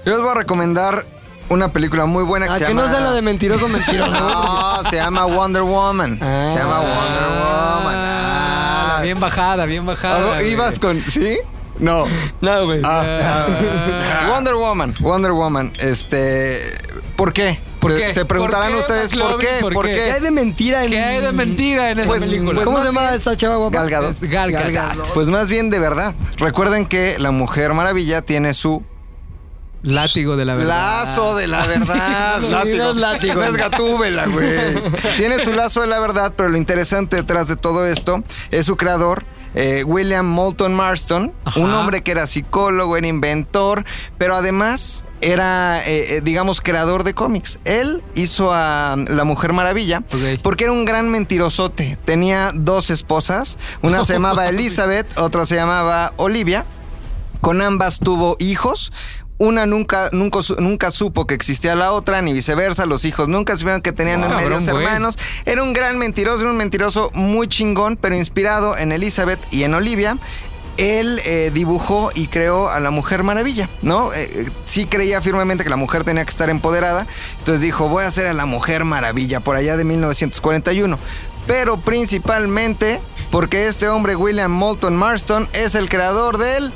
E: Yo les voy a recomendar una película muy buena que
I: A
E: se
I: Ah, que
E: llama.
I: no sea la de mentiroso, mentiroso.
E: No, se llama Wonder Woman. Se llama Wonder Woman.
C: Ah,
E: Ah.
C: Bien bajada, bien bajada.
E: Ah,
C: güey.
E: ¿Ibas con.? ¿Sí? No.
I: No, güey.
E: Ah, ah. Wonder Woman. Wonder Woman. Este. ¿por qué?
C: ¿Por
E: se,
C: qué?
E: se preguntarán
C: ¿Por qué,
E: ustedes por qué,
C: McLovin?
E: por,
C: ¿Por
E: qué.
C: qué?
I: ¿Qué hay de mentira en
C: ¿Qué hay de mentira en esa
E: Pues-
C: película?
E: pues
I: ¿Cómo
E: más
I: se llama esa chava guapa?
E: Gal Gadot.
C: Es Gal Gadot.
E: Pues más bien de verdad. Recuerden que la Mujer Maravilla tiene su
C: Látigo de la verdad.
E: lazo de la verdad.
I: Sí, no es látigo.
E: No es gatúbela, güey. Tiene su lazo de la verdad, pero lo interesante detrás de todo esto es su creador. eh, William Moulton Marston,
C: Ajá.
E: un hombre que era psicólogo, era inventor, pero además era, eh, eh, digamos, creador de cómics. Él hizo a mm, La Mujer Maravilla
C: Ok.
E: porque era un gran mentirosote. Tenía dos esposas, una se llamaba Elizabeth, otra se llamaba Olivia. Con ambas tuvo hijos. Una nunca, nunca, su- nunca supo que existía la otra, ni viceversa. Los hijos nunca supieron que tenían
C: Ah,
E: medios
C: cabrón, güey.
E: hermanos. Era un gran mentiroso, era un mentiroso muy chingón, pero inspirado en Elizabeth y en Olivia. Él eh, dibujó y creó a la Mujer Maravilla, ¿no? Eh, eh, sí creía firmemente que la mujer tenía que estar empoderada. Entonces dijo, voy a hacer a la Mujer Maravilla por allá de 1941. Pero principalmente porque este hombre, William Moulton Marston, es el creador del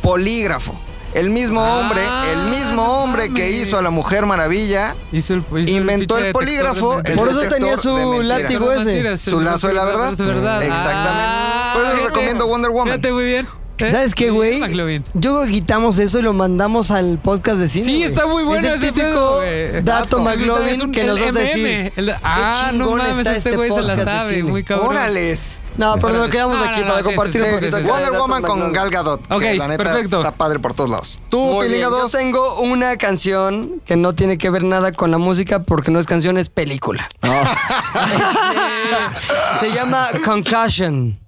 E: polígrafo. El mismo
C: Ah,
E: hombre, el mismo
C: no
E: hombre que
C: mames.
E: hizo a la Mujer Maravilla,
C: Hizo el- hizo el
E: inventó
C: pinche
E: el
C: detector de
E: polígrafo.
C: mentiras.
E: el
I: Por eso
E: detector
I: tenía su
E: de mentiras.
I: látigo ese.
C: Mentiras,
E: Su lazo de la verdad.
C: Es verdad.
I: Mm,
E: Exactamente.
C: Ah,
E: Por eso
C: fíjate.
E: recomiendo Wonder Woman.
C: Fíjate, muy bien. ¿Eh?
I: ¿Sabes qué,
C: Muy bien,
I: güey?
C: McLovin.
I: Yo creo que quitamos eso y lo mandamos al podcast de cine.
C: Sí,
I: güey.
C: está muy bueno
I: Es el
C: ese pedo,
I: típico
C: güey.
I: dato
C: Es
I: McLovin
C: un-
I: que nos
C: el
I: hace decir.
C: MM. El- ah, no
I: chingón
C: mames,
I: está
C: este
I: este
C: güey se la
I: podcast de
C: sabe.
I: cine.
C: Muy cabrón.
E: ¡Órales!
I: No, pero nos quedamos
C: No,
I: aquí
C: no, no,
I: para
C: sí, sí, sí,
I: compartir un
C: sí,
I: poquito
C: sí, sí.
I: de
E: Wonder
I: dato
E: Woman con
I: McLovin.
E: Gal Gadot. que
C: Ok,
E: la neta
C: perfecto.
E: Está padre por todos lados. Tú,
I: Muy bien,
E: Pilinga
I: Yo
E: 2.
I: tengo una canción que no tiene que ver nada con la música porque no es canción, es película. Este, se llama Concussion.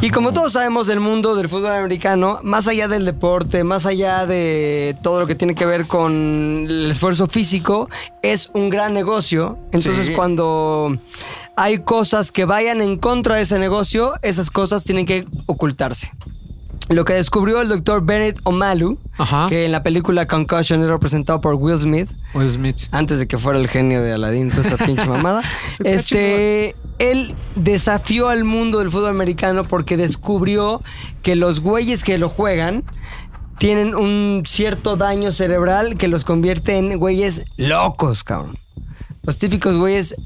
I: Y como todos sabemos, el mundo del fútbol americano, más allá del deporte, más allá de todo lo que tiene que ver con el esfuerzo físico, es un gran negocio. Entonces,
E: Sí.
I: cuando hay cosas que vayan en contra de ese negocio, esas cosas tienen que ocultarse. Lo que descubrió el doctor Bennett Omalu,
C: Ajá.
I: que en la película Concussion es representado por Will Smith,
C: Will Smith.
I: antes de que fuera el genio de Aladdin, toda esa pinche mamada.
C: Eso está
I: este, él desafió al mundo del fútbol americano porque descubrió que los güeyes que lo juegan tienen un cierto daño cerebral que los convierte en güeyes locos, cabrón. Los típicos güeyes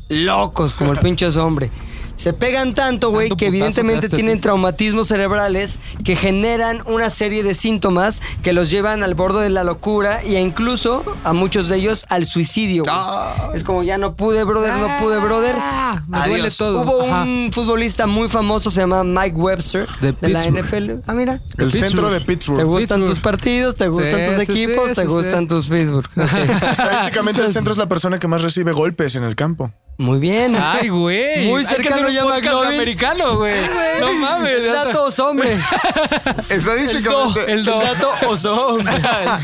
I: locos, como el pinche ese hombre. Se pegan tanto, güey,
C: Tanto
I: que
C: putazo
I: evidentemente
C: que haces,
I: tienen
C: sí.
I: traumatismos cerebrales que generan una serie de síntomas que los llevan al borde de la locura e incluso a muchos de ellos al suicidio. güey. Es como ya no pude, brother, no pude, brother.
C: Ah. me duele
I: Adiós.
C: todo.
I: Hubo
C: Ajá.
I: un futbolista muy famoso, se llama Mike Webster,
C: De
I: de, la
C: Pittsburgh.
I: NFL. Ah, mira.
D: El centro de Pittsburgh.
I: Te gustan
C: Pittsburgh.
I: tus partidos, te gustan
C: Sí,
I: tus
C: sí, sí,
I: equipos, te
C: sí, sí.
I: gustan tus Facebook.
D: Estadísticamente el centro es la persona que más recibe golpes en el campo.
I: Muy bien.
C: Ay, güey.
I: Muy
C: Hay que
I: cercano
C: hacer un
I: ya
C: podcast
I: McLovin.
C: americano, güey. No mames. ya está.
I: Datos, hombre.
E: Estadísticamente.
C: El do.
I: Dato oso.
C: El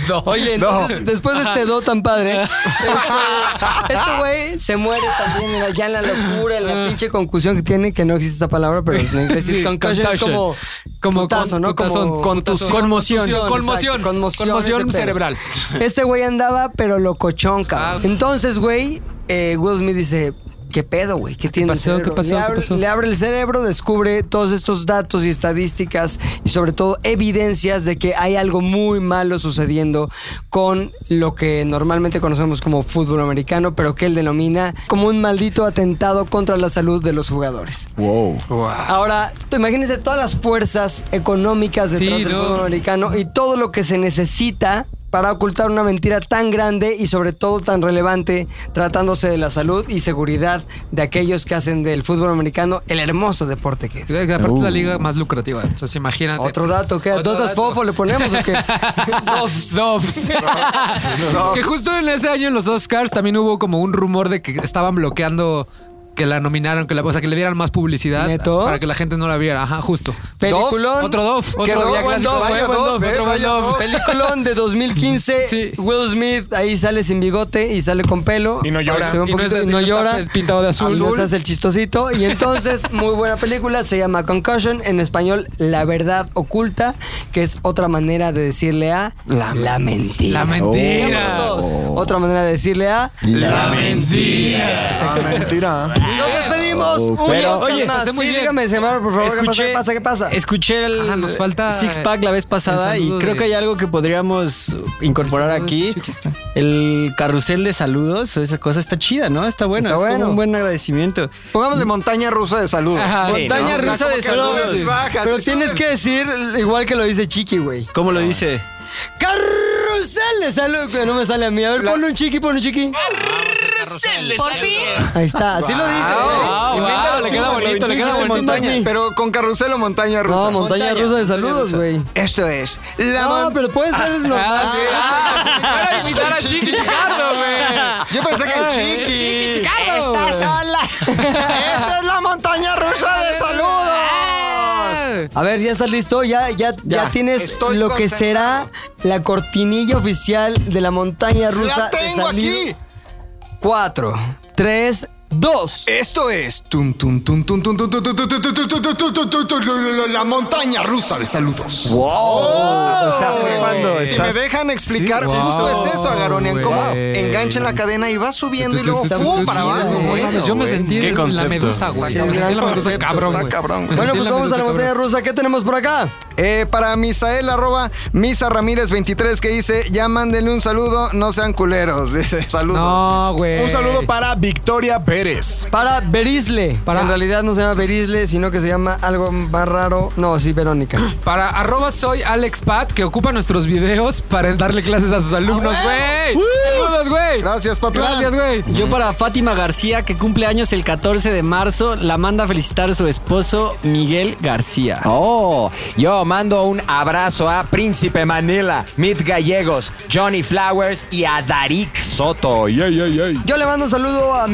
C: do.
I: Oye, entonces, después de este do tan padre, este- este güey se muere también en la- ya en la locura, en la pinche concusión que tiene, que no existe esa palabra, pero en inglés
C: Sí,
I: es concussion, es
C: concussion.
I: como,
C: Como
I: putazo,
C: con-
I: ¿no?
C: putazón,
I: como
C: putazón.
I: conmoción. exacto,
C: Conmoción. Conmoción
I: ese pedo.
C: cerebral. Ah.
I: Este güey andaba, pero locochón, cabrón. Entonces, güey, eh, Will Smith dice, ¿Qué pedo, güey? ¿Qué, tiene el
C: pasó? Ah, ¿Qué
I: cerebro?
C: pasó?
I: Le
C: ¿Qué
I: abre,
C: pasó?
I: le abre el cerebro, descubre todos estos datos y estadísticas y sobre todo evidencias de que hay algo muy malo sucediendo con lo que normalmente conocemos como fútbol americano, pero que él denomina como un maldito atentado contra la salud de los jugadores.
C: Wow.
I: Ahora, tú imagínate todas las fuerzas económicas detrás
C: Sí,
I: del
C: no.
I: fútbol americano y todo lo que se necesita para ocultar una mentira tan grande y sobre todo tan relevante, tratándose de la salud y seguridad de aquellos que hacen del fútbol americano el hermoso deporte que es.
C: Que aparte es la liga más lucrativa. Entonces imagínate.
I: Otro dato, ¿qué?
C: Otro
I: ¿Dotas
C: dato.
I: Fofo le ponemos o qué?
C: Dobbs. Dobbs. que justo en ese año en los Oscars también hubo como un rumor de que estaban bloqueando que la nominaron, que la, o sea, que le dieran más publicidad
I: ¿Neto?
C: para que la gente no la viera. Ajá, justo.
I: Peliculón.
C: Otro Doff.
I: Qué
C: Otro ya
I: buen
C: clásico.
I: Dove,
C: Vaya
I: eh,
C: buen
I: buen
C: Dove,
I: Dove,
C: otro
I: eh,
C: buen
I: vaya
C: Dove.
I: Dove. Peliculón de 2015. Will Smith ahí sale sin bigote y sale con pelo.
D: Y no llora.
I: Para que se vea un
C: Y no es
I: poquito-
C: de-
I: y no
C: y no
I: llora.
C: está- es pintado de azul.
I: Y no
C: Azul.
I: se hace el chistosito. Y entonces, muy buena película. Se llama Concussion. En español, La Verdad Oculta, que es otra manera de decirle a la, mentira.
C: La mentira.
I: Digámoslo todos. Otra manera de decirle a
C: La mentira.
D: Ah, mentira. ¿eh?
I: Nos despedimos.
C: Oh,
I: un
C: pero-
I: podcast
C: Oye,
I: más.
C: pasé muy
I: Sí,
C: bien.
I: dígame, Semar, por favor, ¿qué
G: Escuché-
I: pasa? ¿Qué pasa? ¿Qué pasa?
G: Escuché el
C: Ajá, nos falta,
G: Six Pack la vez pasada
C: el
G: y
C: saludo
G: creo
C: de-
G: que hay algo que podríamos incorporar aquí. El carrusel de saludos, esa cosa está chida, ¿no? Está bueno,
I: Está
G: es como
I: bueno.
G: un buen agradecimiento.
E: Pongámosle montaña rusa de saludos.
G: Ajá,
E: Sí,
G: montaña
E: ¿no?
G: rusa
E: O sea, como
G: de
E: que subes y
G: saludos.
E: bajas,
I: Pero
E: y
I: tienes
E: subes.
I: que decir igual que lo dice Chiqui, güey.
G: ¿Cómo lo dice?
I: Carrusel de salud, que no me sale a mí. A ver, ponle un chiqui, ponle un chiqui.
N: Por fin.
I: Ahí está, así lo dice. güey.
C: Wow,
I: Invéntalo
C: wow,
I: tú,
C: le queda
I: güey,
C: bonito, le queda
I: invéntalo
C: bonito.
I: tú, mami.
E: Pero con carrusel o montaña rusa.
I: No, montaña,
G: Montaña,
I: rusa de
G: montaña
I: saludos,
G: rusa.
I: güey. Ah,
E: Eso es. La
I: No,
E: mon-
I: pero puede ser normal.
C: Ah, Para invitar a Chiqui Chicardo, güey.
E: Yo pensé que el chiqui.
C: Chicardo. güey.
E: Esta es la montaña rusa de saludos.
I: A ver, ¿ya estás listo? Ya, ya, ya,
E: Ya,
I: tienes
E: estoy
I: lo que será
E: concentrado.
I: la cortinilla oficial de la montaña rusa.
E: La tengo
I: de salud.
E: aquí.
I: Cuatro, tres, dos.
E: Esto es tum tum tum tum tum tum tum tum tum tum tum tum tum tum tum tum tum tum la montaña rusa de saludos. Eh,
B: O sea, fue cuando
E: Si me
B: estás-
E: dejan explicar, justo es eso, Agaronian, cómo enganchan la cadena y va subiendo y luego ¡pum! para abajo.
C: No
E: güey.
C: mames, Yo me sentí
F: ¿Qué
C: en la
F: concepto?
C: medusa, güey.
I: Sí,
C: Me sentí en la
I: gran
C: medusa,
I: concepto,
C: cabrón,
E: Está
C: güey.
E: cabrón, güey.
I: Bueno,
C: Sí,
I: pues
C: la
I: vamos a la
C: medusa,
I: montaña rusa. ¿Qué tenemos por acá?
E: Eh, para Misael, arroba Misa Ramírez 23, que dice, ya mándenle un saludo, no sean culeros. Dice, saludos.
C: No, güey.
D: Un saludo para Victoria Pérez.
I: Para Berisle.
C: Para-
I: En realidad no se llama Berisle, sino que se llama algo más raro. No, sí, Verónica.
C: Para arroba soy Alex Pat, que ocupa nuestros videos para darle clases a sus alumnos, güey. Saludos, güey.
E: Ah, Gracias, Patlán.
C: Gracias, güey.
G: Yo para Fátima García, que cumple años el 14 de marzo, la manda a felicitar su esposo Miguel García.
B: Oh, yo mando un abrazo a Príncipe Manila, Mit Gallegos, Johnny Flowers y a Darik Soto. Yay, yay, yay.
I: Yo le mando un saludo a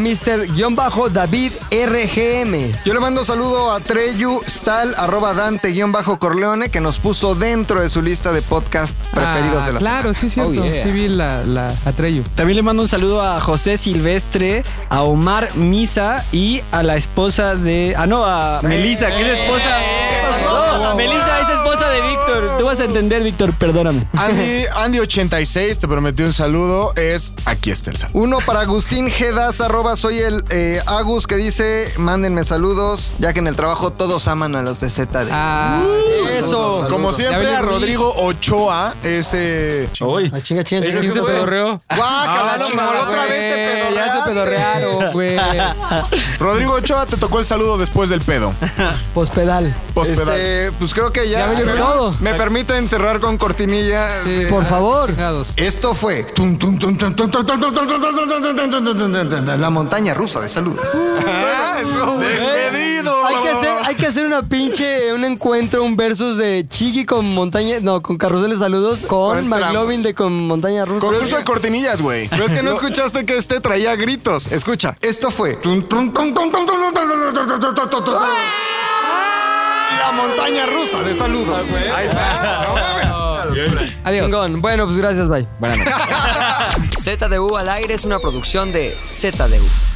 I: Mr-David RGM.
E: Yo le mando saludo a Treyu Stal, arroba Dante, guión bajo Corleone, que nos puso dentro de su lista de podcast preferidos
C: Ah,
E: de la
C: Claro, sí, cierto.
B: Oh, yeah.
C: Sí, vi la, la Atreyu.
G: También le mando un saludo a José Silvestre, a Omar Misa y a la esposa de. Ah, no, a Melisa, que es esposa. No, a Melisa es esposa de Víctor. Tú vas a entender, Víctor, perdóname.
D: Andy, Andy86 te prometió un saludo. Es aquí está el saludo.
E: Uno para Agustín Gedas, arroba soy el eh, Agus, que dice, mándenme saludos, ya que en el trabajo todos aman a los de ZD.
C: Ah,
I: Eso.
D: Como
E: Saludos.
D: siempre,
C: Ya
D: a
C: ves,
D: Rodrigo Ochoa es. eh,
I: Ah, chinga, chinga, chinga.
C: ¿quién se pedorreó?
E: Guácala,
C: Ah, no,
E: chingón,
C: mames,
E: otra vez te
C: güey, Ya se
E: pedorreaste.
C: pedorrearon, güey.
D: Rodrigo Ochoa te tocó el saludo después del pedo.
I: Pospedal.
D: Pospedal.
E: Este, pues creo que ya,
I: Ya
E: me,
I: venimos todo.
E: me permiten cerrar con cortinilla. de-
I: Por favor.
C: Chingados.
E: Esto fue tum, tum, tum, tum, tum, tum, tum, tum, tum, tum, tum, tum, tum, tum, tum, tum, tum, tum, la montaña rusa de saludos.
D: ¡Despedido!
I: Hay que, hacer, hay que hacer una pinche, un encuentro, un versus de Chiqui con Montaña, no, con Carrusel de Saludos, con
E: el tramo.
I: McLovin de con Montaña Rusa.
D: Concurso de cortinillas, güey.
E: Pero es que no escuchaste que este traía gritos. Escucha, esto fue tum, tum, tum, tum, tum, tum, tum, tum, tum, tum, tum, tum, tum, tum, tum. la montaña rusa de saludos. Ahí está, no mames.
C: Adiós.
I: Chingón. Bueno, pues gracias, bye. ZDU al aire es una producción de ZDU.